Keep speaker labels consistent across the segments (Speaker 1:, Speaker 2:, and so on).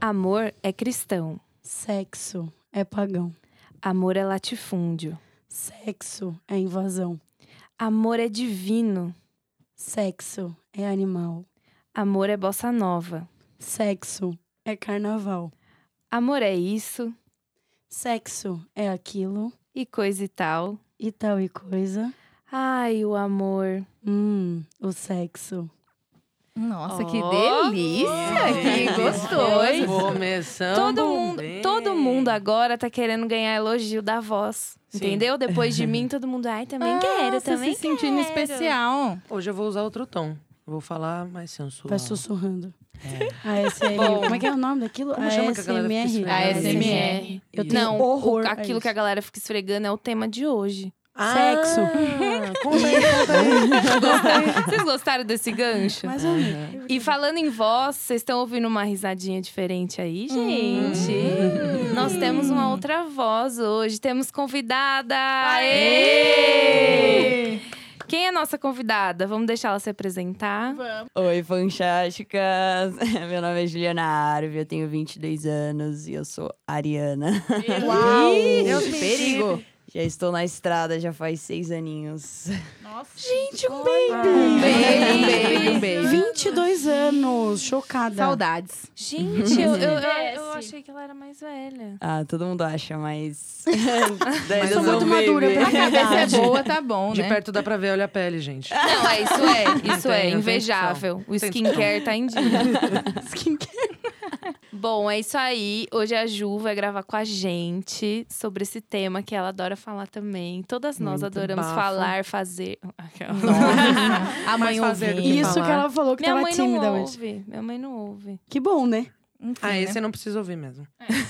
Speaker 1: Amor é cristão.
Speaker 2: Sexo é pagão.
Speaker 1: Amor é latifúndio.
Speaker 2: Sexo é invasão.
Speaker 1: Amor é divino.
Speaker 2: Sexo é animal.
Speaker 1: Amor é bossa nova.
Speaker 2: Sexo é carnaval.
Speaker 1: Amor é isso.
Speaker 2: Sexo é aquilo.
Speaker 1: E coisa e tal.
Speaker 2: E tal e coisa.
Speaker 1: Ai, o amor.
Speaker 2: Hum, o sexo.
Speaker 3: Nossa, oh, que delícia! Que gostoso!
Speaker 4: Começamos
Speaker 1: todo mundo,
Speaker 4: bem.
Speaker 1: todo mundo agora tá querendo ganhar elogio da voz. Sim. Entendeu? Depois de mim, todo mundo, ai, também ah, quero, também
Speaker 3: se sentindo
Speaker 1: quero.
Speaker 3: especial.
Speaker 4: Hoje eu vou usar outro tom. Vou falar mais sensual.
Speaker 2: Vai tá sussurrando. É. ASMR. Bom, como é que é o nome daquilo?
Speaker 4: Como chama que a galera fica esfregando?
Speaker 3: ASMR.
Speaker 2: Eu
Speaker 1: tenho Não,
Speaker 2: horror
Speaker 1: o, aquilo
Speaker 2: a
Speaker 1: que a galera fica esfregando é o tema de hoje.
Speaker 4: Ah,
Speaker 2: Sexo.
Speaker 4: Conta aí, conta
Speaker 1: aí. Vocês gostaram desse gancho?
Speaker 2: Mais ou menos.
Speaker 1: E falando em voz, vocês estão ouvindo uma risadinha diferente aí, gente? Hum. Nós temos uma outra voz hoje. Temos convidada! Aê! Quem é a nossa convidada? Vamos deixar ela se apresentar?
Speaker 5: Vamos. Oi, fantásticas! Meu nome é Juliana Arve, eu tenho 22 anos e eu sou ariana.
Speaker 3: Uau!
Speaker 4: Deus perigo!
Speaker 5: Já estou na estrada já faz seis aninhos.
Speaker 6: Nossa.
Speaker 2: Gente, um
Speaker 3: baby! Um baby,
Speaker 2: um baby, um baby. 22 anos, chocada.
Speaker 3: Saudades.
Speaker 1: Gente, eu, eu, eu, eu, achei que ela era mais velha.
Speaker 5: Ah, todo mundo acha, mas...
Speaker 2: mas sou
Speaker 4: um
Speaker 2: muito madura pra
Speaker 3: A cabeça é boa, tá bom,
Speaker 4: De
Speaker 3: né?
Speaker 4: perto dá pra ver, olha a pele, gente.
Speaker 1: Não, é, isso é, isso é, invejável. O skincare tá em dia.
Speaker 2: skincare.
Speaker 1: Bom, é isso aí. Hoje a Ju vai gravar com a gente sobre esse tema que ela adora falar também. Todas nós Muito adoramos bafo. falar, fazer.
Speaker 3: a mãe fazer
Speaker 2: Isso que ela falou que
Speaker 1: Minha
Speaker 2: tava
Speaker 1: mãe
Speaker 2: tímida
Speaker 1: não
Speaker 2: hoje.
Speaker 1: ouve. Minha mãe não ouve.
Speaker 2: Que bom, né?
Speaker 4: Enfim, ah, esse né? eu não preciso ouvir mesmo.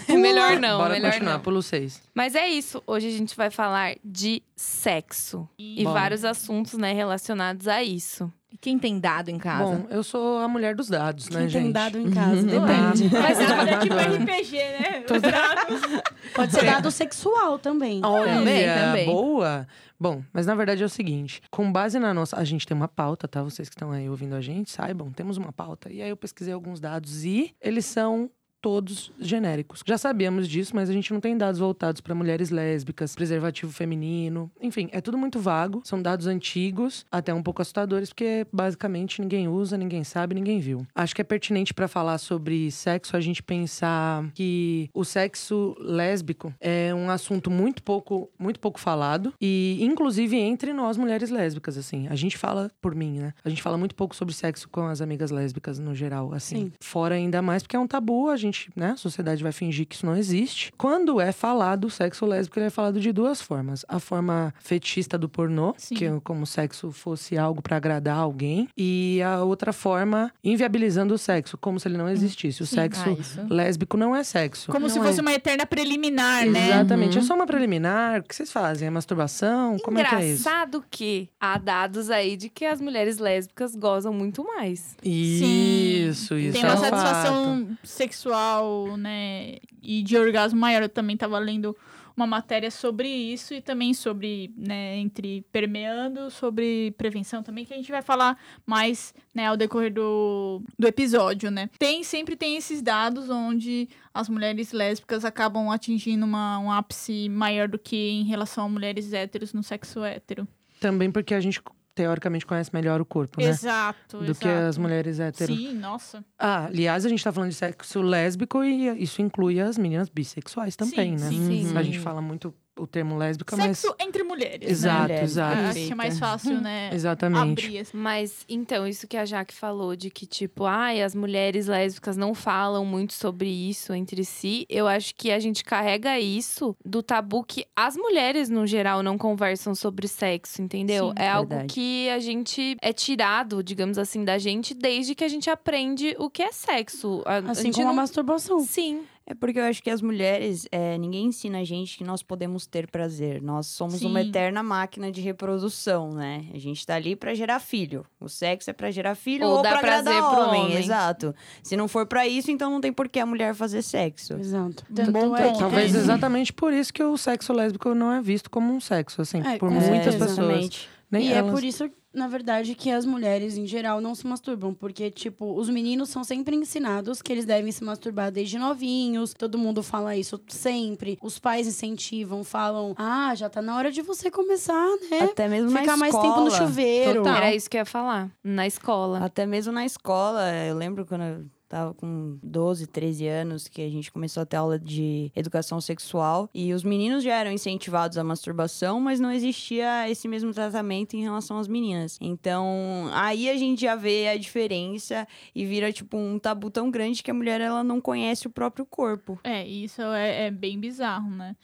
Speaker 1: É. melhor não,
Speaker 4: Bora
Speaker 1: melhor
Speaker 4: continuar,
Speaker 1: não.
Speaker 4: pulo seis.
Speaker 1: Mas é isso. Hoje a gente vai falar de sexo. E, e vários assuntos, né, relacionados a isso.
Speaker 3: Quem tem dado em casa?
Speaker 4: Bom, eu sou a mulher dos dados,
Speaker 2: Quem
Speaker 4: né,
Speaker 2: tem
Speaker 4: gente?
Speaker 2: dado em casa,
Speaker 1: depende.
Speaker 6: Mas
Speaker 1: Mas
Speaker 6: ela
Speaker 1: ela-
Speaker 6: é tipo RPG, né? Os dados.
Speaker 2: Pode ser dado sexual também.
Speaker 4: Olha,
Speaker 3: Também, também.
Speaker 4: boa! Bom, mas na verdade é o seguinte: com base na nossa. A gente tem uma pauta, tá? Vocês que estão aí ouvindo a gente, saibam, temos uma pauta. E aí eu pesquisei alguns dados e eles são todos genéricos. Já sabíamos disso, mas a gente não tem dados voltados para mulheres lésbicas, preservativo feminino, enfim, é tudo muito vago. São dados antigos, até um pouco assustadores, porque basicamente ninguém usa, ninguém sabe, ninguém viu. Acho que é pertinente para falar sobre sexo a gente pensar que o sexo lésbico é um assunto muito pouco, muito pouco falado e inclusive entre nós mulheres lésbicas assim. A gente fala por mim, né? A gente fala muito pouco sobre sexo com as amigas lésbicas no geral, assim.
Speaker 2: Sim.
Speaker 4: Fora ainda mais porque é um tabu, a gente né, a sociedade vai fingir que isso não existe. Quando é falado o sexo lésbico, ele é falado de duas formas. A forma fetista do pornô,
Speaker 3: Sim.
Speaker 4: que é como sexo fosse algo para agradar alguém, e a outra forma inviabilizando o sexo, como se ele não existisse. O sexo
Speaker 3: Hum. Ah, isso.
Speaker 4: lésbico não é sexo.
Speaker 6: Como
Speaker 4: Não
Speaker 6: se
Speaker 4: é.
Speaker 6: fosse uma eterna preliminar, né?
Speaker 4: Exatamente. É só uma preliminar. O que vocês fazem? É masturbação? Como é que é isso?
Speaker 1: Engraçado que há dados aí de que as mulheres lésbicas gozam muito mais.
Speaker 4: Isso, isso.
Speaker 6: Tem
Speaker 4: é
Speaker 6: uma
Speaker 4: um fato.
Speaker 6: satisfação sexual, né? E de orgasmo maior. Eu também tava lendo uma matéria sobre isso e também sobre, né, entre permeando, sobre prevenção também, que a gente vai falar mais, né, ao decorrer do, do episódio, né. Tem, sempre tem esses dados onde as mulheres lésbicas acabam atingindo uma, um ápice maior do que em relação a mulheres héteros no sexo hétero.
Speaker 4: Também porque a gente, teoricamente, conhece melhor o corpo, né?
Speaker 6: Exato,
Speaker 4: Do que as mulheres héteros.
Speaker 6: Sim, nossa.
Speaker 4: Ah, aliás, a gente tá falando de sexo lésbico e isso inclui as meninas bissexuais também,
Speaker 6: Sim,
Speaker 4: né?
Speaker 3: sim,
Speaker 4: A
Speaker 3: sim.
Speaker 4: gente fala muito o termo lésbica,
Speaker 6: Sexo entre mulheres,
Speaker 4: mas. Exato,
Speaker 5: Mulher,
Speaker 4: exato.
Speaker 6: né? Acho que é mais fácil, né?
Speaker 4: Exatamente.
Speaker 6: Abrir assim. esse-
Speaker 1: Mas então, isso que a Jaque falou de que, tipo, ai, as mulheres lésbicas não falam muito sobre isso entre si, eu acho que a gente carrega isso do tabu que as mulheres, no geral, não conversam sobre sexo, entendeu?
Speaker 6: Sim.
Speaker 1: é algo
Speaker 5: Verdade.
Speaker 1: que a gente é tirado, digamos assim, da gente desde que a gente aprende o que é sexo. A, a
Speaker 2: Assim
Speaker 1: gente
Speaker 2: como a
Speaker 1: não...
Speaker 2: masturbação.
Speaker 1: Sim.
Speaker 5: É porque eu acho que as mulheres, é, ninguém ensina a gente que nós podemos ter prazer. Nós somos uma
Speaker 6: Sim.
Speaker 5: eterna máquina de reprodução, né? A gente tá ali pra gerar filho. O sexo é pra gerar filho
Speaker 1: Ou
Speaker 5: ou,
Speaker 1: dar
Speaker 5: pra agradar
Speaker 1: prazer pro
Speaker 5: homem.
Speaker 1: homem.
Speaker 5: Exato. Se não for pra isso, então não tem por que a mulher fazer sexo.
Speaker 2: Exato.
Speaker 6: Tanto
Speaker 2: Bom
Speaker 6: é
Speaker 2: ponto.
Speaker 6: que-
Speaker 4: Talvez
Speaker 6: É.
Speaker 4: exatamente por isso que o sexo lésbico não é visto como um sexo, assim,
Speaker 2: É,
Speaker 4: por
Speaker 2: com
Speaker 4: muitas
Speaker 2: certeza.
Speaker 4: pessoas.
Speaker 5: Exatamente.
Speaker 4: Nem
Speaker 2: e
Speaker 4: elas...
Speaker 2: é por isso, na verdade, que as mulheres em geral não se masturbam. Porque, tipo, os meninos são sempre ensinados que eles devem se masturbar desde novinhos. Todo mundo fala isso sempre. Os pais incentivam, falam: ah, já tá na hora de você começar, né?
Speaker 5: Até mesmo na
Speaker 2: Ficar mais tempo no
Speaker 5: escola.
Speaker 2: chuveiro.
Speaker 3: Total.
Speaker 1: Era isso que eu ia falar. Na escola.
Speaker 5: Até mesmo na escola, eu lembro quando eu tava com 12, 13 anos que a gente começou a ter aula de educação sexual e os meninos já eram incentivados à masturbação, mas não existia esse mesmo tratamento em relação às meninas. Então, aí a gente já vê a diferença e vira tipo um tabu tão grande que a mulher ela não conhece o próprio corpo.
Speaker 6: É, isso é, é bem bizarro, né?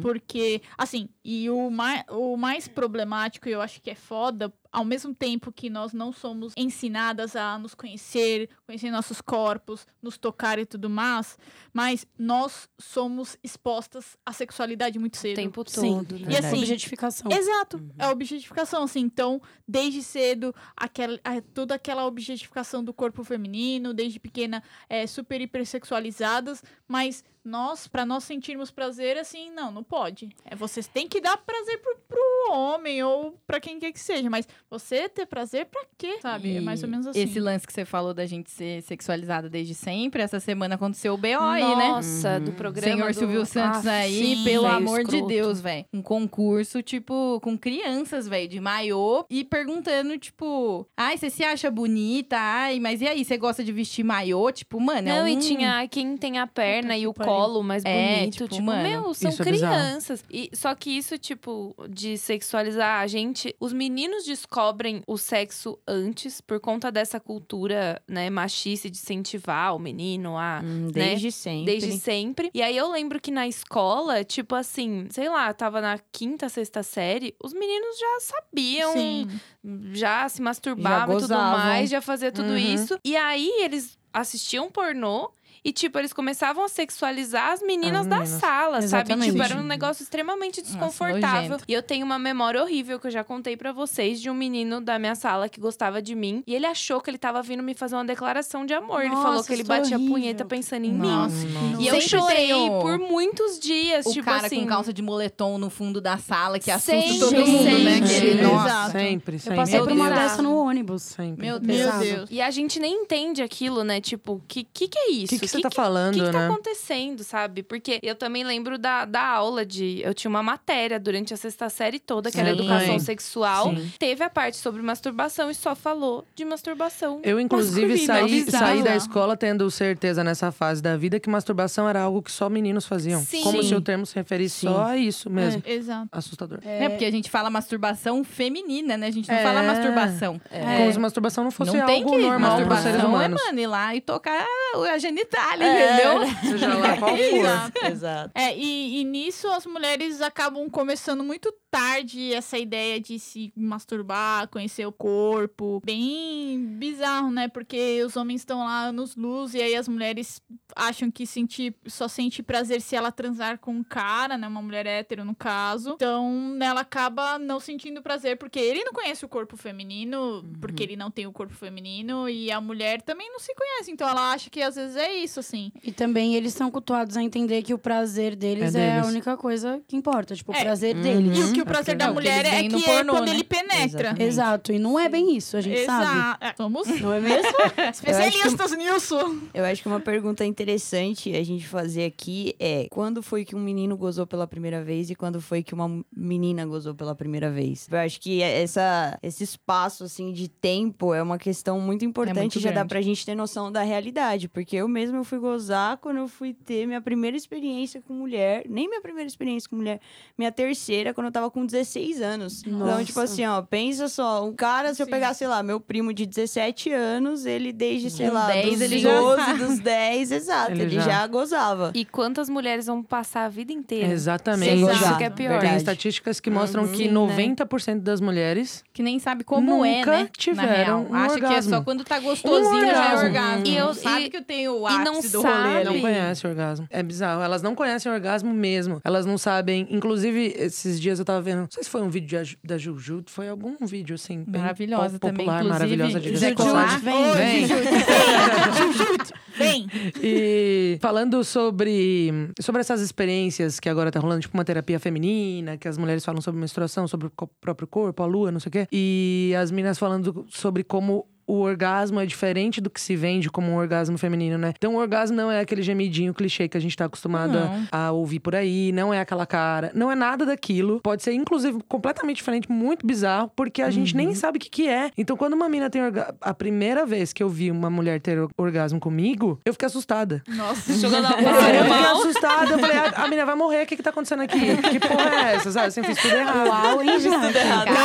Speaker 6: Porque, assim, e o mais, o mais problemático, e eu acho que é foda, ao mesmo tempo que nós não somos ensinadas a nos conhecer, conhecer nossos corpos, nos tocar e tudo mais, mas nós somos expostas à sexualidade muito
Speaker 1: O
Speaker 6: cedo.
Speaker 1: tempo
Speaker 2: Sim. é
Speaker 1: todo, né?
Speaker 6: E assim,
Speaker 2: objetificação.
Speaker 6: Exato, é a objetificação, assim. Então, desde cedo, aquela, a- toda aquela objetificação do corpo feminino, desde pequena, é, super hipersexualizadas. Mas nós, pra nós sentirmos prazer, assim, não, não pode. É, vocês têm que dar prazer pro, pro homem ou pra quem quer que seja. Mas você ter prazer pra quê, sabe? é mais ou menos assim.
Speaker 3: Esse lance que você falou da gente ser sexualizada desde sempre, essa semana aconteceu o BO aí, né?
Speaker 1: Nossa, do programa
Speaker 3: Senhor
Speaker 1: do...
Speaker 3: Silvio Santos
Speaker 1: Ah,
Speaker 3: aí,
Speaker 1: sim,
Speaker 3: pelo
Speaker 1: velho
Speaker 3: amor
Speaker 1: escroto.
Speaker 3: de Deus, velho. Um concurso, tipo, com crianças, velho, de maiô e perguntando, tipo, ai, você se acha bonita? Ai, mas e aí, você gosta de vestir maiô? Tipo, mano, é
Speaker 1: Não,
Speaker 3: um...
Speaker 1: e tinha quem tem a perna
Speaker 6: Puta
Speaker 1: e
Speaker 6: que
Speaker 1: o
Speaker 6: pariu.
Speaker 1: colo mais
Speaker 3: É,
Speaker 1: bonito.
Speaker 3: tipo,
Speaker 1: tipo,
Speaker 3: mano,
Speaker 1: meu, são
Speaker 4: isso é bizarro.
Speaker 1: crianças. e, só que isso, tipo, de sexualizar a gente, os meninos descobrem o sexo antes por conta dessa cultura, né, machista de incentivar o menino a. né,
Speaker 5: Hum, desde sempre.
Speaker 1: Desde sempre. E aí eu lembro que na escola, tipo assim, sei lá, tava na quinta, sexta série, os meninos já sabiam
Speaker 6: Sim.
Speaker 1: já se masturbava
Speaker 5: Já
Speaker 1: e tudo
Speaker 5: gozavam.
Speaker 1: mais, já fazia tudo
Speaker 4: Uhum.
Speaker 1: isso. E aí eles assistiam pornô e, tipo, eles começavam a sexualizar as meninas
Speaker 4: As
Speaker 1: da
Speaker 4: meninas.
Speaker 1: sala, sabe?
Speaker 2: Exatamente.
Speaker 1: Tipo, era um negócio extremamente desconfortável.
Speaker 3: nojento.
Speaker 1: e eu tenho uma memória horrível que eu já contei pra vocês de um menino da minha sala que gostava de mim. E ele achou que ele tava vindo me fazer uma declaração de amor. ele
Speaker 2: Nossa,
Speaker 1: falou que ele
Speaker 2: isso é
Speaker 1: batia
Speaker 2: horrível.
Speaker 1: a punheta pensando em mim.
Speaker 3: Nossa,
Speaker 1: E eu
Speaker 3: Sempre
Speaker 1: chorei
Speaker 3: tem o-
Speaker 1: por muitos dias,
Speaker 3: o
Speaker 1: tipo
Speaker 3: cara
Speaker 1: assim.
Speaker 3: com calça de moletom no fundo da sala que assusta
Speaker 1: Sempre,
Speaker 3: todo mundo, né?
Speaker 2: sempre.
Speaker 3: querido?
Speaker 6: Nossa.
Speaker 4: Sempre,
Speaker 2: Eu
Speaker 4: sempre.
Speaker 2: passei
Speaker 1: Meu
Speaker 2: por uma
Speaker 1: Deus.
Speaker 2: dessa no ônibus.
Speaker 4: Sempre.
Speaker 3: Meu Deus.
Speaker 6: Meu
Speaker 2: Pesado.
Speaker 6: Deus.
Speaker 1: E a gente nem entende aquilo, né? Tipo, o que, que, que é
Speaker 4: O
Speaker 1: isso?
Speaker 4: que, que você tá
Speaker 1: O
Speaker 4: falando,
Speaker 1: que, que tá
Speaker 4: né?
Speaker 1: acontecendo, sabe? Porque eu também lembro da, da aula de. Eu tinha uma matéria durante a sexta série toda, que era
Speaker 5: Sim.
Speaker 1: educação sexual.
Speaker 4: Sim.
Speaker 1: Teve a parte sobre masturbação e só falou de masturbação.
Speaker 4: Eu, inclusive,
Speaker 6: Masculino,
Speaker 4: saí,
Speaker 6: bizarro.
Speaker 4: saí da escola tendo certeza nessa fase da vida que masturbação era algo que só meninos faziam.
Speaker 1: Sim.
Speaker 4: Como
Speaker 1: Sim.
Speaker 4: se o termo se referisse só a isso mesmo.
Speaker 6: Exato.
Speaker 4: Assustador.
Speaker 3: É. porque a gente fala masturbação feminina, né? A gente não
Speaker 4: É.
Speaker 3: fala masturbação.
Speaker 4: Como se masturbação não fosse
Speaker 3: não tem
Speaker 4: algo
Speaker 3: que
Speaker 4: normal para
Speaker 3: masturbação
Speaker 4: seres humanos.
Speaker 3: é, mano, ir lá e tocar a
Speaker 1: Tá
Speaker 3: genitália, entendeu?
Speaker 4: Seja lá qual for.
Speaker 5: Exato.
Speaker 6: É, e, e nisso as mulheres acabam começando muito tarde essa ideia de se masturbar, conhecer o corpo. Bem bizarro, né? Porque os homens estão lá anos luz e aí as mulheres acham que sentir, só sente prazer se ela transar com um cara, né? Uma mulher hétero, no caso. Então ela acaba não sentindo prazer porque ele não conhece o corpo feminino, porque ele não tem o corpo feminino e a mulher também não se conhece. Então ela acha que às vezes é isso, assim.
Speaker 2: E também eles são cultuados a entender que o prazer deles
Speaker 4: É
Speaker 2: é, a
Speaker 4: deles.
Speaker 2: única coisa que importa. Tipo,
Speaker 6: É.
Speaker 2: o prazer
Speaker 5: Uhum.
Speaker 2: deles.
Speaker 6: E o que o
Speaker 4: Hum,
Speaker 6: prazer da
Speaker 3: não, porque
Speaker 6: mulher
Speaker 3: eles
Speaker 6: é
Speaker 3: veem no
Speaker 6: que
Speaker 3: pornô,
Speaker 6: é quando
Speaker 3: né?
Speaker 6: ele penetra.
Speaker 5: Exatamente.
Speaker 2: Exato. E não é bem isso, a gente sabe.
Speaker 6: Exato. Somos
Speaker 2: Não é mesmo?
Speaker 6: especialistas nisso.
Speaker 5: Eu acho que uma pergunta interessante a gente fazer aqui é quando foi que um menino gozou pela primeira vez e quando foi que uma menina gozou pela primeira vez? Eu acho que essa, esse espaço assim de tempo é uma questão muito importante,
Speaker 3: muito
Speaker 5: já dá
Speaker 3: grande.
Speaker 5: pra gente ter noção da realidade, porque eu mesma eu fui gozar quando eu fui ter minha primeira experiência com mulher, nem minha primeira experiência com mulher, minha terceira quando eu tava com 16 anos. Então,
Speaker 2: Nossa.
Speaker 5: tipo assim, ó, pensa só, um cara, se eu
Speaker 6: Sim.
Speaker 5: pegar, sei lá, meu primo de 17 anos, ele desde, sei
Speaker 3: Com
Speaker 5: lá,
Speaker 3: 10,
Speaker 5: dos
Speaker 3: ele já
Speaker 5: 12,
Speaker 3: sabe.
Speaker 5: dos 10, exato.
Speaker 4: Ele
Speaker 5: Ele,
Speaker 4: já-
Speaker 5: já... gozava.
Speaker 1: E quantas mulheres vão passar a vida inteira?
Speaker 4: Exatamente.
Speaker 5: Sem
Speaker 1: Isso
Speaker 5: gozar.
Speaker 1: que é pior.
Speaker 4: Tem
Speaker 5: Verdade.
Speaker 4: estatísticas que mostram
Speaker 5: Uhum.
Speaker 4: que
Speaker 1: Sim, né?
Speaker 4: 90% das mulheres
Speaker 3: Que nem sabe como é,
Speaker 4: Nunca
Speaker 3: né?
Speaker 4: tiveram
Speaker 3: Na real.
Speaker 4: um
Speaker 3: Acha que é
Speaker 4: orgasmo.
Speaker 3: só quando tá gostosinho
Speaker 4: Um
Speaker 3: já é
Speaker 4: orgasmo.
Speaker 3: orgasmo.
Speaker 1: E eu-
Speaker 3: sabe
Speaker 1: e-
Speaker 3: que que eu tenho o
Speaker 1: E não
Speaker 3: ápice do
Speaker 1: sabe.
Speaker 3: rolê.
Speaker 4: Não
Speaker 1: Sim.
Speaker 3: ali.
Speaker 4: conhece o orgasmo. É bizarro. Elas não conhecem o orgasmo mesmo. Elas não sabem. Inclusive, esses dias eu tava vendo. Não sei se foi um vídeo de a Ju- da Juju, foi algum vídeo assim. bem
Speaker 3: Maravilhosa
Speaker 4: po-
Speaker 3: também,
Speaker 4: popular,
Speaker 3: inclusive. Ah.
Speaker 4: maravilhosa de
Speaker 3: Zé
Speaker 4: Juju
Speaker 3: Colar.
Speaker 4: Colar.
Speaker 3: Ô,
Speaker 4: Vem.
Speaker 3: Juju,
Speaker 6: Vem!
Speaker 4: E falando sobre, sobre essas experiências que agora tá rolando, tipo uma terapia feminina, que as mulheres falam sobre menstruação, sobre o co- próprio corpo, a lua, não sei o quê. E as meninas falando sobre como o orgasmo é diferente do que se vende como um orgasmo feminino, né? Então, o orgasmo não é aquele gemidinho clichê que a gente tá acostumado a,
Speaker 3: Não.
Speaker 4: a ouvir por aí, não é aquela cara, não é nada daquilo. Pode ser, inclusive, completamente diferente, muito bizarro, porque a gente nem sabe o que, que é. Então, quando uma mina tem orgasmo. A primeira vez que eu vi uma mulher ter or- orgasmo comigo, eu fiquei assustada. Uhum.
Speaker 6: Nossa,
Speaker 1: Jogando a
Speaker 4: eu
Speaker 1: palavra
Speaker 4: fiquei
Speaker 1: mal.
Speaker 4: assustada. Eu falei, "Ah, a, a mina vai morrer, o que, que tá acontecendo aqui? Que porra é essa? Sabe? Eu sempre fiz tudo errado.
Speaker 2: Uau, hein, Jaque?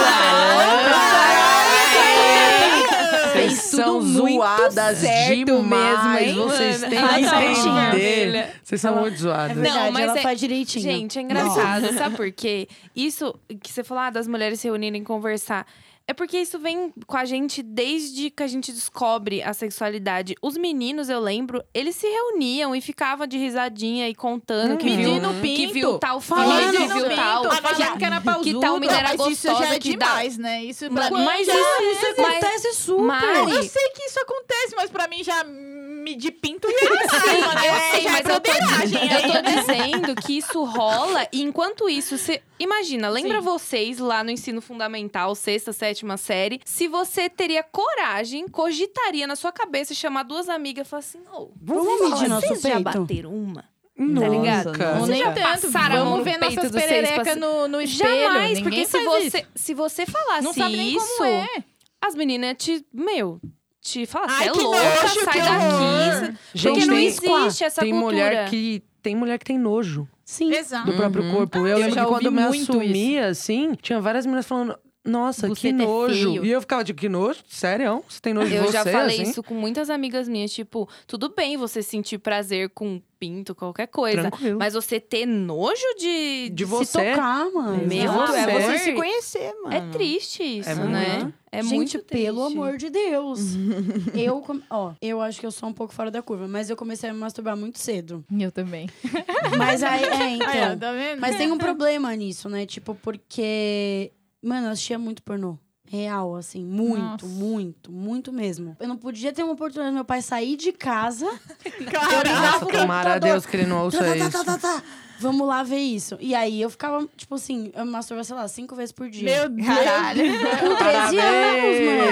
Speaker 4: Vocês
Speaker 3: Fez tudo
Speaker 4: são
Speaker 3: muito
Speaker 4: zoadas
Speaker 1: É
Speaker 3: certo
Speaker 4: demais.
Speaker 3: mesmo, hein,
Speaker 4: Vocês
Speaker 3: mano?
Speaker 4: têm
Speaker 3: Ai,
Speaker 4: que
Speaker 1: tadinha.
Speaker 4: entender.
Speaker 1: Maravilha.
Speaker 4: Vocês são muito
Speaker 2: É
Speaker 4: zoadas.
Speaker 2: verdade,
Speaker 1: mas
Speaker 2: ela
Speaker 1: é-
Speaker 2: faz direitinho.
Speaker 1: Gente, é engraçado, sabe por quê? Isso que você falou ah, das mulheres se reunirem e conversar. É porque isso vem com a gente desde que a gente descobre a sexualidade. Os meninos, eu lembro, eles se reuniam e ficavam de risadinha e contando que viu,
Speaker 3: Pedindo
Speaker 1: que viu
Speaker 3: pinto.
Speaker 1: tal
Speaker 3: Falando
Speaker 1: filme, que viu
Speaker 3: pinto,
Speaker 1: tal.
Speaker 3: falando que era pausudo.
Speaker 1: Que tal
Speaker 6: Não,
Speaker 1: mineira
Speaker 6: mas isso
Speaker 1: então, gostosa
Speaker 6: já é
Speaker 1: que dá-
Speaker 6: demais, né? Isso pra
Speaker 1: Mas-
Speaker 6: mim
Speaker 1: mas assim-
Speaker 6: já...
Speaker 1: isso-
Speaker 2: Isso
Speaker 1: Mas-
Speaker 2: acontece super.
Speaker 1: Mari,
Speaker 6: Eu sei que isso acontece, mas pra mim já me de pinto e é assim,
Speaker 1: Sim,
Speaker 6: mano.
Speaker 1: eu
Speaker 6: É,
Speaker 1: sei,
Speaker 6: já
Speaker 1: mas
Speaker 6: é
Speaker 1: eu tô,
Speaker 6: broderagem aí.
Speaker 1: eu tô dizendo que isso rola e enquanto isso, você. Imagina, lembra
Speaker 6: Sim.
Speaker 1: vocês lá no ensino fundamental, sexta, sétima série, se você teria coragem, cogitaria na sua cabeça chamar duas amigas e falar assim: ô,
Speaker 2: Vamos medir nosso
Speaker 1: vocês já
Speaker 2: peito?"
Speaker 1: bateram uma? Tá
Speaker 4: Nossa,
Speaker 1: ligado?
Speaker 4: cara.
Speaker 3: Não
Speaker 1: Vocês
Speaker 3: nem
Speaker 1: já
Speaker 3: tanto.
Speaker 1: passaram a mão
Speaker 3: Vamos
Speaker 1: no
Speaker 3: ver
Speaker 1: peito
Speaker 3: nossas
Speaker 1: dos seis
Speaker 3: pererecas
Speaker 1: pra-
Speaker 3: no, no espelho.
Speaker 1: Jamais, porque
Speaker 3: Ninguém
Speaker 1: se
Speaker 3: faz isso.
Speaker 1: você, se você falasse
Speaker 3: Não sabe nem
Speaker 1: isso,
Speaker 3: como é.
Speaker 1: as meninas te. Meu, te falam,
Speaker 6: Ai,
Speaker 1: você é
Speaker 6: que
Speaker 1: louca,
Speaker 6: nojo, que
Speaker 1: sai daqui.
Speaker 6: horror."
Speaker 1: cê- Porque não existe essa
Speaker 4: tem mulher
Speaker 1: cultura.
Speaker 4: que tem mulher que tem nojo
Speaker 2: Sim.
Speaker 1: é
Speaker 6: Exato.
Speaker 4: do próprio corpo. Eu, lembro
Speaker 3: já
Speaker 4: que quando eu
Speaker 3: ouvi
Speaker 4: me
Speaker 3: muito
Speaker 4: assumia, assim, tinha várias meninas falando, nossa,
Speaker 3: Você
Speaker 4: que
Speaker 3: é
Speaker 4: nojo.
Speaker 3: feio.
Speaker 4: E eu ficava tipo, que nojo? Sério? Você tem nojo de
Speaker 1: Eu
Speaker 4: você?
Speaker 1: já falei
Speaker 4: assim?
Speaker 1: isso com muitas amigas minhas, tipo, tudo bem você sentir prazer com pinto, qualquer coisa.
Speaker 4: Tranquilo.
Speaker 1: Mas você ter nojo de.
Speaker 4: de
Speaker 2: Se
Speaker 4: você.
Speaker 2: tocar, mano.
Speaker 1: Meu
Speaker 5: Exato,
Speaker 1: amor.
Speaker 5: é você se conhecer, mano.
Speaker 1: É triste isso,
Speaker 4: É
Speaker 1: né?
Speaker 4: muito.
Speaker 1: É
Speaker 2: Gente,
Speaker 1: muito triste.
Speaker 2: pelo amor de Deus. eu, com- ó, eu acho que eu sou um pouco fora da curva, mas eu comecei a me masturbar muito cedo.
Speaker 3: Eu também.
Speaker 2: Mas aí, é, então.
Speaker 6: Aí, ó, tá vendo?
Speaker 2: Mas tem um problema nisso, né? Tipo, porque. Mano, eu assistia muito pornô. Real, assim. Muito,
Speaker 6: Nossa.
Speaker 2: muito, muito mesmo. Eu não podia ter uma oportunidade do meu pai sair de casa.
Speaker 6: Cara,
Speaker 4: Nossa, tomara a Deus que ele não ouça
Speaker 2: tá, tá, tá,
Speaker 4: isso.
Speaker 2: tá, tá. Vamos lá ver isso. E aí eu ficava, tipo assim, eu me masturbava, sei lá, cinco vezes por dia.
Speaker 6: meu Deus.
Speaker 2: Com 13 anos, mano.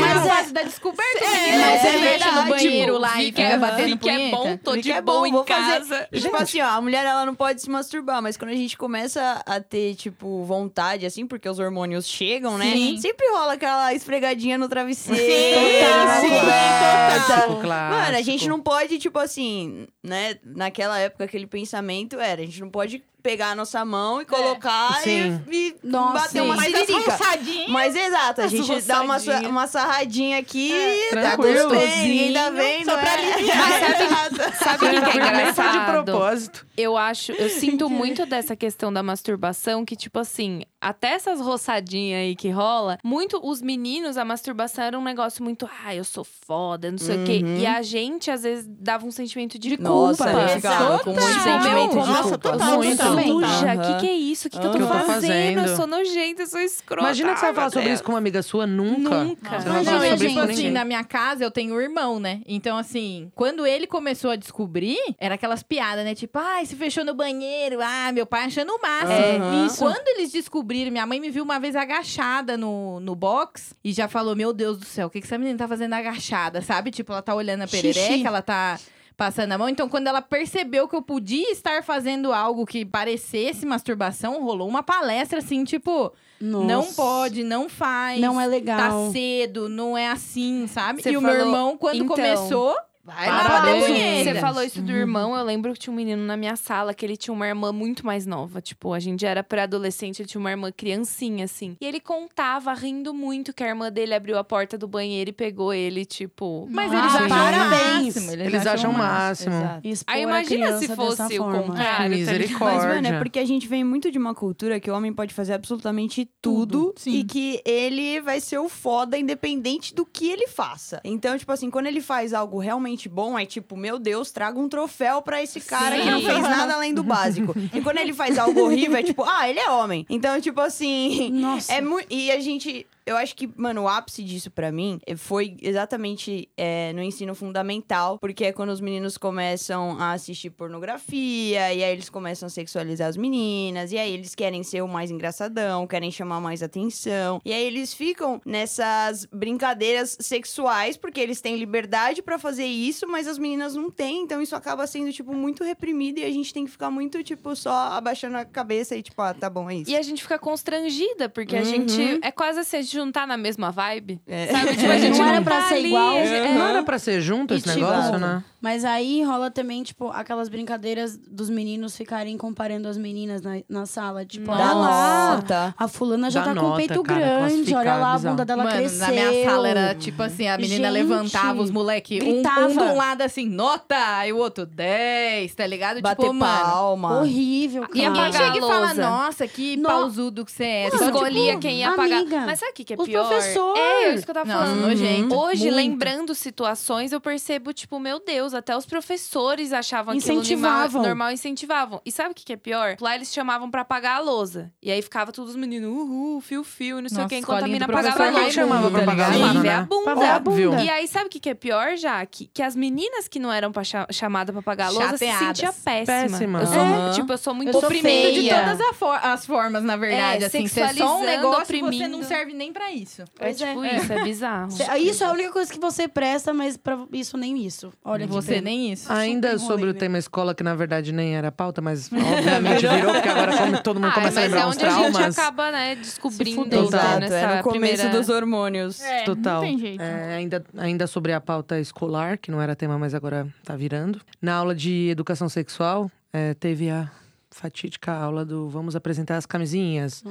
Speaker 3: Mas
Speaker 2: Mas é-
Speaker 3: da descoberta.
Speaker 2: mas é
Speaker 3: no
Speaker 2: verdade,
Speaker 3: banheiro lá e
Speaker 1: Fica,
Speaker 3: fica
Speaker 1: é,
Speaker 3: batendo
Speaker 1: fica é bom,
Speaker 3: punheta.
Speaker 1: tô de
Speaker 5: Fica é
Speaker 1: bom,
Speaker 5: bom,
Speaker 1: em
Speaker 5: vou fazer.
Speaker 1: casa.
Speaker 5: E, tipo assim, ó, a mulher ela não pode se masturbar, mas quando a gente começa a ter, tipo, vontade, assim, porque os hormônios chegam, né?
Speaker 6: Sim.
Speaker 5: Sempre rola aquela esfregadinha no travesseiro.
Speaker 6: Total,
Speaker 5: sim,
Speaker 6: total.
Speaker 4: Clássico, clássico.
Speaker 5: é Mano, a gente não pode, tipo assim, né? Naquela época, aquele pensamento era, a gente não pode pegar a nossa mão e colocar
Speaker 4: Sim.
Speaker 5: e, e
Speaker 2: Nossa,
Speaker 5: bater uma
Speaker 6: Mas as
Speaker 5: siririca.
Speaker 6: roçadinhas...
Speaker 5: Mas exato, a
Speaker 6: As
Speaker 5: gente dá uma, sa-
Speaker 6: roçadinhas.
Speaker 5: uma sarradinha aqui, e tá tudo
Speaker 4: Tranquilo.
Speaker 5: bem, ninguém tá vendo.
Speaker 6: Só pra
Speaker 5: é. Exato.
Speaker 1: Sabe o que que é
Speaker 4: Nem foi de
Speaker 1: engraçado?
Speaker 4: propósito.
Speaker 1: Eu acho, eu sinto muito dessa questão da masturbação, que, tipo assim, até essas roçadinhas aí que rola, muito os meninos, a masturbação era um negócio muito, ah, eu sou foda, não sei o quê.
Speaker 4: Uhum.
Speaker 1: E a gente, às vezes, dava um sentimento de
Speaker 5: Nossa,
Speaker 1: culpa. tipo,
Speaker 5: eu ficava
Speaker 4: um
Speaker 5: com muito
Speaker 1: Total.
Speaker 5: sentimento de
Speaker 6: Nossa,
Speaker 5: culpa.
Speaker 6: total,
Speaker 1: Eu
Speaker 4: Muito. Ah,
Speaker 1: sou
Speaker 2: Também.
Speaker 1: suja, o
Speaker 5: Aham.
Speaker 1: que, que é isso? O que, que eu
Speaker 4: Que
Speaker 1: tô
Speaker 4: eu tô
Speaker 1: fazendo?
Speaker 4: fazendo?
Speaker 1: Eu sou nojenta, eu sou escrota.
Speaker 4: Imagina que você vai falar
Speaker 1: Ah,
Speaker 4: sobre isso com uma amiga sua nunca.
Speaker 1: Nunca.
Speaker 4: Você não vai
Speaker 2: Imagina,
Speaker 3: Não,
Speaker 4: falar sobre
Speaker 3: eu,
Speaker 2: gente,
Speaker 4: isso
Speaker 3: tipo
Speaker 4: com
Speaker 3: assim,
Speaker 4: ninguém.
Speaker 3: na minha casa eu tenho um irmão, né? Então, assim, quando ele começou a descobrir, era aquelas piadas, né? Tipo, ai, se fechou no banheiro, ah, meu pai achando o máximo.
Speaker 5: É,
Speaker 3: isso. Quando eles descobriram, minha mãe me viu uma vez agachada no, no box e já falou: Meu Deus do céu, o que, que essa menina tá fazendo agachada, sabe? Tipo, ela tá olhando a perereca,
Speaker 2: Xixi.
Speaker 3: ela tá. Passando a mão, então quando ela percebeu que eu podia estar fazendo algo que parecesse masturbação, rolou uma palestra assim, tipo,
Speaker 2: Nossa.
Speaker 3: não pode, não faz
Speaker 2: Não é
Speaker 3: tá
Speaker 2: legal.
Speaker 3: cedo, não é assim, sabe?
Speaker 1: Você
Speaker 3: e o meu
Speaker 1: falou,
Speaker 3: irmão, quando
Speaker 1: então,
Speaker 3: começou,
Speaker 5: É
Speaker 3: vai
Speaker 2: Ah,
Speaker 3: lá
Speaker 1: Parabéns.
Speaker 3: bater
Speaker 4: Parabéns.
Speaker 1: Você
Speaker 3: punheta.
Speaker 1: falou isso do
Speaker 2: Uhum.
Speaker 1: irmão, eu lembro que tinha um menino na minha sala que ele tinha uma irmã muito mais nova. Tipo, a gente já era pré-adolescente, ele tinha uma irmã criancinha, assim. E ele contava, rindo muito, que a irmã dele abriu a porta do banheiro e pegou ele, tipo.
Speaker 3: Mas
Speaker 6: Ah,
Speaker 3: eles acham
Speaker 2: parabéns.
Speaker 3: o máximo. Eles,
Speaker 4: Eles acham o máximo.
Speaker 3: Exato.
Speaker 2: Expor
Speaker 1: Aí
Speaker 2: a
Speaker 1: imagina se
Speaker 2: criança dessa
Speaker 1: fosse o
Speaker 2: forma.
Speaker 1: contrário. tá ligado?
Speaker 4: Misericórdia.
Speaker 5: Mas, mano, é porque a gente vem muito de uma cultura que o homem pode fazer absolutamente tudo,
Speaker 6: Sim.
Speaker 5: e que ele vai ser o foda independente do que ele faça. Então, tipo assim, quando ele faz algo realmente gente bom, aí tipo, meu Deus, traga um troféu pra esse cara
Speaker 6: Sim.
Speaker 5: que não fez nada além do básico. e quando ele faz algo horrível, é tipo, ah, ele é homem. Então, tipo assim,
Speaker 2: Nossa.
Speaker 5: é muito. E a gente. Eu acho que, mano, o ápice disso pra mim eh, foi exatamente eh, no ensino fundamental, porque é quando os meninos começam a assistir pornografia, e aí eles começam a sexualizar as meninas, e aí eles querem ser o mais engraçadão, querem chamar mais atenção, e aí eles ficam nessas brincadeiras sexuais, porque eles têm liberdade pra fazer isso, mas as meninas não têm, então isso acaba sendo, tipo, muito reprimido, e a gente tem que ficar muito, tipo, só abaixando a cabeça e, tipo, ah, tá bom, é isso.
Speaker 1: E a gente fica constrangida, porque a
Speaker 5: Uhum.
Speaker 1: gente. É quase assim, a gente não tá na mesma vibe.
Speaker 5: É.
Speaker 1: Sabe? Tipo, a gente
Speaker 2: Não
Speaker 1: não
Speaker 2: era pra
Speaker 1: tá
Speaker 2: ser
Speaker 1: ali,
Speaker 2: igual.
Speaker 1: a gente-
Speaker 4: Não era É, pra ser junto
Speaker 2: E
Speaker 4: esse
Speaker 2: tipo-
Speaker 4: negócio, né?
Speaker 2: Mas aí rola também, tipo, aquelas brincadeiras dos meninos ficarem comparando as meninas na, na sala. Tipo, olha
Speaker 5: Dá
Speaker 2: lá,
Speaker 1: Tipo,
Speaker 5: nota.
Speaker 2: a fulana já
Speaker 4: Dá
Speaker 2: tá com o
Speaker 4: nota,
Speaker 2: peito
Speaker 4: cara,
Speaker 2: grande,
Speaker 4: classificar,
Speaker 2: olha lá, a
Speaker 4: bizarro.
Speaker 2: bunda dela
Speaker 3: Mano,
Speaker 2: cresceu.
Speaker 3: na minha sala era tipo assim, a
Speaker 2: Gente,
Speaker 3: menina levantava os moleque, um, um de
Speaker 2: gritava.
Speaker 3: um lado assim, nota, e o outro 10, tá ligado?
Speaker 5: Bater
Speaker 3: tipo, mano.
Speaker 5: palma.
Speaker 2: Horrível, cara.
Speaker 3: E a
Speaker 1: Apagar
Speaker 3: gente chega e
Speaker 1: a
Speaker 3: fala,
Speaker 1: lousa.
Speaker 3: nossa, que
Speaker 2: No-
Speaker 3: pauzudo que você é. Só que-
Speaker 1: Escolhia quem ia pagar.
Speaker 2: amiga,
Speaker 1: Mas sabe o que, que é
Speaker 2: os
Speaker 1: pior?
Speaker 2: professor.
Speaker 1: É, isso que eu tava
Speaker 3: Nossa,
Speaker 1: falando.
Speaker 3: nojento.
Speaker 1: Hoje,
Speaker 3: muito.
Speaker 1: lembrando situações, eu percebo, tipo, meu Deus, até os professores achavam aquilo
Speaker 2: Incentivavam.
Speaker 1: normal, normal e incentivavam. E sabe o que, que é pior? Lá eles chamavam pra pagar a lousa. E aí ficava todos os meninos, uhul, fio, fio, não sei o
Speaker 3: Nossa,
Speaker 1: que, enquanto a
Speaker 3: escolinha
Speaker 1: mina
Speaker 3: do professor
Speaker 1: pagava
Speaker 4: Quem
Speaker 1: lá.
Speaker 3: Raimundo,
Speaker 4: chamava pra
Speaker 3: tá
Speaker 4: pagar
Speaker 3: ligado?
Speaker 4: mano,
Speaker 1: Sim, ver a
Speaker 4: né?
Speaker 1: bunda.
Speaker 2: Pra ver a
Speaker 4: Óbvio.
Speaker 2: bunda.
Speaker 1: E aí, sabe o que, que é pior, Jaque? Que as meninas que não eram pra cha- chamada pra pagar a lousa se
Speaker 3: Chateadas.
Speaker 1: sentia péssima.
Speaker 4: Péssima.
Speaker 1: Eu sou,
Speaker 5: Aham.
Speaker 1: tipo, eu sou muito
Speaker 2: Eu sou
Speaker 1: oprimida de
Speaker 3: de
Speaker 2: feia.
Speaker 1: todas
Speaker 3: todas a for- as formas, na verdade.
Speaker 1: É,
Speaker 3: assim, você é só um
Speaker 1: sexualizando,
Speaker 3: negócio e você
Speaker 1: oprimindo.
Speaker 3: não serve nem pra isso.
Speaker 1: É tipo isso, é bizarro.
Speaker 2: Cê- Isso é a única coisa que você presta, mas pra isso nem isso. Olha que
Speaker 3: você
Speaker 2: pena.
Speaker 3: nem isso.
Speaker 4: Ainda
Speaker 2: Super
Speaker 4: sobre o
Speaker 2: rolê,
Speaker 4: tema escola, que na verdade nem era pauta, mas obviamente virou, porque agora como todo mundo começa a
Speaker 1: mas
Speaker 4: lembrar
Speaker 1: é
Speaker 4: uns
Speaker 1: onde a gente
Speaker 4: traumas.
Speaker 1: acaba, né, descobrindo
Speaker 4: fudeu.
Speaker 1: né,
Speaker 5: Exato,
Speaker 1: nessa
Speaker 5: é no começo
Speaker 1: primeira...
Speaker 5: dos hormônios.
Speaker 6: É,
Speaker 4: Total.
Speaker 6: Não tem jeito.
Speaker 4: É, ainda, ainda sobre a pauta escolar, que não era tema, mas agora tá virando. Na aula de educação sexual, é, teve a fatídica aula do vamos apresentar as camisinhas.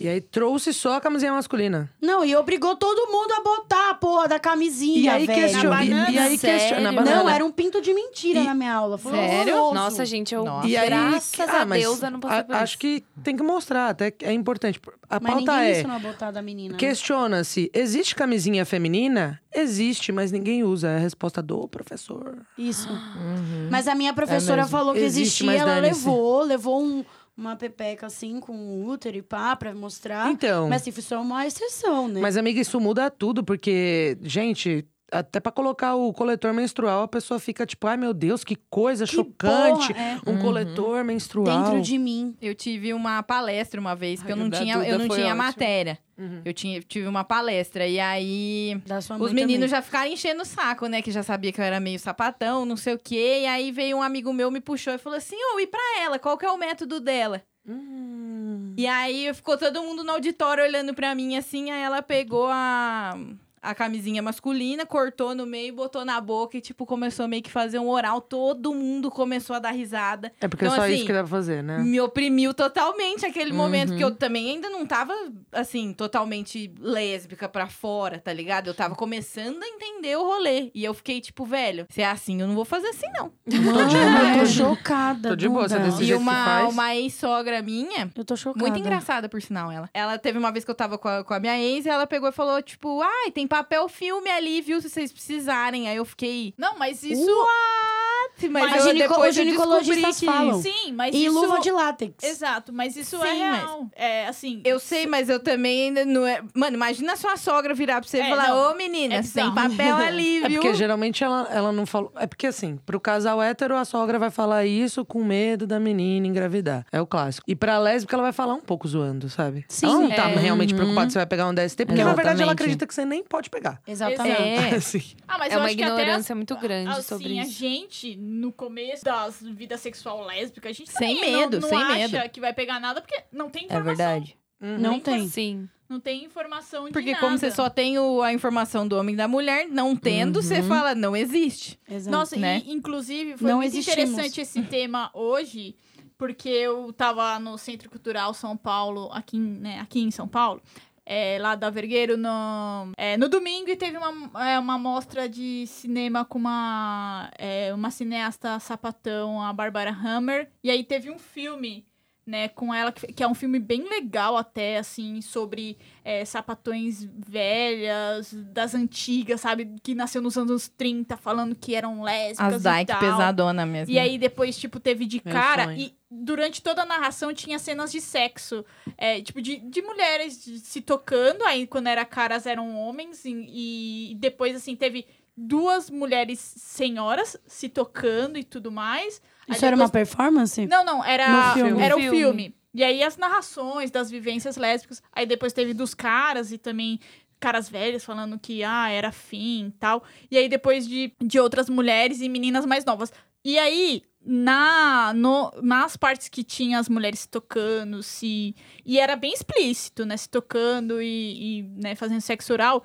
Speaker 4: E aí trouxe só a camisinha masculina.
Speaker 2: Não, e obrigou todo mundo a botar a porra da camisinha,
Speaker 4: E aí,
Speaker 2: velho.
Speaker 4: question...
Speaker 3: Na
Speaker 4: e-
Speaker 3: banana,
Speaker 4: e aí
Speaker 1: sério? Não,
Speaker 4: questiona.
Speaker 2: Não,
Speaker 4: banana.
Speaker 2: era um pinto de mentira
Speaker 4: E-
Speaker 2: na minha aula. Foi
Speaker 3: Sério?
Speaker 2: horroroso.
Speaker 1: Nossa, gente, eu...
Speaker 3: Nossa.
Speaker 4: E aí,
Speaker 1: Graças
Speaker 4: ah,
Speaker 1: a
Speaker 4: mas
Speaker 1: Deus, eu não passei
Speaker 4: a-
Speaker 1: por isso.
Speaker 4: Acho que tem que mostrar, até que é importante. A
Speaker 2: Mas
Speaker 4: pauta
Speaker 2: ninguém
Speaker 4: é.
Speaker 2: ensinou a botar da menina. né?"
Speaker 4: Questiona-se, existe camisinha feminina? Existe, mas ninguém usa. É a resposta do professor.
Speaker 2: Isso.
Speaker 3: Uhum.
Speaker 2: Mas a minha professora
Speaker 4: mesmo.
Speaker 2: falou que
Speaker 4: É, Existe,
Speaker 2: existia,
Speaker 4: mas
Speaker 2: ela
Speaker 4: dane-se.
Speaker 2: levou, levou um- uma pepeca assim, com útero e pá, pra mostrar.
Speaker 4: Então.
Speaker 2: Mas assim, foi só uma exceção, né?
Speaker 4: Mas, amiga, isso muda tudo, porque, gente, até pra colocar o coletor menstrual, a pessoa fica tipo, ai meu Deus, que coisa
Speaker 2: Que
Speaker 4: chocante.
Speaker 2: porra, é,
Speaker 4: Um coletor menstrual.
Speaker 2: dentro de mim.
Speaker 3: Eu tive uma palestra uma vez, que
Speaker 4: Ai,
Speaker 3: eu não
Speaker 4: da
Speaker 3: tinha,
Speaker 4: Duda
Speaker 3: eu não
Speaker 4: foi
Speaker 3: tinha
Speaker 4: ótimo.
Speaker 3: matéria.
Speaker 4: Uhum.
Speaker 3: Eu tinha, tive uma palestra. E aí,
Speaker 2: Da sua
Speaker 3: Os
Speaker 2: mãe
Speaker 3: meninos já ficaram enchendo o saco, né? Que já sabia que eu era meio sapatão, não sei o quê. E aí veio um amigo meu, me puxou e falou assim: Ô, e pra ela? Qual que é o método dela?
Speaker 4: Hum.
Speaker 3: E aí ficou todo mundo no auditório olhando pra mim assim. Aí ela pegou a, a camisinha masculina, cortou no meio, botou na boca e, tipo, começou meio que fazer um oral. Todo mundo começou a dar risada.
Speaker 4: É porque
Speaker 3: Então,
Speaker 4: é só
Speaker 3: assim,
Speaker 4: isso que dá pra fazer, né?
Speaker 3: Me oprimiu totalmente aquele momento
Speaker 4: Uhum.
Speaker 3: que eu também ainda não tava, assim, totalmente lésbica pra fora, tá ligado? Eu tava começando a entender o rolê. E eu fiquei tipo, velho, se é assim, eu não vou fazer assim, não.
Speaker 2: também.
Speaker 4: Tô de
Speaker 2: Mano, eu
Speaker 4: boa.
Speaker 2: tô chocada.
Speaker 4: Tô de boa,
Speaker 2: Duda.
Speaker 4: você decidiu.
Speaker 3: E
Speaker 4: jeito que
Speaker 3: uma,
Speaker 4: faz.
Speaker 3: uma ex-sogra minha.
Speaker 2: Eu tô chocada.
Speaker 3: Muito engraçada, por sinal, ela. Ela teve uma vez que eu tava com a, com a minha ex e ela pegou e falou, tipo, ai, tem papel filme ali, viu, se vocês precisarem. Aí eu fiquei.
Speaker 6: Não, mas isso.
Speaker 3: What? Mas,
Speaker 2: Mas
Speaker 3: eu,
Speaker 2: gineco-
Speaker 3: depois
Speaker 2: os
Speaker 3: eu descobri
Speaker 2: ginecologistas
Speaker 3: que...
Speaker 2: falam.
Speaker 6: Sim, mas
Speaker 2: E
Speaker 6: isso. é
Speaker 2: luva de látex.
Speaker 6: Exato, mas isso é
Speaker 3: Sim, mas-
Speaker 6: real. É assim.
Speaker 3: Eu sei, mas eu também ainda não é. Mano, imagina sua sogra virar pra você e
Speaker 6: É,
Speaker 3: falar:
Speaker 6: não.
Speaker 3: Ô menina,
Speaker 6: É
Speaker 3: você tem
Speaker 6: bizarro.
Speaker 3: papel ali,
Speaker 4: É
Speaker 3: viu?
Speaker 4: porque geralmente ela, ela não falou. É porque assim, pro casal hétero, a sogra vai falar isso com medo da menina engravidar. É o clássico. E pra lésbica, ela vai falar um pouco zoando, sabe?
Speaker 2: Sim.
Speaker 4: ela não tá
Speaker 3: É.
Speaker 4: realmente preocupada se vai pegar um DST, porque na verdade ela
Speaker 5: Exatamente.
Speaker 4: acredita que você nem pode pegar.
Speaker 2: Exatamente.
Speaker 3: É.
Speaker 4: Assim.
Speaker 6: Ah, mas
Speaker 1: É
Speaker 6: eu
Speaker 1: uma
Speaker 6: acho que até as
Speaker 1: ignorância muito grande
Speaker 6: assim,
Speaker 1: sobre
Speaker 6: a
Speaker 1: isso.
Speaker 6: gente, no começo da vida sexual lésbica, a gente
Speaker 3: Sem
Speaker 6: também não-
Speaker 3: medo,
Speaker 6: não,
Speaker 3: sem
Speaker 6: acha
Speaker 3: medo.
Speaker 6: que vai pegar nada, porque não tem
Speaker 5: É
Speaker 6: informação.
Speaker 5: verdade.
Speaker 4: Uhum.
Speaker 2: Não tem.
Speaker 1: Sim.
Speaker 6: Não tem informação de
Speaker 3: Porque
Speaker 6: nada.
Speaker 3: como você só tem o- a informação do homem e da mulher, não tendo, você
Speaker 6: Uhum.
Speaker 3: fala, não existe.
Speaker 2: Exato.
Speaker 6: Nossa,
Speaker 3: né?
Speaker 6: e, inclusive, foi
Speaker 2: Não
Speaker 6: muito
Speaker 2: existimos.
Speaker 6: interessante esse tema hoje, porque eu tava no Centro Cultural São Paulo, aqui, em- né, aqui em São Paulo, é, lá da Vergueiro, no, é, no domingo, e teve uma, é, uma mostra de cinema com uma, é, uma cineasta sapatão, a Bárbara Hammer, e aí teve um filme né, com ela, que, que é um filme bem legal até, assim, sobre é, sapatões velhas, das antigas, sabe? Que nasceu nos anos 30, falando que eram lésbicas
Speaker 3: As
Speaker 6: e
Speaker 3: Dyke
Speaker 6: tal.
Speaker 3: pesadona mesmo. né?
Speaker 6: E aí depois, tipo, teve de
Speaker 4: Meu
Speaker 6: cara
Speaker 4: sonho.
Speaker 6: e durante toda a narração tinha cenas de sexo. É, tipo, de, de mulheres de- se tocando, aí quando era caras eram homens, e, e depois, assim, teve duas mulheres senhoras se tocando e tudo mais. Aí
Speaker 2: Isso era uma
Speaker 6: depois-
Speaker 2: performance?
Speaker 6: Não, não, era,
Speaker 2: assim? No filme.
Speaker 6: era o
Speaker 1: Filme.
Speaker 6: filme. E aí as narrações das vivências lésbicas, aí depois teve dos caras e também caras velhos falando que ah, era fim e tal. E aí depois de, de outras mulheres e meninas mais novas. E aí, na, no, nas partes que tinha as mulheres se tocando, se. E era bem explícito, né? Se tocando e, e, né, fazendo sexo oral,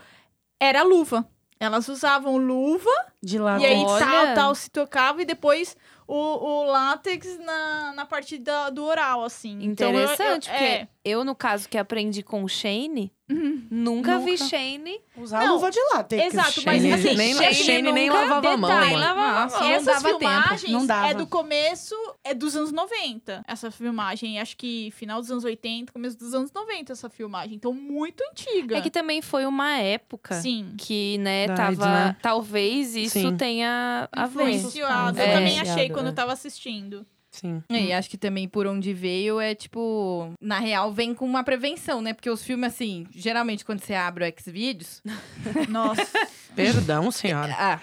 Speaker 6: era luva. Elas usavam luva
Speaker 2: De lá
Speaker 6: e aí
Speaker 1: Ah, Olha.
Speaker 6: tal, tal, se tocava e depois o, o látex na, na parte da, do oral, assim. Então, eu- eu-
Speaker 1: Interessante, porque
Speaker 6: é.
Speaker 1: eu, no caso, que aprendi com Shane, nunca, vi Shane.
Speaker 2: Usar
Speaker 6: Não.
Speaker 2: luva de látex.
Speaker 6: Exato, mas
Speaker 4: Uhum. Shane-
Speaker 6: assim,
Speaker 4: nem-
Speaker 6: Shane
Speaker 4: Shane nem
Speaker 6: nunca-
Speaker 4: lavava a mão,
Speaker 6: detalhe,
Speaker 4: mano.
Speaker 6: nem lavava a
Speaker 3: Nossa,
Speaker 6: mão.
Speaker 3: não
Speaker 6: Essas
Speaker 3: dava tempo.
Speaker 6: filmagens
Speaker 2: Não dava.
Speaker 6: é do começo, é dos anos 90, essa filmagem. Acho que final dos anos 80, começo dos anos 90 essa filmagem. Então, muito antiga.
Speaker 1: É que também foi uma época
Speaker 6: Sim.
Speaker 1: que, né,
Speaker 4: Da AIDS,
Speaker 1: tava.
Speaker 4: né?
Speaker 1: Talvez isso
Speaker 4: Sim.
Speaker 1: tenha a ver.
Speaker 6: Influenciado.
Speaker 1: É.
Speaker 6: Eu também achei
Speaker 5: Influenciado,
Speaker 6: quando
Speaker 5: né?
Speaker 6: eu tava assistindo.
Speaker 4: Sim.
Speaker 3: É, E acho que também por onde veio é tipo, na real vem com uma prevenção, né? Porque os filmes assim, geralmente quando você abre o Xvideos,
Speaker 6: Nossa.
Speaker 4: Perdão, senhora.
Speaker 3: ah,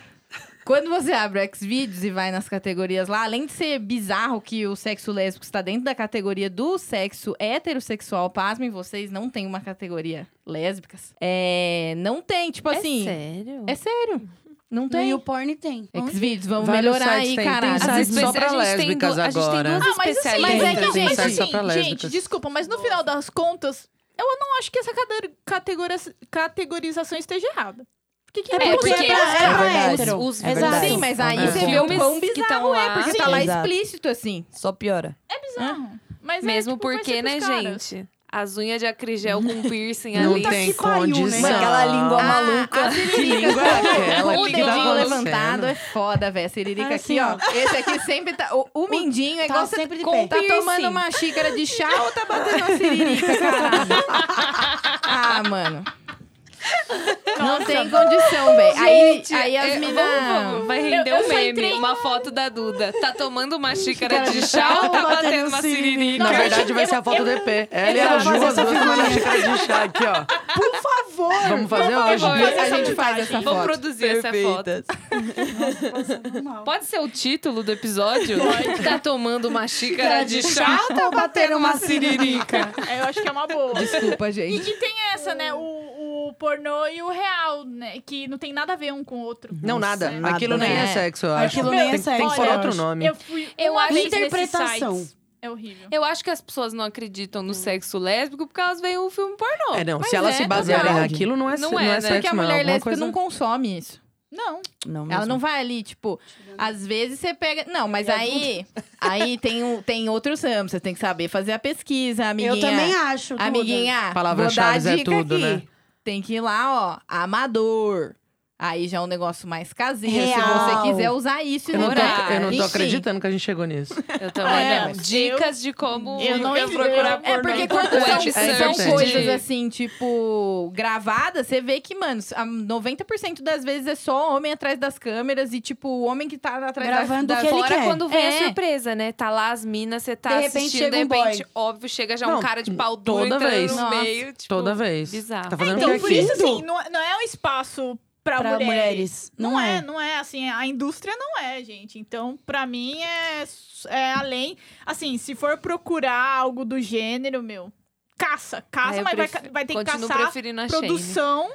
Speaker 3: quando você abre o Xvideos e vai nas categorias lá, além de ser bizarro que o sexo lésbico está dentro da categoria do sexo heterossexual, pasmem vocês, não tem uma categoria lésbicas. É, não tem, tipo
Speaker 1: É
Speaker 3: assim,
Speaker 1: sério?
Speaker 3: É sério. Não tem.
Speaker 2: E o porn tem.
Speaker 3: Xvideos, vamos
Speaker 4: Vários
Speaker 3: melhorar
Speaker 4: sites
Speaker 3: aí,
Speaker 4: tem-
Speaker 3: caralho.
Speaker 4: tem
Speaker 1: As
Speaker 4: sites só
Speaker 1: especi-
Speaker 4: pra
Speaker 1: a gente tem
Speaker 4: lésbicas
Speaker 1: du- a gente tem
Speaker 4: agora.
Speaker 1: duas
Speaker 6: Ah, mas assim,
Speaker 1: especialidades.
Speaker 6: mas é que
Speaker 4: Tem
Speaker 6: mas
Speaker 4: site só
Speaker 6: assim,
Speaker 4: pra
Speaker 6: gente,
Speaker 4: lésbicas.
Speaker 6: desculpa, mas no final das contas, eu não acho que essa caderi- categoriza- categorização esteja errada. Porque que
Speaker 2: É
Speaker 6: é
Speaker 2: porque
Speaker 6: porque
Speaker 2: é pra, é
Speaker 5: É
Speaker 2: pra
Speaker 5: verdade.
Speaker 2: hétero.
Speaker 1: Os-
Speaker 5: É verdade.
Speaker 2: Exato.
Speaker 3: Sim, mas aí
Speaker 4: É.
Speaker 3: você vê o
Speaker 1: Filmes
Speaker 3: quão
Speaker 1: que
Speaker 3: bizarro
Speaker 1: tão
Speaker 3: é,
Speaker 1: lá.
Speaker 3: porque tá lá
Speaker 5: Exato.
Speaker 3: explícito, assim.
Speaker 5: Só piora.
Speaker 6: bizarro. Mas é,
Speaker 1: Mesmo
Speaker 6: tipo, vai
Speaker 1: porque,
Speaker 6: ser
Speaker 1: né,
Speaker 6: pros caras.
Speaker 1: gente? As unhas de acrigel com piercing
Speaker 4: Não
Speaker 1: ali.
Speaker 4: tem
Speaker 2: que pariu, né?
Speaker 4: condição.
Speaker 2: Mano,
Speaker 5: aquela língua
Speaker 3: Ah,
Speaker 5: maluca.
Speaker 3: a siririca tá
Speaker 4: língua é aquela
Speaker 3: com o
Speaker 4: que
Speaker 3: dedinho
Speaker 4: dá uma
Speaker 3: levantado
Speaker 4: cena?
Speaker 3: é foda, velho. Siririca
Speaker 2: Assim,
Speaker 3: aqui, ó. Esse aqui sempre tá... O, o mindinho é
Speaker 2: tá
Speaker 3: igual você
Speaker 2: sempre de
Speaker 3: com-
Speaker 2: pé.
Speaker 3: tá tomando uma xícara de chá ou tá batendo uma siririca, caralho. Ah, mano. Não tem condição, velho. Aí, aí as
Speaker 1: eu-
Speaker 3: minas...
Speaker 1: vamos, vamos, vai render
Speaker 6: Eu- eu
Speaker 1: um
Speaker 6: só
Speaker 1: meme,
Speaker 6: entrei-
Speaker 1: uma foto da Duda. Tá tomando uma xícara de chá ou tá batendo uma siririca?
Speaker 4: Na
Speaker 6: Não,
Speaker 4: verdade,
Speaker 6: eu-
Speaker 4: vai ser a foto do EP. Ela e
Speaker 2: eu
Speaker 4: a
Speaker 2: vou
Speaker 4: Ju,
Speaker 2: fazer
Speaker 4: as
Speaker 2: essa
Speaker 4: duas tomando xícara de chá aqui, ó.
Speaker 2: Por favor!
Speaker 4: Vamos fazer
Speaker 1: Por
Speaker 4: hoje.
Speaker 1: favor,
Speaker 3: A gente faz essa
Speaker 1: Vamos
Speaker 3: foto.
Speaker 1: produzir essa foto. Pode ser o título do episódio? Tá tomando uma xícara de chá ou tá batendo uma siririca?
Speaker 6: É, eu acho que é uma boa.
Speaker 3: Desculpa,
Speaker 6: E
Speaker 3: gente.
Speaker 6: que tem essa, né? O, o pornô e o real, né? Que não tem nada a ver um com o outro.
Speaker 4: Não, nada.
Speaker 6: Nossa,
Speaker 4: nada. Aquilo nem é
Speaker 3: É.
Speaker 4: sexo, eu acho.
Speaker 2: Aquilo nem é
Speaker 4: Tem- Tem que
Speaker 2: sexo,
Speaker 4: pôr
Speaker 2: eu
Speaker 4: outro
Speaker 2: acho.
Speaker 4: nome.
Speaker 6: Eu fui
Speaker 1: Eu
Speaker 6: uma
Speaker 1: acho
Speaker 6: vez nesses
Speaker 2: interpretação.
Speaker 6: sites. É horrível.
Speaker 1: Eu acho que as pessoas não acreditam no sexo lésbico porque elas veem o filme pornô.
Speaker 4: É, não.
Speaker 3: Mas
Speaker 4: Se elas
Speaker 3: é,
Speaker 4: se basearem
Speaker 3: verdade.
Speaker 4: naquilo, não é,
Speaker 1: Não
Speaker 4: se- não
Speaker 1: é,
Speaker 4: é
Speaker 1: né?
Speaker 4: sexo,
Speaker 3: Porque a
Speaker 4: não. É
Speaker 3: mulher
Speaker 4: alguma
Speaker 3: lésbica
Speaker 4: coisa-
Speaker 3: não consome isso.
Speaker 6: Não.
Speaker 5: Não, mesmo.
Speaker 3: Ela não vai ali, tipo, às vezes você pega. Não, mas
Speaker 6: E a
Speaker 3: aí. aí tem, um, tem outros ramos. Você tem que saber fazer a pesquisa, amiguinha.
Speaker 2: Eu também acho. Duda.
Speaker 3: Amiguinha, vou dar a
Speaker 4: Palavra-chave é
Speaker 3: dica
Speaker 4: tudo,
Speaker 3: aqui.
Speaker 4: né?
Speaker 3: Tem que ir lá, ó, amador. Aí já é um negócio mais caseiro. Se
Speaker 2: Real.
Speaker 3: você quiser usar isso,
Speaker 4: Eu não tô,
Speaker 1: Morar.
Speaker 4: eu não tô
Speaker 3: Enfim.
Speaker 4: acreditando que a gente chegou nisso.
Speaker 1: Eu também
Speaker 6: É,
Speaker 1: não.
Speaker 6: eu-
Speaker 1: Dicas de como
Speaker 6: eu não
Speaker 1: nunca
Speaker 6: entendo.
Speaker 1: procurar pornô.
Speaker 3: É porque
Speaker 1: em
Speaker 3: quando
Speaker 1: pornô.
Speaker 3: são,
Speaker 4: É
Speaker 3: são
Speaker 4: importante.
Speaker 3: coisas assim, tipo, gravadas, você vê que, mano, a 90% das vezes é só homem atrás das câmeras e, tipo, o homem que tá atrás
Speaker 2: Gravando
Speaker 3: das,
Speaker 2: o que
Speaker 3: das
Speaker 2: ele
Speaker 1: Fora
Speaker 2: quer.
Speaker 1: quando vem
Speaker 3: É.
Speaker 1: a surpresa, né? Tá lá as minas, você tá
Speaker 2: De repente
Speaker 1: assistindo,
Speaker 2: chega
Speaker 1: de
Speaker 2: um boy.
Speaker 1: repente, óbvio, chega já um
Speaker 4: Não,
Speaker 1: cara de pau duro
Speaker 4: toda
Speaker 1: entrando
Speaker 4: vez.
Speaker 1: no
Speaker 3: Nossa,
Speaker 1: meio. Tipo,
Speaker 4: Toda vez.
Speaker 1: bizarro.
Speaker 4: Tá fazendo
Speaker 6: Então,
Speaker 4: o
Speaker 6: por
Speaker 4: quê
Speaker 6: isso,
Speaker 4: aqui?
Speaker 6: assim, não, é- não é um espaço pra,
Speaker 2: Pra mulheres.
Speaker 6: Não, é. não é assim. A indústria não é, gente. Então, pra mim, é, é além. Assim, se for procurar algo do gênero, meu, caça,
Speaker 1: Ah,
Speaker 6: caça,
Speaker 1: eu
Speaker 6: mas vai,
Speaker 1: prefiro-
Speaker 6: ca- vai ter que
Speaker 1: Continuo
Speaker 6: caçar
Speaker 1: preferindo a Shane. né?
Speaker 6: produção.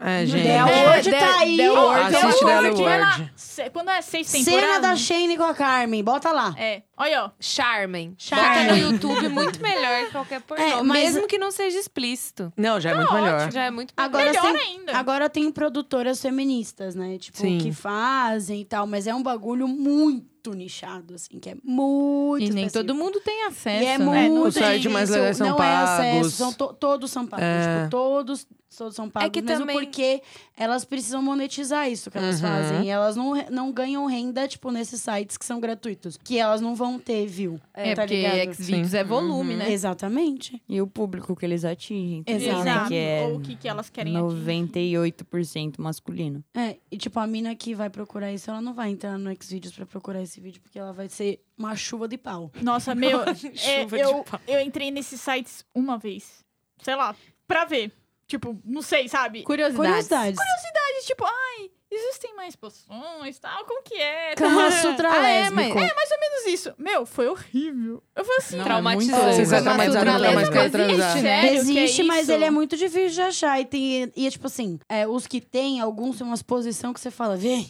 Speaker 4: É,
Speaker 2: The
Speaker 4: gente.
Speaker 2: Award
Speaker 3: The-
Speaker 2: tá aí.
Speaker 3: The Award.
Speaker 6: Pelo
Speaker 4: É Assiste
Speaker 6: amor
Speaker 4: Daily
Speaker 6: de- vai lá.
Speaker 4: Word.
Speaker 6: Se- Quando é seis
Speaker 2: Cena da
Speaker 6: temporadas.
Speaker 2: Shane com a Carmen. Bota lá.
Speaker 6: É, olha, ó.
Speaker 1: Charmen. Bota no
Speaker 2: Charmen.
Speaker 1: YouTube muito melhor que qualquer pornô.
Speaker 2: É, mas-
Speaker 1: Mesmo que não seja explícito.
Speaker 4: Não, já é muito melhor.
Speaker 1: Já é muito
Speaker 2: Agora
Speaker 6: melhor
Speaker 2: sim.
Speaker 6: ainda.
Speaker 3: então.
Speaker 2: Agora tem produtoras feministas, né? Tipo,
Speaker 4: Sim.
Speaker 2: que fazem e tal. Mas é um bagulho muito nichado, assim. Que é muito
Speaker 3: E nem
Speaker 2: específico.
Speaker 3: todo mundo tem acesso,
Speaker 2: e é
Speaker 3: né?
Speaker 2: muito
Speaker 4: Os sites mais
Speaker 2: difícil,
Speaker 4: legais são
Speaker 2: não é
Speaker 4: pagos.
Speaker 2: acesso, são to- todos são pagos.
Speaker 4: É.
Speaker 2: Tipo, todos todos são pagos
Speaker 1: É que
Speaker 2: mesmo
Speaker 1: também-
Speaker 2: porque elas precisam monetizar isso que elas
Speaker 4: Uhum.
Speaker 2: fazem. E elas não, re- não ganham renda, tipo, nesses sites que são gratuitos. Que elas não vão ter view.
Speaker 3: É,
Speaker 2: tá
Speaker 3: porque
Speaker 2: ligado?
Speaker 3: Xvideos é volume,
Speaker 4: Uhum.
Speaker 3: né?
Speaker 2: Exatamente.
Speaker 5: E o público que eles atingem. também,
Speaker 2: Exato.
Speaker 5: Né? Que é
Speaker 6: Ou o que, que elas querem atingir.
Speaker 5: 98% masculino.
Speaker 2: É, e tipo, a mina que vai procurar isso, ela não vai entrar no Xvideos pra procurar esse vídeo, porque ela vai ser uma chuva de pau.
Speaker 6: Nossa, meu, é,
Speaker 4: Chuva de
Speaker 6: eu, eu entrei nesses sites uma vez. Sei lá, pra ver. Tipo, não sei, sabe?
Speaker 3: Curiosidades.
Speaker 2: Curiosidades.
Speaker 6: Mas, tipo, ai, existem mais poções, tal, como que é? Tal,
Speaker 2: Kama Sutra
Speaker 3: Ah, é,
Speaker 2: lésbico.
Speaker 3: mas-
Speaker 6: menos isso. Meu, foi horrível. Eu falei assim,
Speaker 1: Traumatizou.
Speaker 4: muito- Vocês
Speaker 1: Mas outra
Speaker 4: traumatizaram, não, mas
Speaker 1: lésbica
Speaker 4: quero transar.
Speaker 1: existe, né?
Speaker 6: Sério, que é
Speaker 2: Existe, mas
Speaker 6: isso?
Speaker 2: ele é muito difícil de achar. E, tem, e é tipo assim, é, os que tem, alguns têm umas posições que você fala, vem.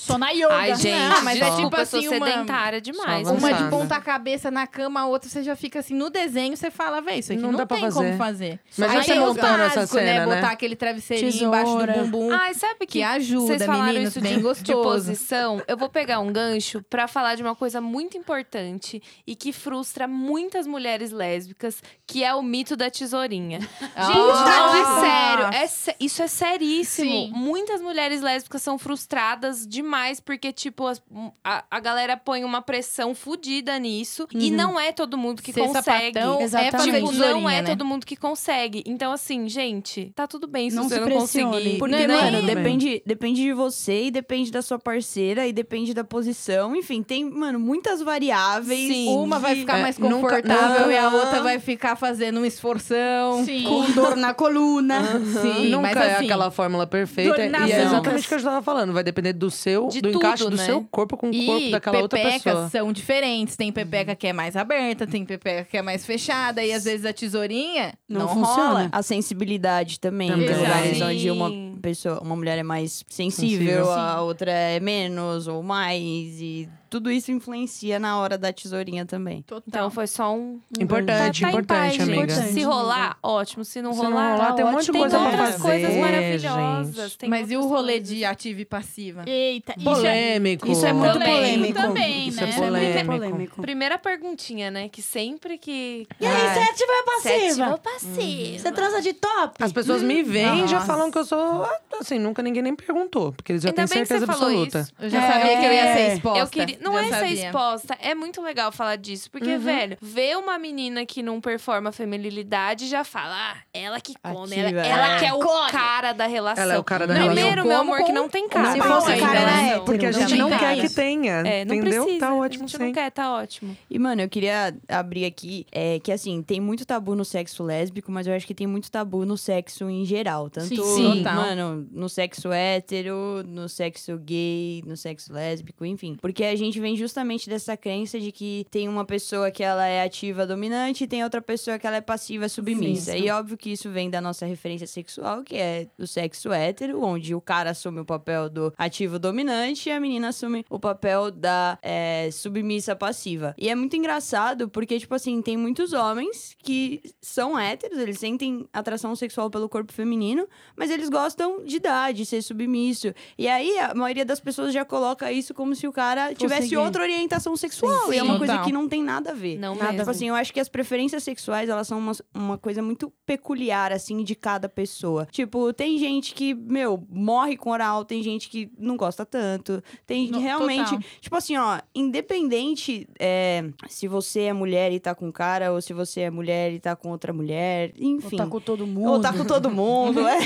Speaker 6: sou na yoga.
Speaker 1: Ai, gente,
Speaker 3: Ah, mas é
Speaker 1: desculpa,
Speaker 3: tipo
Speaker 1: eu sou
Speaker 3: assim, uma-
Speaker 1: sedentária demais.
Speaker 4: Só
Speaker 3: Uma de
Speaker 4: Avançada.
Speaker 3: ponta cabeça na cama, a outra você já fica assim, no desenho você fala, véi, isso aqui
Speaker 4: Não
Speaker 3: não,
Speaker 4: dá pra
Speaker 3: tem
Speaker 4: fazer.
Speaker 3: como fazer.
Speaker 4: Mas
Speaker 3: Aí
Speaker 4: você
Speaker 3: é o
Speaker 4: montou nessa
Speaker 3: básico,
Speaker 4: cena, né?
Speaker 3: Botar aquele travesseirinho embaixo do
Speaker 2: Tesoura.
Speaker 3: bumbum,
Speaker 1: Ai, sabe
Speaker 3: que
Speaker 1: que
Speaker 3: ajuda,
Speaker 1: Vocês falaram
Speaker 3: meninos,
Speaker 1: isso
Speaker 3: bem
Speaker 1: de, de
Speaker 3: gostoso.
Speaker 1: posição. Eu vou pegar um gancho pra falar de uma coisa muito importante e que frustra muitas mulheres lésbicas, que é o mito da tesourinha.
Speaker 3: Ah.
Speaker 1: Gente,
Speaker 4: Ah.
Speaker 1: não, é sério. É sé- isso é seríssimo.
Speaker 6: Sim.
Speaker 1: Muitas mulheres lésbicas são frustradas demais porque, tipo, as- a, a galera põe uma pressão fodida nisso e
Speaker 2: Uhum.
Speaker 1: não é todo mundo que
Speaker 3: Ser
Speaker 1: consegue.
Speaker 3: sapatão é
Speaker 2: Exatamente.
Speaker 3: fazer
Speaker 1: Tipo, não é
Speaker 3: tesourinha, né?
Speaker 1: todo mundo que consegue. Então, assim, gente, tá tudo bem se
Speaker 2: Não
Speaker 1: você
Speaker 2: se
Speaker 1: não é
Speaker 2: pressione.
Speaker 1: conseguir.
Speaker 5: Porque, é
Speaker 4: Não,
Speaker 5: mano,
Speaker 4: tudo bem.
Speaker 5: depende, depende de você e depende da sua parceira e depende da posição. Enfim, tem, mano, muitas variáveis.
Speaker 1: Sim.
Speaker 3: Uma vai ficar
Speaker 4: É,
Speaker 3: mais
Speaker 4: nunca-
Speaker 3: confortável e a
Speaker 5: Aham.
Speaker 3: outra vai ficar fazendo um esforção.
Speaker 6: Sim.
Speaker 2: Com dor na coluna.
Speaker 3: Sim,
Speaker 4: Nunca
Speaker 3: mas
Speaker 4: é
Speaker 3: assim,
Speaker 4: aquela fórmula perfeita. E é
Speaker 3: tornação.
Speaker 4: exatamente o que eu estava falando. Vai depender do seu,
Speaker 1: De
Speaker 4: do encaixe
Speaker 1: tudo,
Speaker 4: do
Speaker 1: né?
Speaker 4: seu corpo com o
Speaker 3: E
Speaker 4: corpo daquela outra
Speaker 3: pepecas
Speaker 4: pessoa. Uhum.
Speaker 3: são diferentes. Tem pepeca que é mais aberta, tem pepeca que é mais fechada. E às vezes a tesourinha não,
Speaker 2: Não
Speaker 3: rola.
Speaker 2: funciona.
Speaker 5: A sensibilidade também.
Speaker 4: Também.
Speaker 5: Tem lugares
Speaker 6: Sim.
Speaker 5: onde uma pessoa, uma mulher é mais sensível,
Speaker 4: Sensível.
Speaker 5: a outra é menos ou mais. E tudo isso influencia na hora da tesourinha também.
Speaker 1: Então,
Speaker 6: Total.
Speaker 1: foi só um
Speaker 4: Importante,
Speaker 1: Tá- tá em
Speaker 4: importante,
Speaker 1: paz,
Speaker 4: amiga.
Speaker 1: gente. Se
Speaker 2: Importante,
Speaker 1: rolar, ótimo. Se não
Speaker 4: Se
Speaker 1: rolar,
Speaker 4: não rolar, tem um monte de
Speaker 1: tem
Speaker 4: coisa pra
Speaker 1: outras
Speaker 4: fazer,
Speaker 1: coisas
Speaker 4: gente.
Speaker 1: maravilhosas. tem
Speaker 3: Mas e o
Speaker 1: outras
Speaker 3: rolê
Speaker 1: coisas.
Speaker 3: de ativa e passiva?
Speaker 6: Eita, isso é-
Speaker 4: Polêmico.
Speaker 2: Isso é muito
Speaker 6: Polêmico
Speaker 2: polêmico.
Speaker 6: também,
Speaker 4: Isso
Speaker 6: né?
Speaker 4: é
Speaker 2: Isso é muito
Speaker 4: Polêmico.
Speaker 2: polêmico.
Speaker 1: Primeira perguntinha, né? Que sempre que.
Speaker 2: E aí,
Speaker 1: Ah,
Speaker 2: você é ativa ou é
Speaker 1: sete,
Speaker 2: passiva?
Speaker 1: vou passiva.
Speaker 2: Você transa de top? tá
Speaker 4: As pessoas me veem e já
Speaker 3: Nossa.
Speaker 4: falam que eu sou. Assim, nunca ninguém nem perguntou, porque eles já
Speaker 1: Ainda
Speaker 4: têm
Speaker 1: bem que
Speaker 4: certeza
Speaker 1: você falou
Speaker 4: absoluta.
Speaker 1: isso.
Speaker 3: Eu já
Speaker 2: É.
Speaker 3: sabia que eu ia ser exposta.
Speaker 1: Eu queria... Não
Speaker 3: Já
Speaker 1: é ser
Speaker 3: sabia.
Speaker 1: exposta. É muito legal falar disso. Porque, velho, ver uma menina que não performa a feminilidade já fala, ah, ela que come. Ela,
Speaker 5: Ativa,
Speaker 1: ela
Speaker 5: né?
Speaker 1: que é o cara da relação.
Speaker 4: Ela é o cara da
Speaker 1: Primeiro,
Speaker 4: relação.
Speaker 1: Primeiro, meu amor, que não tem Tá,
Speaker 4: é
Speaker 1: cara.
Speaker 2: Se fosse
Speaker 1: ainda,
Speaker 2: cara
Speaker 1: né?
Speaker 2: hétero,
Speaker 4: Porque a gente
Speaker 6: também
Speaker 4: não
Speaker 6: tem
Speaker 4: quer que
Speaker 6: isso.
Speaker 4: tenha.
Speaker 1: É, não
Speaker 4: entendeu?
Speaker 1: precisa.
Speaker 4: Tá
Speaker 1: a
Speaker 4: ótimo
Speaker 1: gente
Speaker 4: sem.
Speaker 1: não quer, tá ótimo.
Speaker 5: E, mano, eu queria abrir aqui é, que, assim, tem muito tabu no sexo lésbico, mas eu acho que tem muito tabu no sexo em geral. Tanto,
Speaker 6: Sim.
Speaker 3: Sim.
Speaker 5: mano, no sexo hétero, no sexo gay, no sexo lésbico, enfim. Porque a gente vem justamente dessa crença de que tem uma pessoa que ela é ativa, dominante, e tem outra pessoa que ela é passiva, submissa. E óbvio que isso vem da nossa referência sexual, que é do sexo hétero, onde o cara assume o papel do ativo dominante e a menina assume o papel da é, submissa passiva. E é muito engraçado porque, tipo assim, tem muitos homens que são héteros, eles sentem atração sexual pelo corpo feminino, mas eles gostam de dar, de ser submisso. E aí a maioria das pessoas já coloca isso como se o cara tivesse
Speaker 2: gay.
Speaker 5: outra orientação sexual. e é uma
Speaker 3: Sim.
Speaker 5: coisa
Speaker 3: Total.
Speaker 5: que não tem nada a ver.
Speaker 1: Não
Speaker 5: Nada.
Speaker 1: mesmo.
Speaker 5: Tipo assim, eu acho que as preferências sexuais, elas são uma, uma coisa muito peculiar, assim, de cada pessoa. Tipo, tem gente que, meu, morre com oral, tem gente que não gosta tanto. Tem
Speaker 6: No-
Speaker 5: realmente.
Speaker 6: total.
Speaker 5: Tipo assim, ó, independente é, se você é mulher e tá com um cara, ou se você é mulher e tá com outra mulher,
Speaker 2: Ou
Speaker 5: enfim.
Speaker 2: tá com todo mundo.
Speaker 5: Ou tá com todo mundo, é.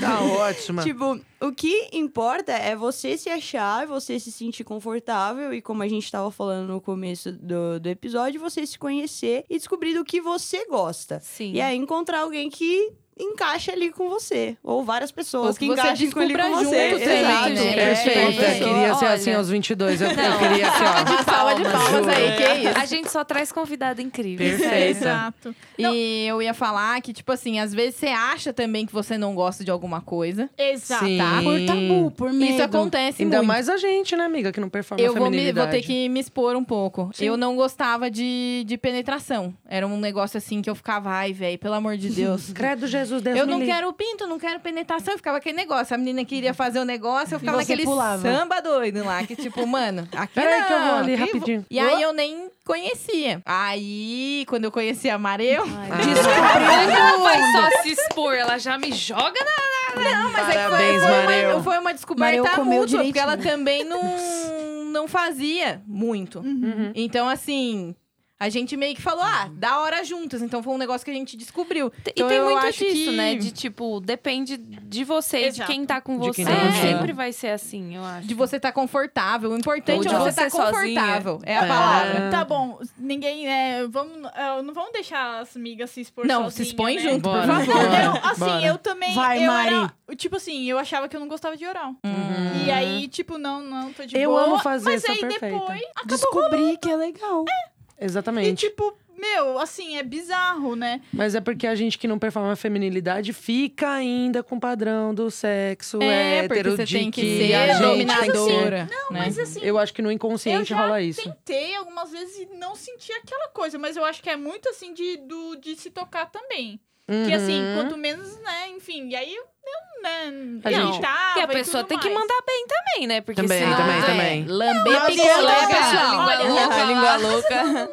Speaker 4: Tá ótima.
Speaker 5: Tipo, o que importa é você se achar, você se sentir confortável e, como a gente tava falando no começo do, do episódio, você se conhecer e descobrir do que você gosta.
Speaker 1: Sim.
Speaker 5: E aí encontrar alguém que encaixa ali com você. Ou várias pessoas
Speaker 3: Ou
Speaker 5: que,
Speaker 3: que você
Speaker 5: encaixem com ali com
Speaker 3: descubra
Speaker 5: você.
Speaker 3: junto também,
Speaker 5: Exato.
Speaker 3: né?
Speaker 4: Perfeita.
Speaker 3: É, é, é.
Speaker 4: Eu queria ser
Speaker 1: Olha.
Speaker 4: assim aos 22. Eu, eu
Speaker 1: Não.
Speaker 4: queria assim, ó.
Speaker 3: De palma de palmas,
Speaker 4: Juro.
Speaker 3: aí, que isso.
Speaker 1: A gente só traz convidado incrível.
Speaker 4: Perfeita.
Speaker 6: Exato.
Speaker 3: E eu ia falar que, tipo assim, às vezes você acha também que você não gosta de alguma coisa.
Speaker 6: Exato. tá.
Speaker 4: Sim.
Speaker 2: Por tabu, por medo.
Speaker 3: Isso acontece
Speaker 4: Ainda
Speaker 3: muito.
Speaker 4: mais a gente, né, amiga, que não performa
Speaker 3: Eu vou, me-
Speaker 4: feminilidade.
Speaker 3: vou ter que me expor um pouco. Eu não gostava de, de penetração. Era um negócio assim que eu ficava, ai, velho, pelo amor de Deus.
Speaker 4: Credo Jesus, Deus
Speaker 3: eu
Speaker 4: me
Speaker 3: não
Speaker 4: livre.
Speaker 3: quero pinto, não quero penetração. Eu ficava aquele negócio. A menina queria fazer o negócio, eu ficava
Speaker 2: você
Speaker 3: naquele
Speaker 2: pulava.
Speaker 3: samba doido lá. Que tipo, mano, aqui
Speaker 4: Peraí
Speaker 3: não,
Speaker 4: que eu vou ali
Speaker 3: aqui
Speaker 4: rapidinho.
Speaker 3: E aí eu nem conhecia. Aí, quando eu conheci a Mareu...
Speaker 1: Ela vai só se expor, ela já me joga na.
Speaker 3: Não, mas aí
Speaker 4: Parabéns,
Speaker 3: foi, foi,
Speaker 4: Mareu.
Speaker 3: uma, foi uma descoberta
Speaker 2: Mareu comeu
Speaker 3: mútua, porque
Speaker 2: direitinho.
Speaker 3: ela também não, não fazia muito.
Speaker 4: Uhum.
Speaker 3: Então, assim... A gente meio que falou, ah, da hora juntas. Então foi um negócio que a gente descobriu. Então,
Speaker 1: e tem
Speaker 3: eu
Speaker 1: muito
Speaker 3: acho
Speaker 1: disso,
Speaker 3: que-
Speaker 1: né? De tipo, depende de você e de
Speaker 6: Exato.
Speaker 1: quem tá com
Speaker 4: De
Speaker 1: você.
Speaker 4: quem tá com
Speaker 1: É,
Speaker 4: você.
Speaker 1: Sempre vai ser assim, eu acho.
Speaker 3: De você estar confortável. O
Speaker 1: Ou
Speaker 3: importante
Speaker 1: de
Speaker 3: é você
Speaker 1: você
Speaker 3: estar
Speaker 1: sozinha.
Speaker 3: confortável. É a
Speaker 4: É.
Speaker 3: palavra.
Speaker 6: Tá bom, ninguém. É, vamos, é, não vamos deixar as migas se expor
Speaker 3: Não, se
Speaker 6: sozinha,
Speaker 3: expõe
Speaker 6: né?
Speaker 3: junto,
Speaker 4: Bora.
Speaker 3: por
Speaker 6: Não,
Speaker 3: favor.
Speaker 6: eu,
Speaker 4: Bora,
Speaker 6: assim,
Speaker 4: bora.
Speaker 6: eu também.
Speaker 2: Vai,
Speaker 6: eu
Speaker 2: Mari.
Speaker 6: era- tipo assim, eu achava que eu não gostava de oral. E aí, tipo, não, não, tô de
Speaker 4: Eu
Speaker 6: boa.
Speaker 4: amo fazer,
Speaker 6: Mas
Speaker 4: sou
Speaker 6: aí
Speaker 4: perfeita.
Speaker 6: depois.
Speaker 2: Descobri que é legal.
Speaker 6: E
Speaker 4: Exatamente.
Speaker 6: tipo, meu, assim, é bizarro, né?
Speaker 4: Mas é porque a gente que não performa a feminilidade fica ainda com o padrão do sexo É,
Speaker 3: É,
Speaker 4: hétero de a gente tem que ser-
Speaker 3: dominadora. né?
Speaker 6: Mas assim.
Speaker 4: Eu acho que no inconsciente
Speaker 6: eu já
Speaker 4: rola isso.
Speaker 6: Tentei algumas vezes e não senti aquela coisa, mas eu acho que é muito assim de, do, de se tocar também. Que assim,
Speaker 4: Uhum.
Speaker 6: quanto menos, né, enfim, e aí eu não, né,
Speaker 4: A gente-
Speaker 1: E
Speaker 6: tentava e
Speaker 1: a pessoa
Speaker 6: tudo
Speaker 1: tem que
Speaker 6: mais.
Speaker 1: mandar bem também, né? Porque
Speaker 4: Também,
Speaker 1: senão,
Speaker 4: também,
Speaker 1: é,
Speaker 4: também.
Speaker 1: Lamber
Speaker 2: adianta,
Speaker 1: picolé,
Speaker 2: cara.
Speaker 1: pessoal.
Speaker 3: Olha,
Speaker 1: Língua louca. lá.
Speaker 3: louca.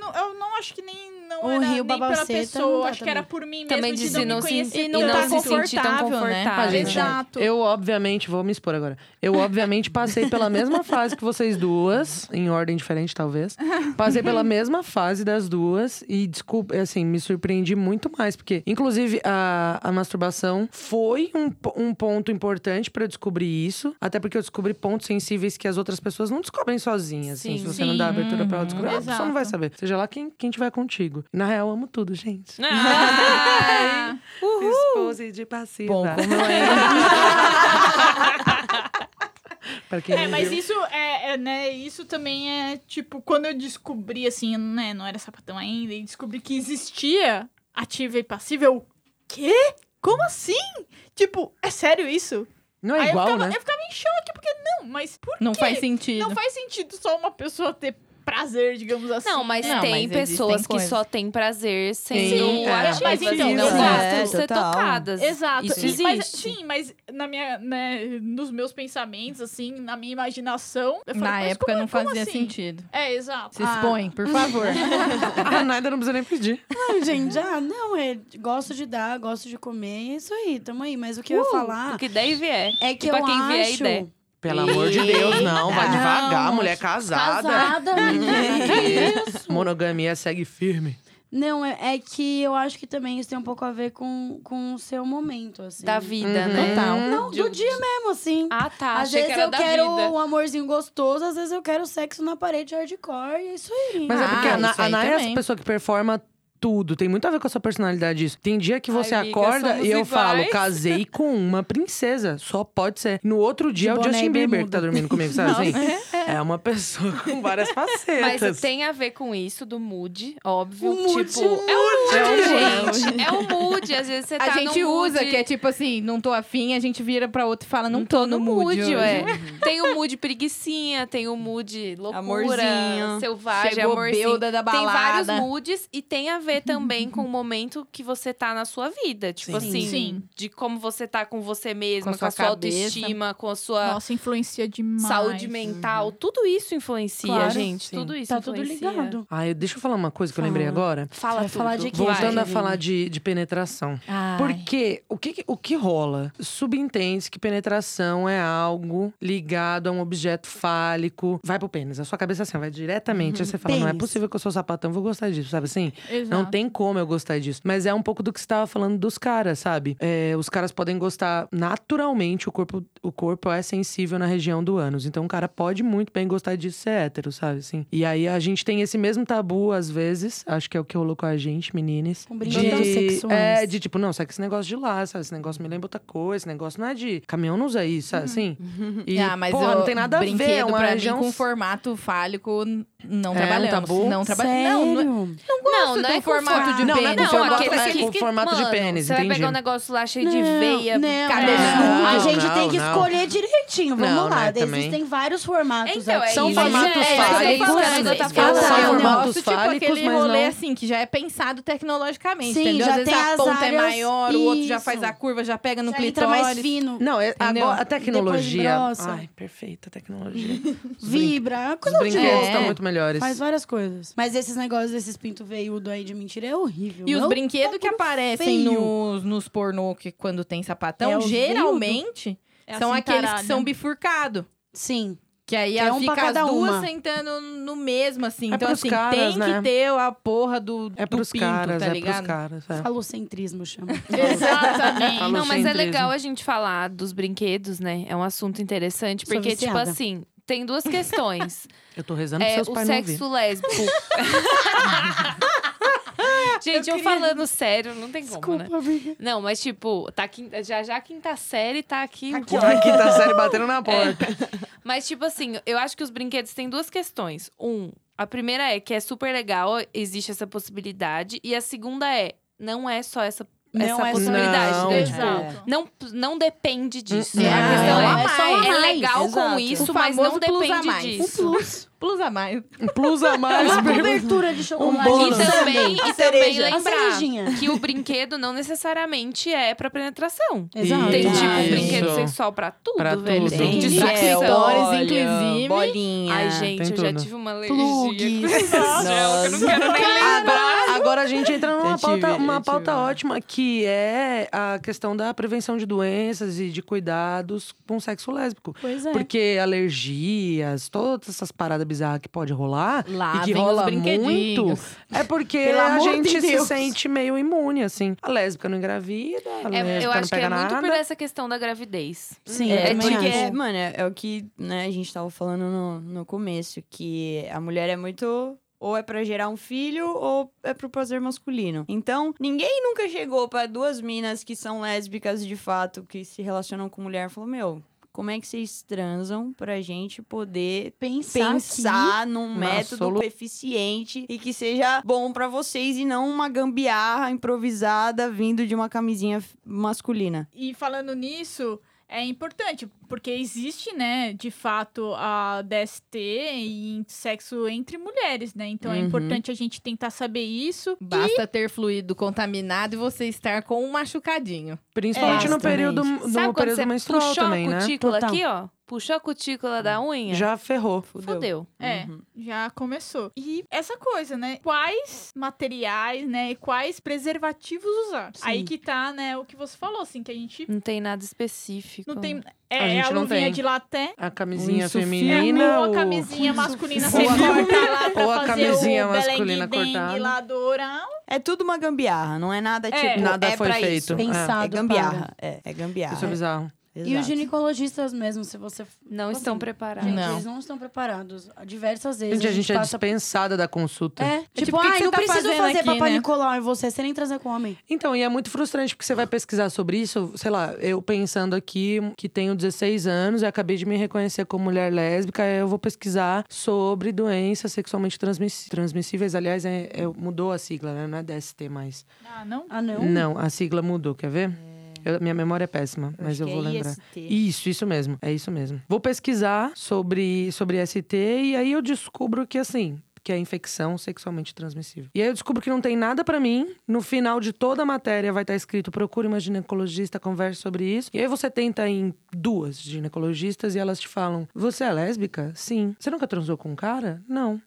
Speaker 6: Não, eu não acho que nem não
Speaker 2: O
Speaker 6: era
Speaker 2: Rio
Speaker 6: nem pela
Speaker 2: Babaceta não
Speaker 6: pessoa,
Speaker 2: dá
Speaker 6: acho que
Speaker 2: também.
Speaker 6: era por mim mesmo
Speaker 1: Também
Speaker 6: de
Speaker 1: disse não
Speaker 6: não me
Speaker 1: se,
Speaker 6: conhecer
Speaker 1: e
Speaker 3: não
Speaker 1: não
Speaker 3: tá
Speaker 1: se sentir tão
Speaker 3: confortável, né?
Speaker 1: confortável.
Speaker 4: A gente-
Speaker 6: Exato.
Speaker 4: Eu, obviamente, vou me expor agora. Eu, obviamente, passei pela mesma fase que vocês duas, em ordem diferente, talvez. Passei pela mesma fase das duas e, desculpa, assim, me surpreendi muito mais, porque, inclusive, a, a masturbação foi um, po- um ponto importante pra eu descobrir isso, até porque eu descobri pontos sensíveis que as outras pessoas não descobrem sozinhas, assim,
Speaker 1: Sim.
Speaker 4: se você não dá
Speaker 6: Sim. Uhum.
Speaker 4: abertura pra ela descobrir, ah, a pessoa não vai
Speaker 6: Exato.
Speaker 4: saber. Seja lá quem, quem tiver contigo. Na real, eu amo tudo, gente.
Speaker 1: Ah,
Speaker 4: Expose de passiva.
Speaker 3: Bom, como eu
Speaker 4: Pra quem
Speaker 6: É,
Speaker 4: não
Speaker 6: mas
Speaker 4: viu.
Speaker 6: isso é, é, né? Isso também é tipo, quando eu descobri, assim, né? Não era sapatão ainda, e descobri que existia ativa e passiva, eu. Quê? Como assim? Tipo, é sério isso?
Speaker 4: Não é
Speaker 6: Aí
Speaker 4: igual,
Speaker 6: eu, ficava,
Speaker 4: né?
Speaker 6: eu ficava em choque, porque não, mas por
Speaker 3: Não
Speaker 6: quê?
Speaker 3: faz sentido.
Speaker 6: Não faz sentido só uma pessoa ter prazer, digamos assim.
Speaker 1: Não, mas
Speaker 3: Não,
Speaker 1: tem
Speaker 3: mas
Speaker 1: pessoas
Speaker 3: existem
Speaker 1: que
Speaker 3: coisas.
Speaker 1: só têm prazer sendo
Speaker 4: Sim, é.
Speaker 1: ativas.
Speaker 6: Mas então,
Speaker 1: e não
Speaker 6: exato.
Speaker 1: gostam de ser
Speaker 5: Total.
Speaker 1: tocadas.
Speaker 6: Exato.
Speaker 1: Isso
Speaker 6: E- Mas,
Speaker 1: existe.
Speaker 6: sim, mas na minha, né, nos meus pensamentos, assim, na minha imaginação, eu falei,
Speaker 3: Na
Speaker 6: mas
Speaker 3: época
Speaker 6: como-
Speaker 3: não
Speaker 6: como
Speaker 3: fazia
Speaker 6: assim?
Speaker 3: sentido.
Speaker 6: É, exato.
Speaker 3: Se expõe, por favor.
Speaker 4: A Naida não precisa nem pedir.
Speaker 2: Não, gente, ah, não, é, gosto de dar, gosto de comer, é isso aí, tamo aí. Mas o que eu ia falar
Speaker 1: Uh, Porque daí vier.
Speaker 2: é que
Speaker 1: pra
Speaker 2: eu
Speaker 1: quem vier,
Speaker 2: acho...
Speaker 1: ideia.
Speaker 4: Pelo amor de Deus, não. Vai
Speaker 2: Eita.
Speaker 4: devagar,
Speaker 2: Não,
Speaker 4: mulher casada.
Speaker 2: Casada, menina. que isso?
Speaker 4: Monogamia segue firme.
Speaker 2: Não, é, é que eu acho que também isso tem um pouco a ver com, com o seu momento, assim.
Speaker 1: Da vida,
Speaker 4: Uhum.
Speaker 1: né?
Speaker 3: Total.
Speaker 2: Não, do dia mesmo, assim.
Speaker 1: Ah, tá.
Speaker 2: às
Speaker 1: Achei
Speaker 2: vezes
Speaker 1: que era
Speaker 2: eu
Speaker 1: da
Speaker 2: quero
Speaker 1: vida.
Speaker 2: um amorzinho gostoso, às vezes eu quero sexo na parede hardcore, e é isso aí.
Speaker 4: Mas é porque
Speaker 3: Ah,
Speaker 4: a, Na-
Speaker 3: isso
Speaker 4: a
Speaker 3: aí
Speaker 4: Nai é essa
Speaker 3: também.
Speaker 4: pessoa que performa tudo. Tem muito a ver com a sua personalidade isso. Tem dia que você
Speaker 1: Ai, amiga,
Speaker 4: acorda
Speaker 1: somos
Speaker 4: e eu
Speaker 1: iguais.
Speaker 4: falo, casei com uma princesa. Só pode ser. No outro dia é o
Speaker 2: boné e
Speaker 4: Justin Bieber que
Speaker 2: bermuda.
Speaker 4: tá dormindo comigo, sabe assim? É uma pessoa com várias facetas.
Speaker 1: Mas tem a ver com isso, do mood, óbvio.
Speaker 2: O mood,
Speaker 1: tipo,
Speaker 2: o
Speaker 1: é o
Speaker 3: mood.
Speaker 1: mood, gente. É o mood. Às vezes você tá
Speaker 3: A gente
Speaker 1: num
Speaker 3: usa,
Speaker 1: mood-
Speaker 3: que é tipo assim, não tô afim, a gente vira pra outro e fala, não, tô, no mood, é.
Speaker 1: ué.
Speaker 3: ué.
Speaker 1: Tem o mood preguicinha, tem o mood loucura,
Speaker 5: Amorzinho.
Speaker 1: selvagem,
Speaker 3: Chegou
Speaker 1: amorzinho.
Speaker 3: bêbada da
Speaker 1: Tem vários
Speaker 3: balada.
Speaker 1: moods e tem a ver também com o momento que você tá na sua vida. Tipo
Speaker 2: Sim.
Speaker 1: assim,
Speaker 6: Sim.
Speaker 1: de como você tá com você mesma,
Speaker 3: Com a
Speaker 1: com, a
Speaker 3: sua
Speaker 1: sua
Speaker 3: cabeça.
Speaker 1: autoestima, com a sua
Speaker 6: Nossa, influencia demais.
Speaker 1: saúde mental. Tudo isso influencia,
Speaker 2: uhum. Claro.
Speaker 1: gente.
Speaker 4: Sim.
Speaker 1: Tudo isso
Speaker 2: Tá tudo
Speaker 1: influencia.
Speaker 2: ligado.
Speaker 4: Ah, eu- deixa eu falar uma coisa que eu
Speaker 2: Fala.
Speaker 4: lembrei agora.
Speaker 1: Fala
Speaker 2: Vai falar
Speaker 1: tudo.
Speaker 2: de quê?
Speaker 1: Vai.
Speaker 4: Voltando a
Speaker 2: Vai. Ah.
Speaker 4: falar de, de penetração. Porque o que, o que rola? Subentende que penetração é algo ligado a um objeto fálico. Vai pro pênis. A sua cabeça assim, vai diretamente. Aí você fala, não é
Speaker 2: Pênis.
Speaker 4: possível que eu sou sapatão, vou gostar disso, sabe assim?
Speaker 6: Exato.
Speaker 4: Não tem como eu gostar disso. Mas é um pouco do que você estava falando dos caras, sabe? É, os caras podem gostar naturalmente, o corpo, o corpo é sensível na região do ânus. Então o cara pode muito bem gostar disso ser hétero, sabe? Assim. E aí a gente tem esse mesmo tabu, às vezes, acho que é o que rolou com a gente, meninas.
Speaker 2: Com brincadeiras sexuais.
Speaker 4: É, de tipo, não, sai que esse negócio de lá, sabe? Esse negócio me lembra outra coisa, esse negócio não é de. Caminhão não usa isso, sabe? Assim. E,
Speaker 1: Uhum.
Speaker 3: ah, mas
Speaker 4: porra,
Speaker 3: eu-
Speaker 4: não tem nada a ver, é
Speaker 3: brinquedo
Speaker 4: uma
Speaker 3: pra
Speaker 4: região
Speaker 3: mim com formato fálico Não
Speaker 4: É um
Speaker 3: trabalhamos.
Speaker 4: tabu?
Speaker 3: Não trabalhamos.
Speaker 2: Sério?
Speaker 3: Não, é não,
Speaker 1: não, é- não
Speaker 3: do
Speaker 1: é com
Speaker 3: formato
Speaker 1: forma-
Speaker 3: de
Speaker 1: não,
Speaker 3: pênis,
Speaker 1: Não,
Speaker 3: eu gosto
Speaker 1: aquele
Speaker 3: daquele
Speaker 4: com
Speaker 1: que- é
Speaker 4: formato de
Speaker 1: mano,
Speaker 4: pênis,
Speaker 1: Você vai
Speaker 4: entendi.
Speaker 1: pegar um negócio lá cheio de
Speaker 2: Não,
Speaker 1: veia, é
Speaker 2: não,
Speaker 1: cabeludo.
Speaker 2: não. A
Speaker 4: Não,
Speaker 2: gente tem que
Speaker 4: não.
Speaker 2: escolher direitinho. Vamos
Speaker 4: Não,
Speaker 2: lá.
Speaker 4: né, também.
Speaker 2: Existem vários formatos.
Speaker 1: Então, é
Speaker 2: aqui.
Speaker 4: São
Speaker 1: isso,
Speaker 4: formatos
Speaker 1: é,
Speaker 4: fálicos,
Speaker 1: isso é isso que eu tava
Speaker 4: Fala,
Speaker 3: eu
Speaker 1: falando.
Speaker 4: são
Speaker 2: não.
Speaker 4: formatos
Speaker 3: gosto, tipo,
Speaker 4: fálicos,
Speaker 3: aquele
Speaker 4: mas
Speaker 3: rolê
Speaker 4: não-
Speaker 3: assim, que já é pensado tecnologicamente,
Speaker 2: Sim,
Speaker 3: entendeu?
Speaker 2: já
Speaker 3: Às vezes
Speaker 2: tem
Speaker 3: a
Speaker 2: as
Speaker 3: ponta é
Speaker 2: áreas,
Speaker 3: maior, o outro já
Speaker 2: isso.
Speaker 3: faz a curva, já pega no
Speaker 2: Já entra mais
Speaker 3: clitóris.
Speaker 2: fino.
Speaker 4: Não, é-
Speaker 3: Entendeu?
Speaker 4: agora a tecnologia.
Speaker 2: Depois grossa.
Speaker 4: Ai, perfeita a tecnologia. Os brin- então,
Speaker 2: Vibra.
Speaker 4: Os
Speaker 2: Coisa de
Speaker 4: brinquedos
Speaker 3: É.
Speaker 4: estão muito melhores.
Speaker 2: Faz um várias coisas. Mas esses negócios, esses pinto veiudo aí de mentira é horrível.
Speaker 3: E os
Speaker 2: não?
Speaker 3: brinquedos que
Speaker 2: bagulho
Speaker 3: aparecem
Speaker 2: feio.
Speaker 3: nos, nos pornô, que quando tem sapatão,
Speaker 2: É, os
Speaker 3: geralmente
Speaker 6: É
Speaker 3: são
Speaker 6: assim,
Speaker 3: aqueles
Speaker 6: tarado,
Speaker 3: que são
Speaker 6: né?
Speaker 3: bifurcados.
Speaker 2: Sim.
Speaker 3: Que aí
Speaker 2: Que é um
Speaker 3: fica
Speaker 2: pra cada
Speaker 3: as duas
Speaker 2: uma.
Speaker 3: sentando no mesmo, assim.
Speaker 4: É
Speaker 3: então,
Speaker 4: pros
Speaker 3: assim,
Speaker 4: caras,
Speaker 3: tem
Speaker 4: né?
Speaker 3: que ter a porra do,
Speaker 4: É
Speaker 3: do
Speaker 4: pros
Speaker 3: pinto,
Speaker 4: caras,
Speaker 3: tá
Speaker 4: é
Speaker 3: ligado?
Speaker 4: pros caras. é.
Speaker 2: Falocentrismo chama.
Speaker 6: Exatamente.
Speaker 4: Falou
Speaker 1: Não, mas é
Speaker 4: Falocentrismo.
Speaker 1: legal a gente falar dos brinquedos, né? É um assunto interessante,
Speaker 2: Sou
Speaker 1: porque, tipo
Speaker 2: viciada.
Speaker 1: assim, tem duas questões.
Speaker 4: Eu tô rezando
Speaker 1: é
Speaker 4: pros seus
Speaker 1: o
Speaker 4: pais não
Speaker 1: sexo
Speaker 4: ouvirem.
Speaker 1: lésbico. gente, eu, falando sério, não tem como, né?
Speaker 2: amiga.
Speaker 1: Não, mas tipo, tá quinta, já já a quinta série tá aqui.
Speaker 4: Aqui tá sério batendo na porta.
Speaker 1: Mas, tipo assim, eu acho que os brinquedos têm duas questões. Um, a primeira é que é super legal, existe essa possibilidade. E a segunda é, não é só essa,
Speaker 2: Não
Speaker 1: essa
Speaker 2: é só-
Speaker 1: possibilidade.
Speaker 4: Não.
Speaker 1: né? Tipo,
Speaker 4: É.
Speaker 6: Exato.
Speaker 1: não, não depende disso.
Speaker 4: Não.
Speaker 1: A questão
Speaker 2: É
Speaker 1: é,
Speaker 2: um a mais.
Speaker 1: é legal com
Speaker 2: Exato.
Speaker 1: isso,
Speaker 3: O
Speaker 1: mas não
Speaker 3: famoso plus a
Speaker 1: depende
Speaker 3: mais.
Speaker 2: Um
Speaker 1: disso.
Speaker 2: plus.
Speaker 3: Plus a mais.
Speaker 4: Um plus a mais.
Speaker 2: Uma
Speaker 4: per-
Speaker 2: cobertura de chocolate.
Speaker 4: bolo.
Speaker 1: E também, e também
Speaker 2: A
Speaker 1: lembrar
Speaker 2: cerejinha.
Speaker 1: que o brinquedo não necessariamente é pra penetração.
Speaker 2: Exato.
Speaker 1: Tem tipo
Speaker 4: Ah, tá. Isso.
Speaker 1: brinquedo sexual pra tudo,
Speaker 4: Pra
Speaker 1: velho.
Speaker 4: tudo.
Speaker 1: Tem
Speaker 4: Tem
Speaker 1: de sucção.
Speaker 3: acessórios,
Speaker 5: É, Olha,
Speaker 3: inclusive.
Speaker 5: Bolinha.
Speaker 1: Ai, gente,
Speaker 4: Tem
Speaker 1: eu já
Speaker 4: tudo.
Speaker 1: tive uma alergia.
Speaker 2: Plugs.
Speaker 1: Não, eu não quero nem
Speaker 4: Agora, agora a gente entra numa
Speaker 5: Eu tive,
Speaker 4: pauta, uma
Speaker 5: eu
Speaker 4: pauta
Speaker 5: tive.
Speaker 4: ótima, que é a questão da prevenção de doenças e de cuidados com o sexo lésbico.
Speaker 2: Pois é.
Speaker 4: Porque alergias, todas essas paradas bizarras que pode rolar,
Speaker 3: Lá
Speaker 4: e que
Speaker 3: vem
Speaker 4: rola
Speaker 3: os brinquedinhos.
Speaker 4: muito, é porque
Speaker 3: Pelo
Speaker 4: a
Speaker 3: amor de
Speaker 4: gente se
Speaker 3: Deus.
Speaker 4: sente meio imune, assim. A lésbica não engravida, a
Speaker 1: É,
Speaker 4: lésbica
Speaker 1: eu
Speaker 4: não
Speaker 1: acho que
Speaker 4: pega
Speaker 1: é muito
Speaker 4: nada.
Speaker 1: por essa questão da gravidez.
Speaker 2: Sim,
Speaker 5: É,
Speaker 2: eu também
Speaker 5: porque,
Speaker 2: acho.
Speaker 5: mano, é, é o que né, a gente tava falando no, no começo, que a mulher é muito. Ou é pra gerar um filho, ou é pro prazer masculino. Então, ninguém nunca chegou pra duas minas que são lésbicas de fato, que se relacionam com mulher, e falou: Meu, como é que vocês transam pra gente poder
Speaker 2: Pensar,
Speaker 5: pensar num
Speaker 4: Na
Speaker 5: método
Speaker 4: solu-
Speaker 5: eficiente e que seja bom pra vocês e não uma gambiarra improvisada vindo de uma camisinha f- masculina?
Speaker 6: E falando nisso, é importante, porque existe, né, de fato, a DST e sexo entre mulheres, né? Então é
Speaker 4: Uhum.
Speaker 6: importante a gente tentar saber isso.
Speaker 3: Basta ter fluido contaminado e você estar com um machucadinho.
Speaker 4: Principalmente
Speaker 2: É,
Speaker 4: no período, no
Speaker 1: Sabe quando
Speaker 4: período
Speaker 1: você
Speaker 4: menstrual
Speaker 1: puxou
Speaker 4: também,
Speaker 1: a
Speaker 4: né?
Speaker 1: cutícula
Speaker 2: Total.
Speaker 1: aqui, ó? Puxou a cutícula da unha?
Speaker 4: Já ferrou.
Speaker 1: Fudeu.
Speaker 6: É,
Speaker 4: Uhum.
Speaker 6: já começou. E essa coisa, né? Quais materiais, né? E quais preservativos usar?
Speaker 2: Sim.
Speaker 6: Aí que tá, né, o que você falou, assim, que a gente
Speaker 1: Não tem nada específico.
Speaker 6: não tem.
Speaker 4: A
Speaker 6: É,
Speaker 4: gente
Speaker 6: a,
Speaker 4: não
Speaker 6: luvinha
Speaker 4: tem.
Speaker 6: de laté.
Speaker 4: A camisinha
Speaker 5: isso
Speaker 6: é,
Speaker 4: feminina.
Speaker 6: ou a
Speaker 4: o-
Speaker 6: camisinha masculina
Speaker 4: Ou
Speaker 6: você
Speaker 4: a-
Speaker 6: corta lá pra
Speaker 4: ou a
Speaker 6: fazer
Speaker 4: camisinha
Speaker 6: o
Speaker 4: masculina
Speaker 6: belengue-dengue
Speaker 4: cortada.
Speaker 6: lá do oral.
Speaker 5: É tudo uma gambiarra, não é nada
Speaker 6: É.
Speaker 5: tipo.
Speaker 4: Nada
Speaker 5: é
Speaker 4: foi
Speaker 5: pra
Speaker 4: feito.
Speaker 5: Isso.
Speaker 2: Pensado.
Speaker 5: É gambiarra. É, é gambiarra.
Speaker 4: Isso é bizarro.
Speaker 2: E os
Speaker 5: Exato.
Speaker 2: ginecologistas mesmo, se você...
Speaker 1: Não estão preparados.
Speaker 2: Gente,
Speaker 3: Não.
Speaker 2: eles não estão preparados. Diversas vezes
Speaker 4: Gente, a gente é
Speaker 2: passa...
Speaker 4: dispensada da consulta.
Speaker 2: É, tipo,
Speaker 3: tipo, o que
Speaker 2: ah,
Speaker 3: que você
Speaker 2: eu
Speaker 3: tá
Speaker 2: preciso
Speaker 3: fazendo
Speaker 2: fazer
Speaker 3: aqui,
Speaker 2: papai
Speaker 3: né?
Speaker 2: Nicolau em você, você nem transar com homem.
Speaker 4: Então, e é muito frustrante, porque você vai pesquisar sobre isso. Sei lá, eu pensando aqui que tenho 16 anos e acabei de me reconhecer como mulher lésbica, aí eu vou pesquisar sobre doenças sexualmente transmiss- transmissíveis. Aliás, é- é- mudou a sigla, né? Não é DST mais.
Speaker 6: Ah, não?
Speaker 2: Ah,
Speaker 5: É um?
Speaker 2: não?
Speaker 4: Não, a sigla mudou, quer ver? Eu- minha memória é péssima, mas
Speaker 5: acho
Speaker 4: eu
Speaker 5: que
Speaker 4: vou
Speaker 5: é
Speaker 4: lembrar.
Speaker 5: IST.
Speaker 4: Isso, isso mesmo. É isso mesmo. Vou pesquisar sobre, sobre ST e aí eu descubro que assim. Que é infecção sexualmente transmissível. E aí eu descubro que não tem nada pra mim. No final de toda a matéria vai estar escrito: procure uma ginecologista, converse sobre isso. E aí você tenta em duas ginecologistas e elas te falam: Você é lésbica? Sim. Você nunca transou com um cara? Não.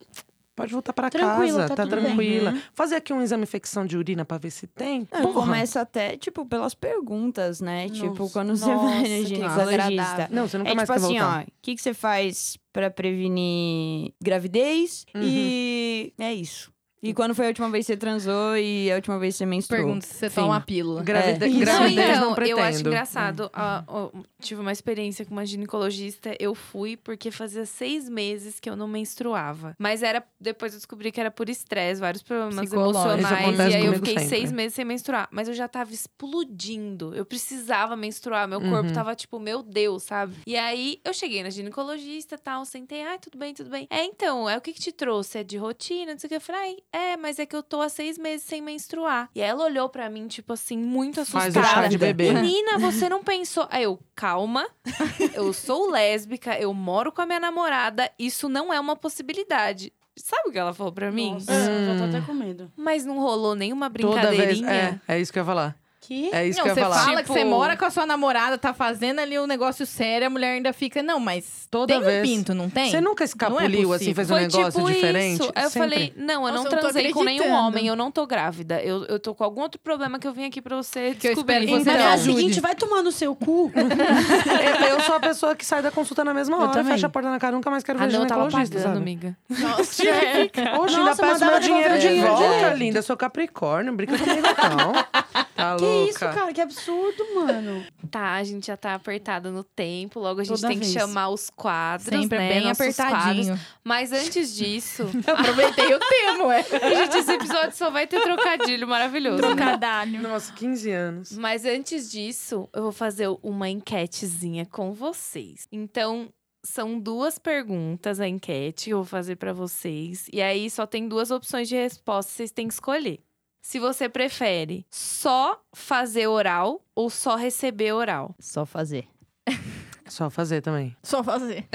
Speaker 4: Pode voltar pra
Speaker 2: Tranquila,
Speaker 4: casa,
Speaker 2: tá
Speaker 4: tá
Speaker 2: tudo bem.
Speaker 4: tranquila. Fazer aqui um exame de infecção de urina pra ver se tem.
Speaker 5: Não,
Speaker 4: Porra.
Speaker 5: Começa até, tipo, pelas perguntas, né?
Speaker 2: Nossa.
Speaker 5: Tipo, quando você
Speaker 2: Nossa,
Speaker 5: vai
Speaker 2: que
Speaker 5: no ginecologista.
Speaker 4: Não, você nunca
Speaker 5: É
Speaker 4: mais
Speaker 5: tipo
Speaker 4: quer
Speaker 5: assim,
Speaker 4: voltar.
Speaker 5: ó, o que, que
Speaker 4: Uhum.
Speaker 5: você faz pra prevenir gravidez? E é isso. E quando foi a última vez que você transou e a última vez que você menstruou?
Speaker 3: Pergunta se você
Speaker 5: Fim.
Speaker 3: toma a pílula.
Speaker 4: Gravide...
Speaker 5: Isso.
Speaker 1: Não,
Speaker 4: Gravidez não,
Speaker 1: então,
Speaker 4: pretendo.
Speaker 1: eu acho
Speaker 4: Hum.
Speaker 1: engraçado. Ah, ó, tive uma experiência com uma ginecologista. Eu fui porque fazia seis meses que eu não menstruava. Mas era depois eu descobri que era por estresse, vários problemas
Speaker 3: Psicológico. Isso
Speaker 1: emocionais.
Speaker 4: acontece
Speaker 1: E aí eu
Speaker 4: comigo
Speaker 1: fiquei
Speaker 4: sempre.
Speaker 1: seis meses sem menstruar. Mas eu já tava explodindo. Eu precisava menstruar. Meu corpo
Speaker 4: Uhum.
Speaker 1: tava tipo, meu Deus, sabe? E aí eu cheguei na ginecologista tal, sentei. Ai, tudo bem, tudo bem. É, então, é o que que te trouxe? É de rotina? Não sei o que. Eu falei, ai, é, mas é que eu tô há seis meses sem menstruar. E aí ela olhou pra mim, tipo assim, muito
Speaker 4: Faz o chá
Speaker 1: assustada.
Speaker 4: de bebê.
Speaker 1: Menina, você não pensou. Aí eu, calma, eu sou lésbica, eu moro com a minha namorada, isso não é uma possibilidade. Sabe o que ela falou pra mim? É.
Speaker 2: Nossa, eu tô
Speaker 4: Hum.
Speaker 2: até com medo.
Speaker 1: Mas não rolou nenhuma
Speaker 4: Toda vez.
Speaker 1: brincadeirinha.
Speaker 4: É, é isso que eu ia falar.
Speaker 2: Que?
Speaker 4: É isso
Speaker 3: não,
Speaker 4: que eu
Speaker 3: você
Speaker 4: ia falar.
Speaker 3: fala que
Speaker 1: Tipo-
Speaker 3: você mora com a sua namorada, tá fazendo ali um negócio sério, a mulher ainda fica. Não, mas
Speaker 4: Toda
Speaker 3: tem
Speaker 4: vez.
Speaker 3: um pinto, não tem?
Speaker 4: Você nunca escapuliu
Speaker 3: possível.
Speaker 4: assim, fez um
Speaker 1: Foi
Speaker 4: negócio
Speaker 1: tipo
Speaker 4: diferente?
Speaker 1: isso. Aí eu
Speaker 4: Sempre.
Speaker 1: falei, não, eu
Speaker 6: Nossa,
Speaker 1: não
Speaker 6: eu não tô
Speaker 1: transei com nenhum
Speaker 6: acreditando.
Speaker 1: homem, eu não tô grávida. Eu, eu tô com algum outro problema que eu vim aqui pra você
Speaker 3: Que eu espero
Speaker 1: descobrir. Então,
Speaker 3: que
Speaker 2: Na
Speaker 3: você me
Speaker 2: verdade, é o
Speaker 3: ajude.
Speaker 2: seguinte, vai tomar no seu cu.
Speaker 4: Tá É, Eu, eu sou a pessoa que sai da consulta na mesma
Speaker 2: Eu
Speaker 4: hora,
Speaker 2: também.
Speaker 4: fecha a porta na cara, nunca mais quero ver
Speaker 1: Ah, não, eu tava
Speaker 4: ginecologista,
Speaker 1: pagando,
Speaker 4: sabe?
Speaker 1: amiga.
Speaker 6: Nossa,
Speaker 4: Oxe, ainda
Speaker 2: Nossa,
Speaker 4: peço
Speaker 2: mandava
Speaker 4: meu
Speaker 2: devolver
Speaker 4: dinheiro
Speaker 2: o
Speaker 4: de
Speaker 2: dinheiro.
Speaker 4: volta,
Speaker 2: Verdade.
Speaker 4: linda. Eu sou capricórnio, não brinca comigo não. Tá
Speaker 2: que
Speaker 4: louca.
Speaker 2: isso, cara? Que absurdo, mano.
Speaker 1: Tá, a gente já tá apertada no tempo, logo a gente
Speaker 2: Toda
Speaker 1: tem que
Speaker 2: vez.
Speaker 1: chamar os quadros,
Speaker 3: Sempre
Speaker 1: né?
Speaker 3: é bem
Speaker 1: nossos quadros.
Speaker 3: apertadinho.
Speaker 1: Mas antes disso,
Speaker 3: Aproveitei o é. tema, ué.
Speaker 1: gente, esse episódio só vai ter trocadilho maravilhoso. né?
Speaker 6: trocadalho.
Speaker 4: Nossa, 15 anos.
Speaker 1: Mas antes disso, eu vou fazer uma enquetezinha com vocês. Então, são duas perguntas a enquete que eu vou fazer pra vocês. E aí só tem duas opções de resposta, vocês têm que escolher. Se você prefere só fazer oral ou só receber oral.
Speaker 5: Só fazer.
Speaker 4: Só fazer também.
Speaker 6: Só fazer.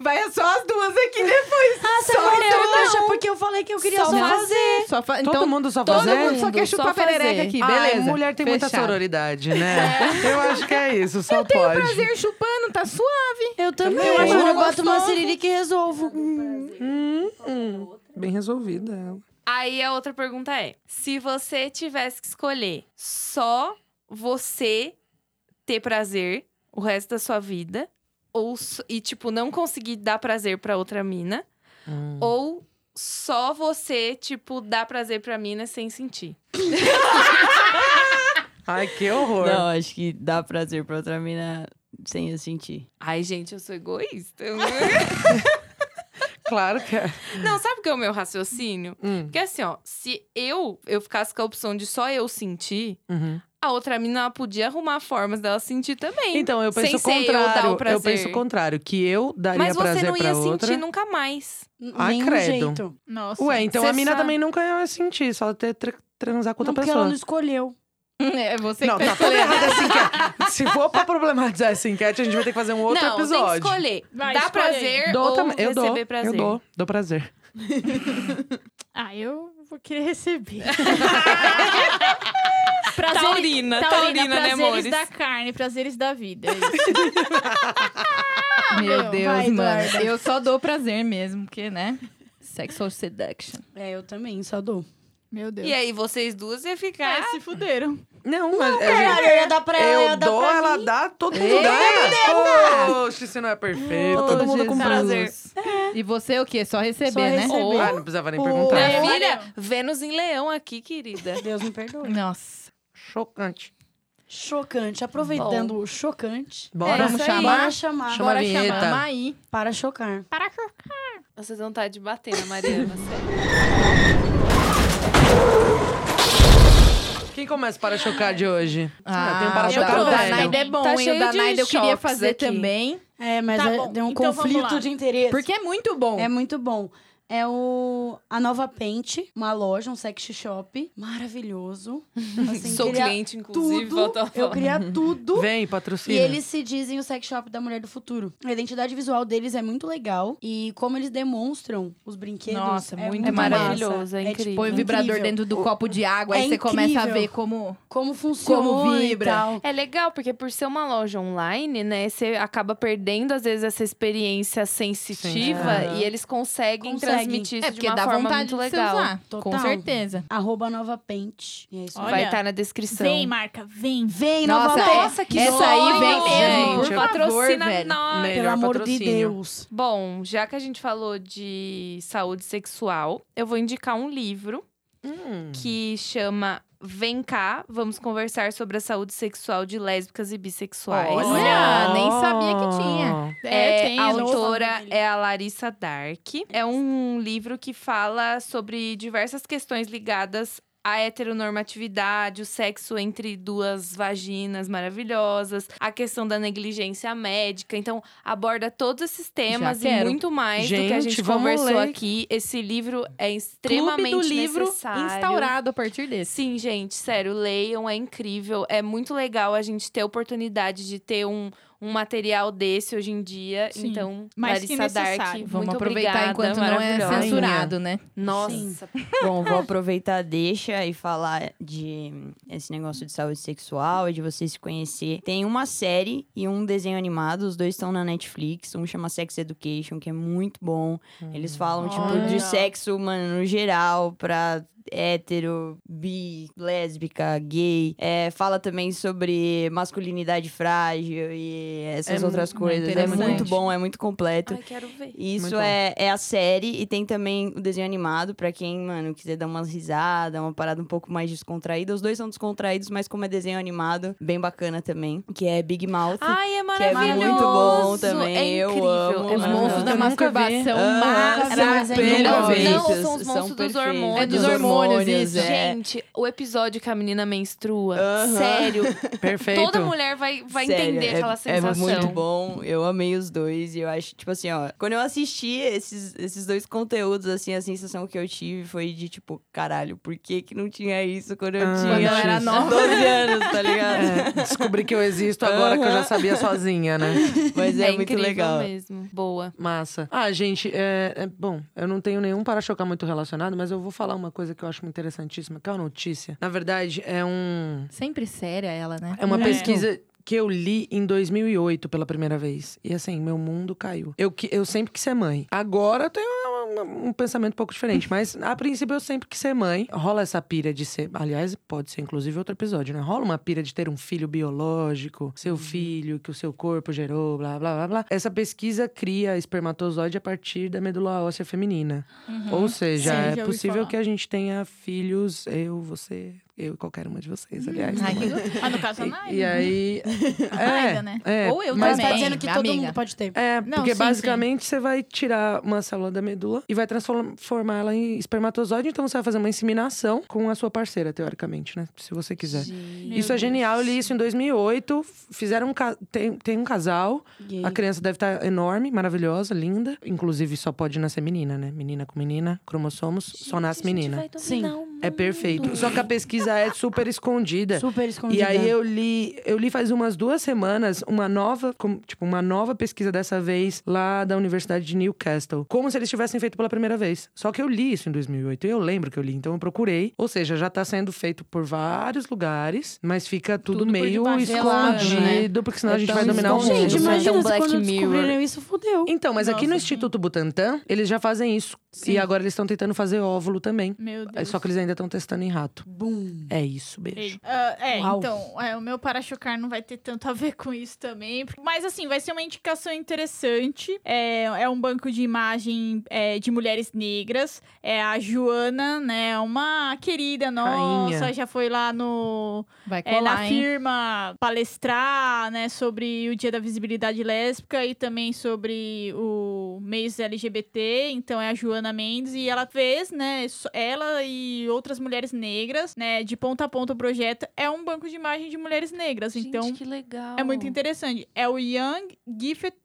Speaker 3: Vai é só as duas aqui né? depois.
Speaker 2: Ah, você
Speaker 3: Só
Speaker 2: mordeu
Speaker 3: não.
Speaker 2: trouxa porque eu falei que eu queria só,
Speaker 1: Só
Speaker 2: fazer.
Speaker 3: Só fa-
Speaker 4: todo
Speaker 3: Então,
Speaker 4: mundo só
Speaker 3: todo
Speaker 4: fazer?
Speaker 3: mundo só Ah, é quer
Speaker 1: Só
Speaker 3: chupar a perereca
Speaker 1: fazer.
Speaker 3: aqui,
Speaker 4: Ai,
Speaker 3: beleza?
Speaker 4: mulher tem muita
Speaker 3: Fechado.
Speaker 4: sororidade, né? Eu acho que é isso, só pode.
Speaker 3: Prazer chupando, tá suave.
Speaker 2: Eu também. é
Speaker 3: Eu
Speaker 2: Eu acho
Speaker 3: acho
Speaker 2: eu
Speaker 3: gostoso.
Speaker 2: boto uma siririca e resolvo.
Speaker 4: Hum, hum. Bem resolvida é. ela.
Speaker 1: Aí a outra pergunta é: se você tivesse que escolher só você ter prazer o resto da sua vida ou s- e tipo não conseguir dar prazer pra outra mina
Speaker 4: Hum.
Speaker 1: ou só você tipo dar prazer pra mina sem sentir.
Speaker 4: Ai, que horror.
Speaker 5: Não, acho que dá prazer pra outra mina sem eu sentir.
Speaker 1: Ai, gente, eu sou egoísta.
Speaker 4: Claro que é.
Speaker 1: não, sabe o que é o meu raciocínio?
Speaker 4: Hum,
Speaker 1: Porque assim, ó, se eu eu ficasse com a opção de só eu sentir,
Speaker 4: uhum.
Speaker 1: a outra mina ela podia arrumar formas dela sentir também.
Speaker 4: Então, eu
Speaker 1: Sem
Speaker 4: penso o
Speaker 1: ser eu dar o
Speaker 4: contrário. Eu,
Speaker 1: prazer.
Speaker 4: penso o contrário, que eu daria
Speaker 1: Mas você
Speaker 4: prazer
Speaker 1: não ia
Speaker 4: pra
Speaker 1: sentir
Speaker 4: outra.
Speaker 1: nunca mais.
Speaker 4: Ah,
Speaker 2: Hum, Nenhum
Speaker 4: credo.
Speaker 2: jeito.
Speaker 6: Nossa.
Speaker 4: Ué, então
Speaker 1: Cê
Speaker 4: a mina
Speaker 1: sabe.
Speaker 4: também nunca ia sentir, só ter tra- transar com
Speaker 2: Não,
Speaker 4: outra
Speaker 2: porque ela
Speaker 4: pessoa.
Speaker 2: não escolheu.
Speaker 3: É você
Speaker 4: Não,
Speaker 3: que tá
Speaker 4: tá tudo errado essa enquete. Se for pra problematizar essa enquete, a gente vai ter que fazer um outro
Speaker 1: não, tem
Speaker 4: episódio.
Speaker 1: que escolher.
Speaker 6: Vai,
Speaker 1: Dá
Speaker 6: escolhe aí.
Speaker 1: prazer
Speaker 4: Dou
Speaker 1: ou
Speaker 4: também- eu
Speaker 1: receber
Speaker 4: dou,
Speaker 1: prazer.
Speaker 4: Eu dou, dou prazer.
Speaker 6: Ah, eu vou querer receber. Prazeres-
Speaker 1: Taurina, taurina, né,
Speaker 6: prazeres
Speaker 1: amores?
Speaker 6: da carne, prazeres da vida. é isso.
Speaker 3: Meu
Speaker 6: Meu,
Speaker 3: Deus,
Speaker 6: vai,
Speaker 3: mano.
Speaker 6: Eduarda.
Speaker 3: Eu só dou prazer mesmo, porque, né? Sexual seduction.
Speaker 2: É, eu também, só dou.
Speaker 6: Meu Deus.
Speaker 1: E é aí, vocês duas iam ficar...
Speaker 6: É, se fuderam.
Speaker 4: Não, mas a gente-
Speaker 2: Caralho, eu ia dar pra ela, eu
Speaker 4: eu
Speaker 2: ia dar
Speaker 4: dou,
Speaker 2: pra
Speaker 4: ela
Speaker 2: mim.
Speaker 4: dá,
Speaker 1: É,
Speaker 4: todo mundo dá. Poxa, isso não é perfeito. todo mundo com prazer.
Speaker 3: E você o quê? É. Só receber,
Speaker 2: Só
Speaker 3: né?
Speaker 2: receber.
Speaker 3: Ou-
Speaker 4: Ah, não precisava nem
Speaker 2: Ô,
Speaker 1: é,
Speaker 4: perguntar.
Speaker 2: ô.
Speaker 1: Filha, Vênus em Leão aqui, querida.
Speaker 2: Deus me perdoe.
Speaker 3: Nossa.
Speaker 4: Chocante.
Speaker 2: Chocante. Aproveitando o chocante. É
Speaker 4: Bora.
Speaker 3: isso aí.
Speaker 2: Bora chamar.
Speaker 4: Chama a
Speaker 3: Bora
Speaker 4: vinheta.
Speaker 3: chamar aí.
Speaker 2: Para chocar.
Speaker 1: Vocês vão estar de bater na Mariana, sério.
Speaker 4: Quem começa para chocar de hoje? Ah, tem um para
Speaker 3: eu
Speaker 4: chocar
Speaker 3: tô. O
Speaker 4: velho.
Speaker 3: da Naida é bom,
Speaker 1: Tá
Speaker 3: hein?
Speaker 1: cheio
Speaker 3: O da
Speaker 1: de
Speaker 3: Naida eu queria
Speaker 1: choques
Speaker 3: fazer
Speaker 1: aqui.
Speaker 3: também.
Speaker 2: É, mas
Speaker 6: Tá
Speaker 2: é-
Speaker 6: bom,
Speaker 2: deu um
Speaker 6: então vamos lá.
Speaker 2: conflito de interesse.
Speaker 3: Porque é muito bom.
Speaker 2: É muito bom. É o a Nova Pente, uma loja, um sex shop maravilhoso. Assim,
Speaker 1: Sou
Speaker 2: queria
Speaker 1: cliente, inclusive.
Speaker 2: tudo.
Speaker 1: volta a falar.
Speaker 2: Eu queria tudo.
Speaker 4: Vem,
Speaker 2: E
Speaker 4: patrocina.
Speaker 2: eles se dizem o sex shop da mulher do futuro. A identidade visual deles é muito legal. E como eles demonstram os brinquedos.
Speaker 3: Nossa, muito
Speaker 2: massa.
Speaker 1: maravilhoso, é incrível.
Speaker 2: tipo,
Speaker 3: Põe o vibrador
Speaker 2: incrível.
Speaker 3: dentro do copo de água,
Speaker 2: É
Speaker 3: aí você começa a
Speaker 2: incrível.
Speaker 3: ver como.
Speaker 2: Como funciona.
Speaker 3: Como vibra.
Speaker 2: E tal.
Speaker 1: É legal, porque por ser uma loja online, né, você acaba perdendo, às vezes, essa experiência sensitiva
Speaker 4: Sim.
Speaker 1: e eles conseguem transmitir
Speaker 2: Conseguem.
Speaker 1: isso
Speaker 3: É,
Speaker 1: de
Speaker 3: porque
Speaker 1: uma
Speaker 3: dá
Speaker 1: dá
Speaker 3: forma
Speaker 1: vontade
Speaker 3: muito
Speaker 1: de você
Speaker 3: legal.
Speaker 1: usar.
Speaker 3: Com
Speaker 2: Total.
Speaker 3: certeza.
Speaker 2: Arroba Nova Pente. E é isso.
Speaker 6: Olha.
Speaker 1: Vai estar na descrição.
Speaker 6: Vem, marca, vem, vem.
Speaker 2: Vem,
Speaker 1: nossa,
Speaker 2: Nova Pente.
Speaker 1: essa, que
Speaker 3: Essa
Speaker 1: sonho.
Speaker 3: aí vem
Speaker 4: mesmo, por
Speaker 1: Gente,
Speaker 3: favor,
Speaker 1: patrocina
Speaker 3: velho. Né?
Speaker 1: nós.
Speaker 4: Melhor
Speaker 2: Pelo amor de
Speaker 4: patrocínio.
Speaker 2: Deus.
Speaker 1: Bom, já que a gente falou de saúde sexual, eu vou indicar um livro
Speaker 4: Hum.
Speaker 1: que chama Vem cá, vamos conversar sobre a saúde sexual de lésbicas e bissexuais.
Speaker 6: Olha, nem sabia que tinha.
Speaker 1: É, a
Speaker 6: novo.
Speaker 1: autora é a Larissa Dark. É um livro que fala sobre diversas questões ligadas à heteronormatividade, o sexo entre duas vaginas maravilhosas, a questão da negligência médica. Então, aborda todos esses temas
Speaker 3: Já
Speaker 1: e
Speaker 3: quero.
Speaker 1: muito mais do que a
Speaker 4: Gente,
Speaker 1: gente
Speaker 4: vamos
Speaker 1: conversou
Speaker 4: ler.
Speaker 1: aqui. Esse livro é
Speaker 3: Clube
Speaker 1: extremamente
Speaker 3: do livro
Speaker 1: necessário.
Speaker 3: instaurado a partir desse.
Speaker 1: Sim, gente, sério, leiam, é incrível. É muito legal a gente ter a oportunidade de ter um, um material desse hoje em dia.
Speaker 6: Sim,
Speaker 1: Então,
Speaker 6: mais que
Speaker 1: Larissa Dark,
Speaker 6: necessário.
Speaker 1: muito
Speaker 3: Vamos aproveitar
Speaker 1: obrigada,
Speaker 3: enquanto não é
Speaker 1: maravilhosa.
Speaker 3: censurado, né?
Speaker 1: Nossa,
Speaker 5: Bom, Então,
Speaker 4: Ah.
Speaker 5: vou aproveitar a deixa e falar de esse negócio de saúde sexual e de você se conhecer. Tem uma série e um desenho animado, os dois estão na Netflix. Um chama Sex Education, que é muito bom. Eles falam, tipo,
Speaker 6: Olha.
Speaker 5: de sexo, mano, no geral, pra hétero, bi, lésbica, gay. É, fala também sobre masculinidade frágil e essas
Speaker 4: É
Speaker 5: outras
Speaker 4: mu-
Speaker 5: coisas. É
Speaker 4: interessante.
Speaker 5: muito bom, é muito completo.
Speaker 1: ai, quero ver.
Speaker 5: Isso
Speaker 4: bom.
Speaker 5: é, é a série e tem também o desenho animado pra quem, mano, quiser dar uma risada, uma parada um pouco mais descontraída. Os dois são descontraídos, mas como é desenho animado, bem bacana também, que é Big Mouth.
Speaker 1: Ai, é
Speaker 5: Que é
Speaker 1: maravilhoso.
Speaker 5: muito bom também,
Speaker 1: É
Speaker 5: eu
Speaker 1: incrível.
Speaker 5: amo.
Speaker 1: é
Speaker 3: Os
Speaker 5: Aham.
Speaker 3: monstros da
Speaker 4: Eu nunca vi.
Speaker 3: masturbação,
Speaker 5: Aham,
Speaker 3: maravilhosos.
Speaker 2: são bem
Speaker 1: Não,
Speaker 5: perfeitos,
Speaker 1: não, são os monstros dos
Speaker 5: perfeitos.
Speaker 1: hormônios.
Speaker 3: É dos hormônios, isso.
Speaker 5: é.
Speaker 1: Gente, o episódio que a menina menstrua,
Speaker 5: Aham.
Speaker 1: sério,
Speaker 4: Perfeito.
Speaker 1: toda mulher vai, vai
Speaker 5: Sério,
Speaker 1: entender
Speaker 5: é-
Speaker 1: aquela sensação.
Speaker 5: É muito bom, eu amei os dois. E eu acho, tipo assim, ó, quando eu assisti esses, esses dois conteúdos, assim, a sensação que eu tive foi de tipo, caralho, por que que não tinha isso quando eu
Speaker 4: Ah,
Speaker 5: tinha
Speaker 4: Quando eu era
Speaker 3: nova.
Speaker 5: 12 anos, tá ligado?
Speaker 4: É, descobri que eu existo agora que eu já sabia sozinha, né?
Speaker 5: Mas
Speaker 1: É,
Speaker 5: é, muito
Speaker 1: incrível
Speaker 5: legal.
Speaker 1: mesmo. Boa.
Speaker 4: Massa. Ah, gente, é, é- bom, eu não tenho nenhum para-chocar muito relacionado, mas eu vou falar uma coisa que eu acho interessantíssima, que é uma notícia. Na verdade, é um
Speaker 3: Sempre séria ela, né?
Speaker 4: é uma
Speaker 6: É.
Speaker 4: pesquisa que eu li em 2008 pela primeira vez. E assim, meu mundo caiu. Eu, que- eu sempre quis ser mãe. Agora eu tenho um, um pensamento um pouco diferente, mas a princípio eu sempre quis ser mãe. Rola essa pira de ser. Aliás, pode ser inclusive outro episódio, né? Rola uma pira de ter um filho biológico,
Speaker 6: Uhum.
Speaker 4: seu filho que o seu corpo gerou, blá, blá, blá, blá. Essa pesquisa cria espermatozoide a partir da medula óssea feminina. Ou seja,
Speaker 6: Uhum. Sim, já
Speaker 4: é
Speaker 6: ouvi
Speaker 4: possível
Speaker 6: falar.
Speaker 4: que a gente tenha filhos, eu, você, eu e qualquer uma de vocês, aliás. é?
Speaker 3: Ai, que
Speaker 6: Ah, no
Speaker 1: é
Speaker 6: caso, a
Speaker 4: E, e
Speaker 6: Naira.
Speaker 4: aí. é,
Speaker 6: Ainda, né?
Speaker 4: é,
Speaker 3: Ou eu
Speaker 2: Mas
Speaker 3: também.
Speaker 2: tá dizendo que todo
Speaker 3: amiga.
Speaker 2: mundo pode ter.
Speaker 4: É,
Speaker 6: Não,
Speaker 4: porque
Speaker 6: sim,
Speaker 4: basicamente você vai tirar uma célula da medula e vai transformar ela em espermatozoide, então você vai fazer uma inseminação com a sua parceira, teoricamente, né? Se você quiser.
Speaker 1: Gente.
Speaker 4: Isso é genial, eu li isso em 2008. Fizeram um ca- tem, tem um casal,
Speaker 2: Gay.
Speaker 4: a criança deve estar enorme, maravilhosa, linda. Inclusive, só pode nascer menina, né? Menina com menina, cromossomos, só nasce menina.
Speaker 2: Sim.
Speaker 4: É perfeito. Só que a pesquisa é super escondida.
Speaker 2: Super
Speaker 4: E
Speaker 2: escondida.
Speaker 4: aí eu li, eu li faz umas duas semanas uma nova, com- tipo, uma nova pesquisa dessa vez lá da Universidade de Newcastle, como se eles tivessem feito pela primeira vez. Só que eu li isso em 2008, eu lembro que eu li, então eu procurei. Ou seja, já tá sendo feito por vários lugares, mas fica tudo,
Speaker 3: Tudo por
Speaker 4: meio
Speaker 3: debaixo,
Speaker 4: escondido, porque senão a gente
Speaker 5: tão
Speaker 4: vai dominar o mundo.
Speaker 2: Então, Gente,
Speaker 1: Não é
Speaker 2: imagina
Speaker 1: tão
Speaker 2: se
Speaker 1: Black
Speaker 2: quando
Speaker 1: Mirror.
Speaker 2: descobriram isso, fudeu.
Speaker 4: Então, mas aqui no Instituto Butantan, eles já fazem isso. E agora eles estão tentando fazer óvulo também.
Speaker 6: Meu
Speaker 4: É
Speaker 6: Deus.
Speaker 4: Só que eles ainda estão testando em rato.
Speaker 2: Bum.
Speaker 4: É isso, beijo.
Speaker 6: Ei, ah, é,
Speaker 2: Uau.
Speaker 6: então, é, o meu para-chocar não vai ter tanto a ver com isso também. Mas, assim, vai ser uma indicação interessante. É, é um banco de imagem é, de mulheres negras. É a Joana, né? Uma querida nossa,
Speaker 4: Rainha.
Speaker 6: já foi lá no,
Speaker 3: Vai
Speaker 6: é, na
Speaker 3: colar, hein?
Speaker 6: firma palestrar, né, sobre o Dia da Visibilidade Lésbica e também sobre o mês LGBT. Então é a Joana Mendes e ela fez, né, so- ela e outras mulheres negras, né, de ponta a ponta o projeto é um banco de imagem de mulheres negras.
Speaker 1: Gente,
Speaker 6: então
Speaker 1: que legal.
Speaker 6: é muito interessante. É o Young Gifted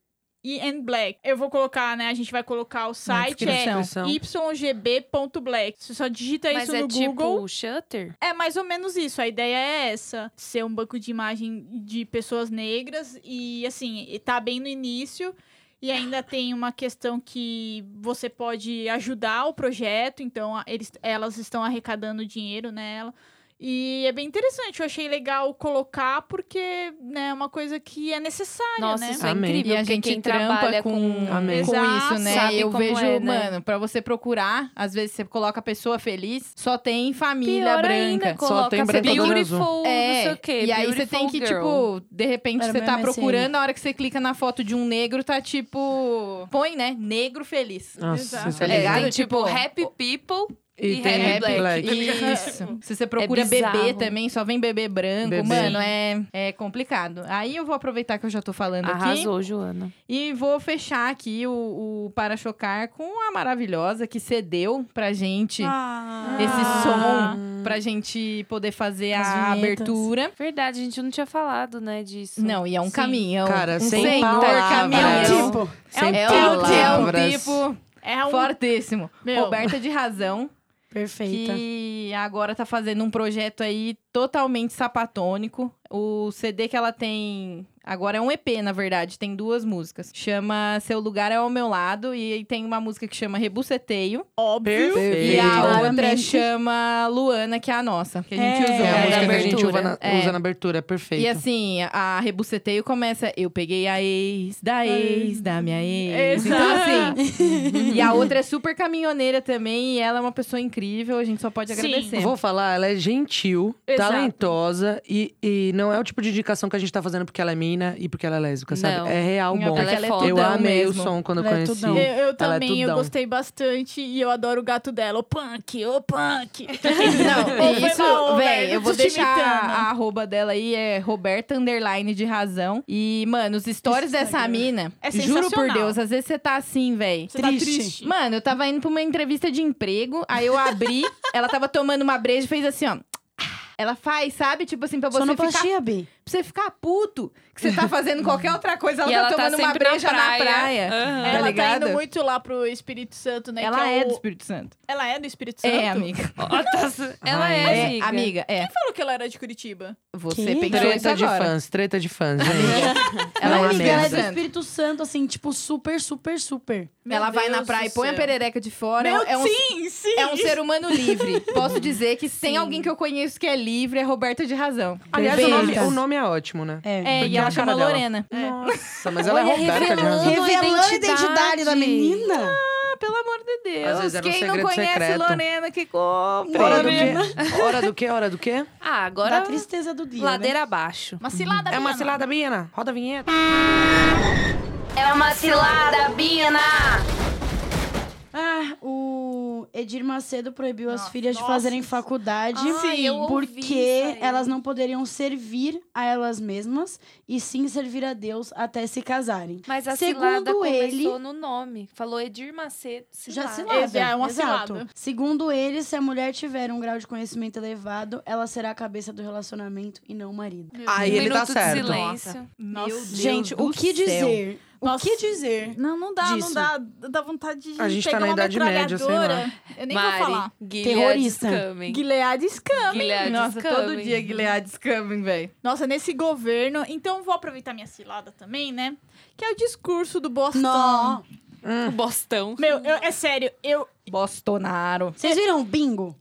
Speaker 6: e- and Black. Eu vou colocar, né, a gente vai colocar o site é
Speaker 4: descrição.
Speaker 6: ygb.black. Você só digita
Speaker 1: Mas
Speaker 6: isso
Speaker 1: é
Speaker 6: no
Speaker 1: tipo
Speaker 6: Google.
Speaker 1: Shutter?
Speaker 6: É mais ou menos isso. A ideia é essa: ser um banco de imagem de pessoas negras e assim, e tá bem no início. E ainda tem uma questão que você pode ajudar o projeto, então a- eles, elas estão arrecadando dinheiro nela. E é bem interessante, eu achei legal colocar, porque né, é uma coisa que é necessária,
Speaker 1: Nossa,
Speaker 6: né?
Speaker 1: isso é
Speaker 4: Amém.
Speaker 1: incrível.
Speaker 3: E a
Speaker 1: porque
Speaker 3: gente
Speaker 1: quem
Speaker 3: trampa
Speaker 1: trabalha
Speaker 3: com, com
Speaker 4: Amém.
Speaker 3: isso,
Speaker 6: Exato,
Speaker 3: né?
Speaker 1: sabe
Speaker 3: Eu
Speaker 1: como
Speaker 3: vejo,
Speaker 1: é, né?
Speaker 3: mano, pra você procurar, às vezes você coloca a pessoa feliz, só tem família
Speaker 1: Pior
Speaker 3: branca. É,
Speaker 1: ainda,
Speaker 4: Só
Speaker 1: coloca assim,
Speaker 4: tem branca
Speaker 1: beautiful,
Speaker 4: branca.
Speaker 1: não sei o quê.
Speaker 3: E aí você tem
Speaker 1: beautiful
Speaker 3: que,
Speaker 1: girl.
Speaker 3: tipo, de repente
Speaker 2: Era
Speaker 3: você tá
Speaker 2: meu MSN.
Speaker 3: procurando, a hora que você clica na foto de um negro, tá tipo. Põe, né? Negro feliz.
Speaker 4: Nossa, isso
Speaker 3: Tá
Speaker 4: é
Speaker 1: É,
Speaker 3: ligado?
Speaker 4: lindo.
Speaker 1: tem, tipo,
Speaker 3: Tipo,
Speaker 1: happy people.
Speaker 4: E
Speaker 1: e
Speaker 4: tem
Speaker 1: Happy
Speaker 4: Happy
Speaker 1: Black.
Speaker 4: Black.
Speaker 3: É, Isso. Se você procura
Speaker 1: bizarro.
Speaker 3: bebê também, só vem bebê branco.
Speaker 4: Bebê.
Speaker 3: Mano, é, é complicado. Aí eu vou aproveitar que eu já tô falando aqui.
Speaker 1: Arrasou, Joana.
Speaker 3: E vou fechar aqui o, o Para Chocar com a maravilhosa que cedeu pra gente
Speaker 6: Ah.
Speaker 2: Ah,
Speaker 3: esse som, pra gente poder fazer
Speaker 6: As
Speaker 3: a
Speaker 6: vinhetas.
Speaker 3: abertura.
Speaker 1: Verdade, a gente não tinha falado, né, disso.
Speaker 3: Não, e é um
Speaker 6: Sim.
Speaker 3: caminhão.
Speaker 4: Cara,
Speaker 3: um
Speaker 4: sem
Speaker 3: senhor
Speaker 4: palavras.
Speaker 3: caminhão.
Speaker 2: tipo.
Speaker 3: É um,
Speaker 4: Sem
Speaker 3: é um- é um
Speaker 4: palavras.
Speaker 3: tipo
Speaker 6: É um...
Speaker 3: fortíssimo.
Speaker 6: Meu.
Speaker 3: Roberta de Razão,
Speaker 2: Perfeita.
Speaker 3: que agora tá fazendo um projeto aí totalmente sapatônico. O CD que ela tem agora é um EP, na verdade, tem duas músicas. Chama Seu Lugar é ao Meu Lado e tem uma música que chama Rebuceteio.
Speaker 6: Óbvio.
Speaker 4: Perfeito. É
Speaker 3: E a outra
Speaker 2: Claramente.
Speaker 3: chama Luana, que é a nossa, que a gente
Speaker 6: É,
Speaker 3: usou.
Speaker 4: É
Speaker 1: da
Speaker 4: a música que a gente
Speaker 1: abertura.
Speaker 4: usa na,
Speaker 3: É.
Speaker 4: usa na abertura, é perfeito.
Speaker 3: E assim, a Rebuceteio começa, eu peguei a ex, da ex, da minha ex. Então
Speaker 6: Exato.
Speaker 3: assim, e a outra é super caminhoneira também, e ela é uma pessoa incrível, a gente só pode
Speaker 6: Sim.
Speaker 3: agradecer.
Speaker 4: Vou falar, ela é gentil,
Speaker 6: Exato.
Speaker 4: talentosa e, e não é o tipo de indicação que a gente tá fazendo porque ela é mina e porque ela é lésbica, sabe?
Speaker 1: Não.
Speaker 4: É real
Speaker 3: Não,
Speaker 4: bom.
Speaker 3: porque
Speaker 1: ela é
Speaker 4: eu
Speaker 3: fodão
Speaker 4: amei
Speaker 3: mesmo.
Speaker 4: o som quando eu
Speaker 2: Ela é
Speaker 4: conheci.
Speaker 2: tudão.
Speaker 6: Eu, eu
Speaker 4: Ela é
Speaker 6: também, eu
Speaker 4: tudão.
Speaker 6: gostei bastante e eu adoro o gato dela. O punk, o punk.
Speaker 3: Não,
Speaker 6: Ou foi mal, velho,
Speaker 3: isso,
Speaker 6: tá
Speaker 3: velho, eu
Speaker 6: tô
Speaker 3: vou
Speaker 6: te
Speaker 3: deixar
Speaker 6: imitando.
Speaker 3: a arroba dela aí, é Roberta Underline de Razão. E, mano, os stories dessa
Speaker 6: Instagram.
Speaker 3: mina,
Speaker 6: É
Speaker 3: juro por
Speaker 6: sensacional.
Speaker 3: Deus, às vezes você tá assim, véi.
Speaker 6: Você tá
Speaker 2: Triste.
Speaker 6: triste.
Speaker 3: Mano, eu tava indo pra uma entrevista de emprego, aí eu abri, ela tava tomando uma breja e fez assim, ó. Ela faz, sabe? Tipo assim, pra você ficar
Speaker 2: Sonoplastia, Bi.
Speaker 3: pra você ficar puto que você tá fazendo qualquer outra coisa. Ela
Speaker 1: E
Speaker 3: tá
Speaker 1: ela tá
Speaker 3: tomando uma
Speaker 1: sempre na
Speaker 3: breja na praia.
Speaker 1: praia. Ah, é Aham.
Speaker 3: Tá
Speaker 6: ela
Speaker 3: ligado?
Speaker 6: tá indo muito lá pro Espírito Santo, né?
Speaker 3: Ela
Speaker 6: que
Speaker 3: é
Speaker 6: o-
Speaker 3: do Espírito Santo.
Speaker 6: Ela é do Espírito Santo?
Speaker 3: É, amiga.
Speaker 1: Ela tá
Speaker 4: Ai,
Speaker 1: é,
Speaker 3: É, amiga, é.
Speaker 6: Quem falou que ela era de Curitiba?
Speaker 3: Você
Speaker 2: Que?
Speaker 3: pensou isso
Speaker 4: Treta de
Speaker 3: agora.
Speaker 4: fãs, treta de fãs, gente.
Speaker 3: Ela é
Speaker 4: Não,
Speaker 3: uma
Speaker 4: amiga,
Speaker 2: ela é
Speaker 3: merda.
Speaker 2: do Espírito Santo, assim, tipo, super, super, super.
Speaker 6: Meu
Speaker 3: ela vai
Speaker 6: Deus
Speaker 3: na praia e
Speaker 6: do
Speaker 3: põe a
Speaker 6: céu.
Speaker 3: perereca de fora.
Speaker 6: Meu,
Speaker 3: é, um,
Speaker 6: sim, sim.
Speaker 3: é um ser humano livre. Posso dizer que se tem alguém que eu conheço que é livre, é Roberta de Razão.
Speaker 4: Aliás, o nome,
Speaker 3: Beijo.
Speaker 4: o nome é ótimo, né?
Speaker 3: É, e
Speaker 4: Porque
Speaker 3: ela
Speaker 4: a
Speaker 3: chama
Speaker 4: cara dela.
Speaker 3: Lorena.
Speaker 4: Nossa, mas ela é Roberta de
Speaker 1: revelando.
Speaker 4: Razão.
Speaker 2: Revelando a identidade
Speaker 1: identidade
Speaker 2: da menina.
Speaker 3: Meu
Speaker 4: Às
Speaker 3: Deus,
Speaker 4: vezes era um
Speaker 3: quem não
Speaker 4: segredo
Speaker 3: conhece
Speaker 4: secreto.
Speaker 3: Lorena que compra.
Speaker 4: Hora do quê? Hora do quê? Hora do quê?
Speaker 1: Ah, agora
Speaker 2: Da tristeza do dia. né?
Speaker 1: ladeira abaixo.
Speaker 6: Uma cilada,
Speaker 4: É uma
Speaker 6: Biana.
Speaker 4: cilada, Biana. Roda a vinheta.
Speaker 7: É uma cilada, Bina!
Speaker 2: Ah, o Edir Macedo proibiu as filhas de
Speaker 6: nossa.
Speaker 2: fazerem faculdade
Speaker 6: Ai, eu ouvi
Speaker 2: porque elas não poderiam servir a elas mesmas e sim servir a Deus até se casarem.
Speaker 1: Mas a
Speaker 2: Segundo
Speaker 1: cilada
Speaker 2: ele-
Speaker 1: começou no nome. Falou Edir Macedo.
Speaker 2: Já
Speaker 1: Cilada.
Speaker 2: cilada.
Speaker 6: É, é uma
Speaker 2: Exato.
Speaker 6: cilada.
Speaker 2: Segundo ele, se a mulher tiver um grau de conhecimento elevado, ela será a cabeça do relacionamento e não o marido.
Speaker 4: Aí
Speaker 1: Um
Speaker 4: ele tá
Speaker 1: minuto de
Speaker 4: certo.
Speaker 1: silêncio.
Speaker 3: Meu
Speaker 6: Nossa.
Speaker 3: Deus
Speaker 2: Gente, o
Speaker 3: do
Speaker 2: que
Speaker 3: céu.
Speaker 2: dizer?
Speaker 6: Nossa.
Speaker 2: O que dizer?
Speaker 6: Não, não dá,
Speaker 2: Disso.
Speaker 6: não dá. Dá vontade de
Speaker 4: A gente tá
Speaker 6: pegar
Speaker 4: na
Speaker 6: uma
Speaker 4: Idade Média, sei lá.
Speaker 6: metralhadora. Eu nem
Speaker 1: Mari,
Speaker 6: vou falar.
Speaker 1: Gilead
Speaker 2: Terrorista.
Speaker 1: Scamming.
Speaker 6: Gilead Scamming.
Speaker 1: Gilead
Speaker 3: Nossa, todo
Speaker 1: Scamming.
Speaker 3: dia Gilead Scamming, velho.
Speaker 6: Nossa, nesse governo... Então, vou aproveitar minha cilada também, né? Que é o discurso do Boston.
Speaker 2: Nó.
Speaker 1: O Bostão.
Speaker 6: Meu, eu- é sério, eu,
Speaker 3: Bostonaro.
Speaker 2: Vocês viram o bingo?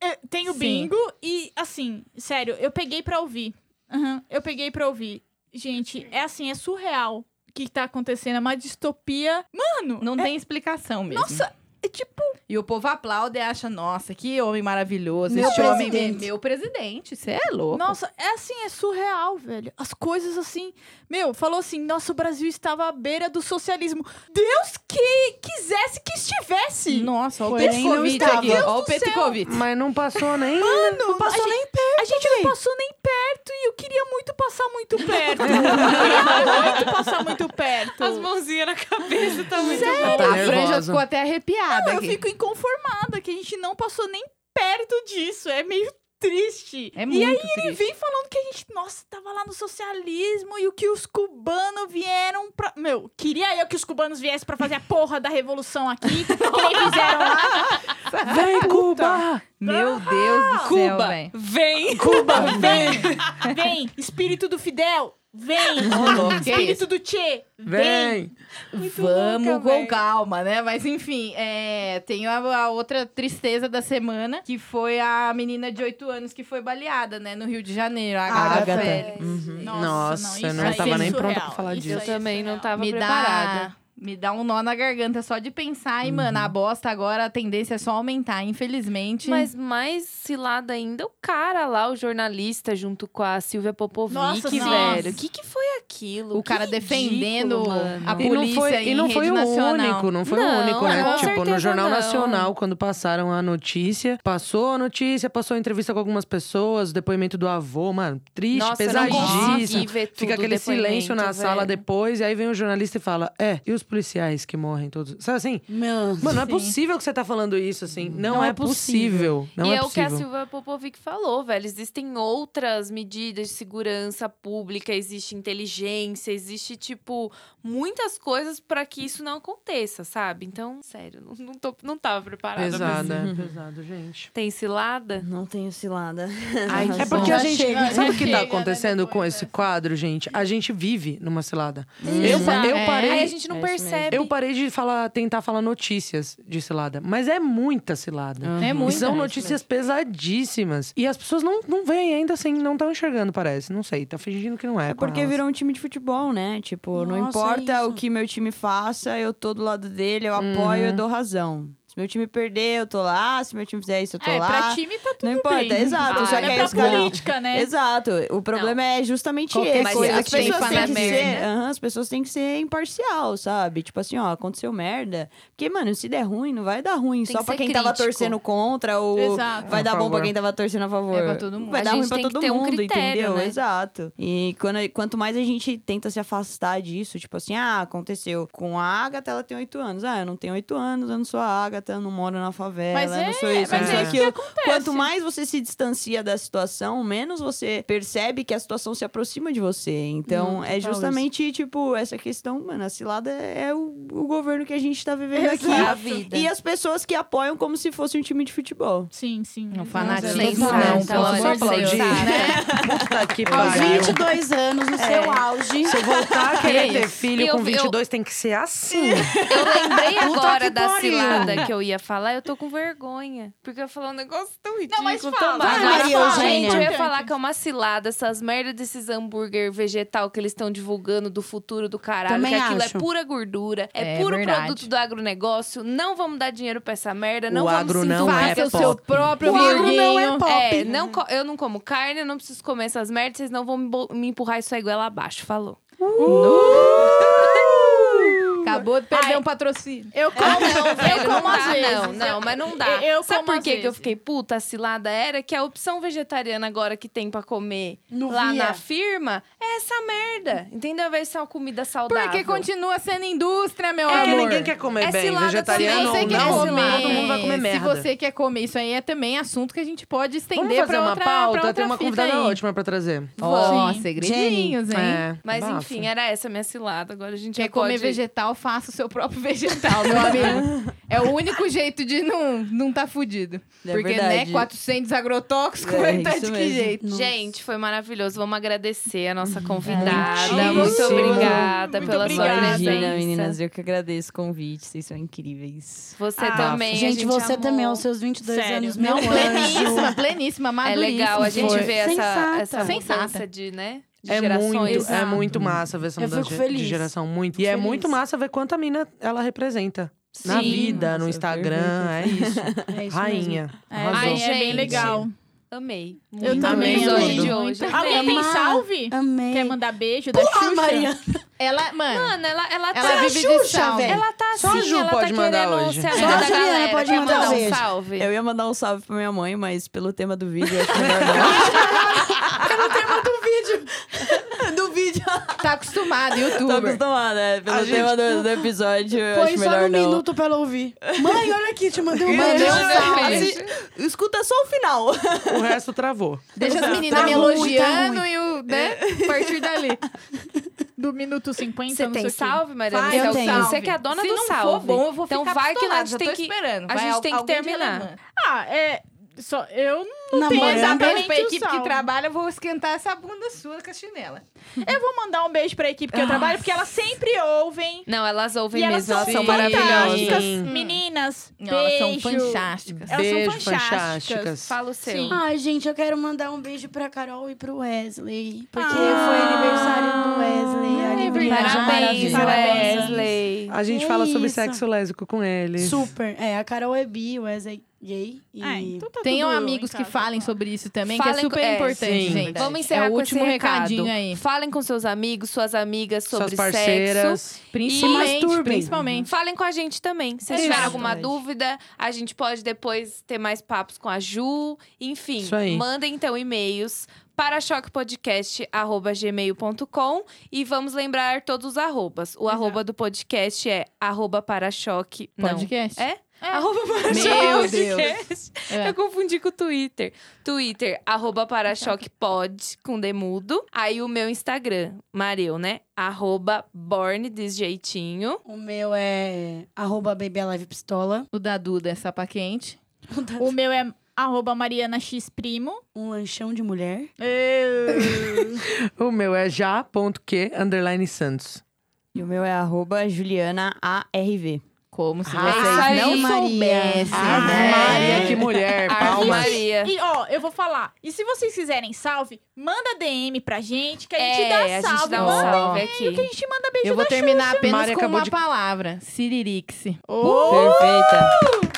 Speaker 6: eu tenho
Speaker 3: Sim.
Speaker 6: bingo e, assim, sério, eu peguei pra ouvir. Aham, eu peguei pra ouvir. Gente, é assim, é surreal o que tá acontecendo. É uma distopia. Mano,
Speaker 3: Não
Speaker 6: é-
Speaker 3: tem explicação mesmo.
Speaker 6: Nossa, é tipo...
Speaker 3: E o povo aplaude e acha, nossa, que homem maravilhoso.
Speaker 2: Meu
Speaker 3: Esse homem é
Speaker 2: presidente.
Speaker 3: meu presidente. Você é louco.
Speaker 6: Nossa, é assim, é surreal, velho. As coisas assim. Meu, falou assim: nossa, o Brasil estava à beira do socialismo. Deus que quisesse que estivesse.
Speaker 3: Nossa, olha o
Speaker 2: Porém, não
Speaker 3: Petkovic
Speaker 2: estava.
Speaker 3: aqui.
Speaker 2: Meu
Speaker 3: Olha o
Speaker 6: do céu.
Speaker 3: Petkovic.
Speaker 4: Mas não passou nem.
Speaker 6: Mano, não
Speaker 2: passou
Speaker 6: nem perto. A gente não passou nem perto e eu queria muito passar muito perto. eu queria muito passar muito perto.
Speaker 1: As mãozinhas na cabeça, tá muito
Speaker 4: Tá
Speaker 3: a franja
Speaker 4: nervosa.
Speaker 3: ficou até arrepiada
Speaker 6: eu
Speaker 3: aqui.
Speaker 6: fico inconformada que a gente não passou nem perto disso. É meio triste.
Speaker 3: É
Speaker 6: E
Speaker 3: muito
Speaker 6: Ele
Speaker 3: triste.
Speaker 6: vem falando que a gente, nossa, tava lá no socialismo e o que os cubanos vieram pra. Meu, queria eu que os cubanos viessem pra fazer a porra da revolução aqui. que nem fizeram lá.
Speaker 4: Vem, Cuba!
Speaker 3: Meu Deus do céu,
Speaker 1: Cuba,
Speaker 3: velho.
Speaker 1: vem!
Speaker 6: Cuba, vem! Vem, espírito do Fidel! Vem!
Speaker 3: louco, que
Speaker 6: Espírito do Tchê! Vem!
Speaker 4: Vem!
Speaker 3: Vamos
Speaker 6: louca,
Speaker 3: com
Speaker 6: véi.
Speaker 3: calma, né? Mas enfim, é, tem a, a outra tristeza da semana, que foi a menina de 8 anos que foi baleada, né? No Rio de Janeiro, a Agatha.
Speaker 5: Agatha.
Speaker 3: Félix.
Speaker 5: Uhum.
Speaker 4: Nossa,
Speaker 6: isso
Speaker 4: eu não
Speaker 6: aí
Speaker 4: tava
Speaker 6: é
Speaker 4: nem pronta
Speaker 6: surreal.
Speaker 4: pra falar
Speaker 6: Isso
Speaker 4: disso.
Speaker 1: Eu
Speaker 6: aí é
Speaker 1: também não
Speaker 6: surreal.
Speaker 1: tava
Speaker 3: me
Speaker 1: preparada.
Speaker 3: dá, me dá um nó na garganta só de pensar. E, mano, a bosta agora, a tendência é só aumentar, infelizmente.
Speaker 1: Mas mais cilada ainda, é o cara lá, o jornalista, junto com a Silvia Popovic,
Speaker 6: Nossa,
Speaker 1: velho.
Speaker 6: nossa.
Speaker 1: O que, que foi aquilo?
Speaker 3: o
Speaker 1: Que
Speaker 3: cara
Speaker 1: ridículo,
Speaker 3: defendendo
Speaker 1: mano.
Speaker 3: a
Speaker 4: E não
Speaker 3: polícia
Speaker 4: foi, e
Speaker 3: em
Speaker 4: não foi
Speaker 3: rede
Speaker 4: o
Speaker 3: nacional.
Speaker 4: único, não foi
Speaker 1: Não,
Speaker 4: o único, né?
Speaker 1: com
Speaker 4: tipo,
Speaker 1: certeza
Speaker 4: no Jornal
Speaker 1: não.
Speaker 4: Nacional, quando passaram a notícia, passou a notícia, passou a entrevista com algumas pessoas, o depoimento do avô, mano, triste,
Speaker 1: Nossa, eu não consegui
Speaker 4: pesadíssimo.
Speaker 1: ver tudo
Speaker 4: Fica aquele
Speaker 1: o
Speaker 4: silêncio na
Speaker 1: depoimento,
Speaker 4: sala
Speaker 1: velho.
Speaker 4: depois, e aí vem o jornalista e fala: É, e os policiais que morrem todos. Sabe assim?
Speaker 2: Mano,
Speaker 4: Mano, não é
Speaker 6: Sim.
Speaker 4: possível que você tá falando isso, assim. Não,
Speaker 2: Não
Speaker 4: é,
Speaker 2: é
Speaker 4: possível. Não
Speaker 1: e
Speaker 4: é,
Speaker 1: é, o que a
Speaker 4: possível.
Speaker 1: Silvia Popovic falou, velho. Existem outras medidas de segurança pública, existe inteligência, existe, tipo, muitas coisas pra que isso não aconteça, sabe? Então, sério, não, não, tô, não tava preparada. pra isso.
Speaker 4: Pesado, é pesado, gente.
Speaker 1: Tem cilada?
Speaker 5: Não tenho cilada.
Speaker 1: Ai,
Speaker 5: Arrasou.
Speaker 4: É porque a
Speaker 2: Já
Speaker 4: gente.
Speaker 6: chega,
Speaker 4: sabe
Speaker 6: já
Speaker 4: o que tá
Speaker 6: chega, né,
Speaker 4: acontecendo com
Speaker 6: depois,
Speaker 4: esse
Speaker 6: né?
Speaker 4: quadro, gente? A gente vive numa cilada.
Speaker 5: Uhum.
Speaker 4: Eu,
Speaker 6: Exato.
Speaker 4: eu parei.
Speaker 1: Aí a gente não
Speaker 5: É isso mesmo.
Speaker 1: percebe.
Speaker 4: Eu parei de falar, tentar falar notícias de cilada, mas é muita cilada.
Speaker 5: Ah,
Speaker 3: É
Speaker 4: E
Speaker 3: muito.
Speaker 4: são notícias pesadíssimas. E as pessoas não, não veem ainda assim, não estão enxergando, parece. Não sei, tá fingindo que não é.
Speaker 5: É
Speaker 4: com
Speaker 5: porque
Speaker 4: elas.
Speaker 5: virou um time de futebol, né? Tipo, não
Speaker 2: Nossa,
Speaker 5: importa
Speaker 2: é isso.
Speaker 5: o que meu time faça, eu tô do lado dele, eu apoio, eu dou razão. Se meu time perder, eu tô lá. Se meu time fizer isso, eu tô
Speaker 6: É,
Speaker 5: lá.
Speaker 6: pra time tá tudo
Speaker 5: Não importa,
Speaker 6: bem.
Speaker 5: exato,
Speaker 6: Ah,
Speaker 1: só
Speaker 6: não
Speaker 1: que
Speaker 6: é
Speaker 1: aí
Speaker 6: pra
Speaker 1: os caras-
Speaker 6: política, né?
Speaker 5: Exato. O problema é justamente
Speaker 3: Qualquer
Speaker 5: esse.
Speaker 3: coisa
Speaker 5: as
Speaker 3: que tem que
Speaker 5: pessoas
Speaker 3: falar
Speaker 5: têm que
Speaker 3: merda.
Speaker 5: ser, aham, as pessoas têm que ser imparcial, sabe? Tipo assim, ó, aconteceu merda. Porque, mano, se der ruim, não vai dar ruim
Speaker 1: Tem
Speaker 5: só
Speaker 1: que
Speaker 5: pra
Speaker 1: ser
Speaker 5: quem tava
Speaker 1: crítico.
Speaker 5: torcendo contra ou
Speaker 6: Exato.
Speaker 5: vai
Speaker 4: A
Speaker 5: dar bom
Speaker 4: favor.
Speaker 5: pra quem tava torcendo a favor.
Speaker 3: É pra todo mundo.
Speaker 5: Vai
Speaker 1: A
Speaker 5: dar ruim
Speaker 1: gente
Speaker 5: pra
Speaker 1: tem que
Speaker 5: todo
Speaker 1: ter um
Speaker 5: mundo,
Speaker 1: critério,
Speaker 5: entendeu?
Speaker 1: né?
Speaker 5: Exato. E quando, quanto mais a gente tenta se afastar disso, tipo assim, ah, aconteceu com a Agatha, ela tem oito anos. Ah, eu não tenho oito anos, eu não sou a Agatha, eu não moro na favela,
Speaker 6: Mas
Speaker 5: eu
Speaker 6: é,
Speaker 5: não sou isso, eu
Speaker 6: mas
Speaker 5: não sou
Speaker 6: é isso que
Speaker 5: aquilo.
Speaker 6: acontece.
Speaker 5: Quanto mais você se distancia da situação, menos você percebe que a situação se aproxima de você. Então, é justamente, tipo, essa questão, mano, a cilada é o, o governo que a gente tá vivendo
Speaker 1: A
Speaker 5: aqui.
Speaker 1: vida.
Speaker 5: E as pessoas que apoiam como se fosse um time de futebol.
Speaker 6: Sim, sim. Exato.
Speaker 3: Não, Um fanatismo
Speaker 4: Nossa,
Speaker 3: não,
Speaker 4: total.
Speaker 3: pelo
Speaker 4: Só
Speaker 3: amor de Deus.
Speaker 4: aplaudir.
Speaker 3: Né?
Speaker 4: Puta que
Speaker 2: aos
Speaker 4: pariu.
Speaker 2: 22 anos, no seu auge.
Speaker 4: Se eu voltar a querer ter filho
Speaker 1: E eu-
Speaker 4: com 22, tem que ser assim.
Speaker 1: Eu lembrei
Speaker 4: Puta
Speaker 1: agora
Speaker 4: que
Speaker 1: da
Speaker 4: pariu.
Speaker 1: cilada que eu ia falar, eu tô com vergonha. Porque eu ia falar um negócio tão ridículo,
Speaker 6: mas fala,
Speaker 1: tão
Speaker 6: vai,
Speaker 1: babaca.
Speaker 2: Maria Eugênia.
Speaker 1: Gente, eu ia falar que é uma cilada, essas merdas desses hambúrguer vegetal que eles estão divulgando do futuro do caralho.
Speaker 2: Também
Speaker 1: que aquilo
Speaker 2: acho.
Speaker 1: é pura gordura, é,
Speaker 3: É
Speaker 1: puro
Speaker 3: verdade.
Speaker 1: produto do agronegócio. Não vamos dar dinheiro pra essa merda, não
Speaker 4: O
Speaker 1: vamos
Speaker 4: agro
Speaker 1: se
Speaker 4: não
Speaker 1: enfiar
Speaker 4: é
Speaker 3: Faça o
Speaker 4: pop.
Speaker 3: seu próprio
Speaker 2: O agro não é
Speaker 3: hamburguinho.
Speaker 2: pop.
Speaker 1: É, não co- eu não como carne, eu não preciso comer essas merdas, vocês não vão me, bo- me empurrar isso aí goela abaixo. Falou.
Speaker 3: Acabou de perder
Speaker 1: Ai.
Speaker 3: um patrocínio.
Speaker 6: É. Eu como,
Speaker 1: Não, velho,
Speaker 6: eu como
Speaker 1: não
Speaker 6: às
Speaker 1: dá,
Speaker 6: vezes.
Speaker 1: não, não, mas não dá.
Speaker 6: Eu- eu
Speaker 1: Sabe
Speaker 6: como
Speaker 1: por
Speaker 6: às
Speaker 1: que que eu
Speaker 6: vezes.
Speaker 1: fiquei puta a cilada era? Que a opção vegetariana agora que tem pra comer
Speaker 2: Não
Speaker 1: lá
Speaker 2: via.
Speaker 1: na firma é essa merda. Entendeu? Ao invés de ser uma comida saudável.
Speaker 3: Porque continua sendo indústria, meu
Speaker 4: Porque
Speaker 3: amor.
Speaker 4: ninguém quer comer
Speaker 1: É
Speaker 4: bem,
Speaker 1: cilada
Speaker 4: vegetariano
Speaker 1: também,
Speaker 3: você
Speaker 4: ou
Speaker 3: quer
Speaker 4: não,
Speaker 3: comer,
Speaker 4: todo mundo vai comer merda.
Speaker 3: Se você quer comer, isso aí é também assunto que a gente pode
Speaker 4: Vamos
Speaker 3: estender
Speaker 4: fazer
Speaker 3: pra
Speaker 4: uma
Speaker 3: outra, pra
Speaker 4: pauta,
Speaker 3: outra
Speaker 4: tem uma
Speaker 3: fita
Speaker 4: convidada
Speaker 3: aí.
Speaker 4: ótima pra trazer.
Speaker 3: Ó,
Speaker 6: Sim.
Speaker 3: segredinhos, hein?
Speaker 4: É,
Speaker 1: Mas
Speaker 4: bafo.
Speaker 1: enfim, era essa a minha cilada. Agora a gente
Speaker 3: Quer
Speaker 1: já
Speaker 3: comer
Speaker 1: pode...
Speaker 3: vegetal, faça o seu próprio vegetal, meu amigo. É o único jeito de não, não tá fudido.
Speaker 5: É
Speaker 3: Porque,
Speaker 5: verdade.
Speaker 3: né, 400 agrotóxicos,
Speaker 5: É,
Speaker 3: vai tá
Speaker 5: isso
Speaker 3: de que
Speaker 5: mesmo.
Speaker 3: jeito.
Speaker 1: Gente, foi maravilhoso. Vamos agradecer a nossa convidada.
Speaker 4: Ai,
Speaker 1: muito
Speaker 4: gente.
Speaker 1: obrigada
Speaker 6: Muito
Speaker 1: pela
Speaker 6: obrigada,
Speaker 1: sua presença.
Speaker 5: Imagina, meninas, eu que agradeço o convite, vocês são incríveis.
Speaker 1: Você
Speaker 6: Ah,
Speaker 1: também. a
Speaker 2: Gente, você
Speaker 1: amou.
Speaker 2: também, é um aos seus 22
Speaker 6: Sério.
Speaker 2: anos, meu
Speaker 6: Não, é
Speaker 2: anjo.
Speaker 3: Pleníssima, pleníssima,
Speaker 1: É
Speaker 3: maduríssima.
Speaker 1: legal a gente
Speaker 3: Foi.
Speaker 1: ver essa,
Speaker 2: Sensata.
Speaker 1: essa
Speaker 3: Sensata.
Speaker 1: mudança de, né? De
Speaker 4: É
Speaker 1: gerações.
Speaker 4: muito, é muito massa ver essa
Speaker 2: Eu
Speaker 4: mudança
Speaker 2: fico
Speaker 4: de- de
Speaker 2: feliz.
Speaker 4: geração. Muito. E
Speaker 2: Fico
Speaker 4: é
Speaker 2: feliz.
Speaker 4: muito massa ver quanta mina ela representa. Na
Speaker 1: Sim.
Speaker 4: vida, no
Speaker 5: Nossa,
Speaker 4: Instagram, é isso.
Speaker 2: É isso mesmo.
Speaker 4: Rainha.
Speaker 6: É,
Speaker 4: arrasou.
Speaker 1: Ai,
Speaker 6: gente, é bem
Speaker 1: gente.
Speaker 6: legal.
Speaker 1: Amei.
Speaker 6: Eu
Speaker 1: Muito
Speaker 6: também
Speaker 1: o
Speaker 4: amei.
Speaker 1: episódio de hoje.
Speaker 6: Alguém tem
Speaker 2: Amar.
Speaker 6: salve?
Speaker 2: Amei.
Speaker 6: Quer mandar beijo da Xuxa?
Speaker 2: Maria. é
Speaker 6: Ela, mano,
Speaker 1: Mano, ela, ela,
Speaker 3: Ela
Speaker 1: tá...
Speaker 3: vive de
Speaker 2: Xuxa,
Speaker 3: sal.
Speaker 2: velho.
Speaker 1: Ela tá assim,
Speaker 4: Só a Ju
Speaker 1: ela
Speaker 4: pode
Speaker 1: tá
Speaker 4: mandar
Speaker 1: querendo
Speaker 4: hoje.
Speaker 1: ser a
Speaker 2: Só
Speaker 1: vida
Speaker 2: a
Speaker 1: da
Speaker 2: Juliana
Speaker 1: galera.
Speaker 2: pode
Speaker 1: Quer
Speaker 2: mandar um
Speaker 1: um
Speaker 2: beijo.
Speaker 1: salve?
Speaker 5: Eu ia mandar um salve pra minha mãe, mas pelo tema do vídeo, eu acho melhor não.
Speaker 3: do vídeo. Tá acostumado,
Speaker 5: Tô
Speaker 3: youtuber.
Speaker 5: acostumada, né? Pelo
Speaker 4: A
Speaker 5: tema do, do episódio, eu
Speaker 2: Põe
Speaker 5: acho
Speaker 2: só
Speaker 5: melhor
Speaker 2: um
Speaker 5: não.
Speaker 2: minuto pra ela ouvir. Mãe, olha aqui, te mandei um
Speaker 5: Mandei um
Speaker 2: beijo.
Speaker 5: salve. Escuta só o final.
Speaker 4: O resto travou.
Speaker 3: Deixa as meninas
Speaker 2: Tá
Speaker 3: me
Speaker 2: ruim,
Speaker 3: elogiando
Speaker 2: tá ruim.
Speaker 3: e o, né, a partir dali.
Speaker 6: do minuto 50,
Speaker 1: Então, Você
Speaker 6: não sei
Speaker 1: tem
Speaker 6: o quê.
Speaker 1: salve, Maria?
Speaker 3: Vai,
Speaker 1: Você é o
Speaker 2: eu tenho.
Speaker 1: salve. Você que é a dona
Speaker 3: Se
Speaker 1: do
Speaker 3: não
Speaker 1: salve.
Speaker 3: for bom, eu vou
Speaker 1: então
Speaker 3: ficar
Speaker 1: vai que lá
Speaker 3: pistolada,
Speaker 1: a gente
Speaker 3: já
Speaker 1: tem
Speaker 3: tô
Speaker 1: que
Speaker 3: esperando.
Speaker 1: a
Speaker 3: Vai
Speaker 1: gente
Speaker 3: al-
Speaker 1: tem que
Speaker 3: alguém de
Speaker 1: terminar.
Speaker 3: relevante.
Speaker 6: Ah, é. Só, eu tenho
Speaker 2: Namorando.
Speaker 6: exatamente
Speaker 3: Exatamente pra
Speaker 6: o
Speaker 3: equipe
Speaker 6: salmo.
Speaker 3: que trabalha, eu vou esquentar essa bunda sua com a chinela.
Speaker 6: Eu vou mandar um beijo pra equipe que
Speaker 3: Ah,
Speaker 6: eu trabalho, porque elas sempre ouvem.
Speaker 1: Não, elas ouvem
Speaker 6: e
Speaker 1: mesmo,
Speaker 6: elas são,
Speaker 1: elas são
Speaker 6: fantásticas.
Speaker 1: maravilhosas.
Speaker 4: Sim.
Speaker 6: Meninas,
Speaker 3: Não, Elas são
Speaker 6: beijo.
Speaker 3: fantásticas.
Speaker 6: Elas são
Speaker 4: Beijo,
Speaker 6: fantásticas.
Speaker 4: fantásticas.
Speaker 1: Fala o seu.
Speaker 6: Sim.
Speaker 2: Ai, gente, eu quero mandar um beijo pra Carol e pro Wesley. Porque
Speaker 6: Ah.
Speaker 2: foi aniversário do Wesley. a
Speaker 6: É
Speaker 2: Alegria
Speaker 6: verdade.
Speaker 1: Parabéns,
Speaker 2: maravilhosa.
Speaker 1: Wesley.
Speaker 4: A gente
Speaker 2: É
Speaker 4: fala sobre
Speaker 2: isso.
Speaker 4: sexo lésbico com eles.
Speaker 2: Super. É, a Carol é bi, o Wesley é gay. E...
Speaker 6: Ah, então tá
Speaker 3: Tenham
Speaker 6: tudo
Speaker 3: amigos
Speaker 6: em
Speaker 3: que
Speaker 6: casa,
Speaker 3: falem
Speaker 6: tá.
Speaker 3: sobre isso também, que
Speaker 1: Falem
Speaker 3: é
Speaker 1: com-
Speaker 3: super
Speaker 1: é,
Speaker 3: importante,
Speaker 4: sim.
Speaker 3: gente.
Speaker 1: Vamos
Speaker 3: é
Speaker 1: encerrar
Speaker 3: o
Speaker 1: com
Speaker 3: último
Speaker 1: esse
Speaker 3: recadinho
Speaker 1: recado.
Speaker 3: aí.
Speaker 1: Falem com seus amigos, suas amigas sobre
Speaker 4: Suas
Speaker 1: sexo.
Speaker 4: parceiras.
Speaker 3: Principalmente,
Speaker 4: masturbem.
Speaker 3: principalmente.
Speaker 1: Falem com a gente também.
Speaker 3: É
Speaker 1: Se
Speaker 4: Isso.
Speaker 1: tiver alguma
Speaker 4: Exatamente.
Speaker 1: dúvida, a gente pode depois ter mais papos com a Ju. Enfim,
Speaker 4: Isso aí.
Speaker 1: mandem então e-mails para choquepodcast.gmail.com e vamos lembrar todos os arrobas. O arroba do podcast é arroba parachoque. Não.
Speaker 3: Podcast?
Speaker 1: É? Arroba
Speaker 3: Meu
Speaker 1: para-choque
Speaker 3: Deus.
Speaker 1: podcast.
Speaker 3: É. Então,
Speaker 1: Eu confundi com o Twitter. Twitter, arroba para-choque pod, com demudo. Aí o meu Instagram, Mareu, né? Arroba born desse jeitinho.
Speaker 2: O meu é arroba babyalivepistola.
Speaker 3: O da Duda é sapa quente.
Speaker 6: O meu é arroba Mariana X Primo. É.
Speaker 2: Um lanchão de mulher.
Speaker 4: O meu é já.que underline Santos.
Speaker 5: E o meu é arroba julianaarv.
Speaker 3: Como
Speaker 1: É
Speaker 3: se
Speaker 4: Ah,
Speaker 3: vocês
Speaker 1: Ai,
Speaker 3: não
Speaker 2: Maria.
Speaker 3: soubessem,
Speaker 5: Ah,
Speaker 4: Ave
Speaker 3: né?
Speaker 4: Maria, que mulher!
Speaker 1: Ave
Speaker 4: É Palmas!
Speaker 1: Maria.
Speaker 6: E ó, eu vou falar. E se vocês quiserem salve, manda DM pra gente, que a gente
Speaker 1: é, a
Speaker 6: dá
Speaker 1: gente
Speaker 6: salve.
Speaker 1: dá um
Speaker 6: manda
Speaker 1: salve
Speaker 6: que a
Speaker 1: aqui.
Speaker 6: gente manda beijo
Speaker 3: Eu vou terminar apenas
Speaker 4: Mari
Speaker 3: com
Speaker 4: acabou
Speaker 3: uma
Speaker 4: de-
Speaker 3: palavra. Siririxe.
Speaker 5: Perfeita.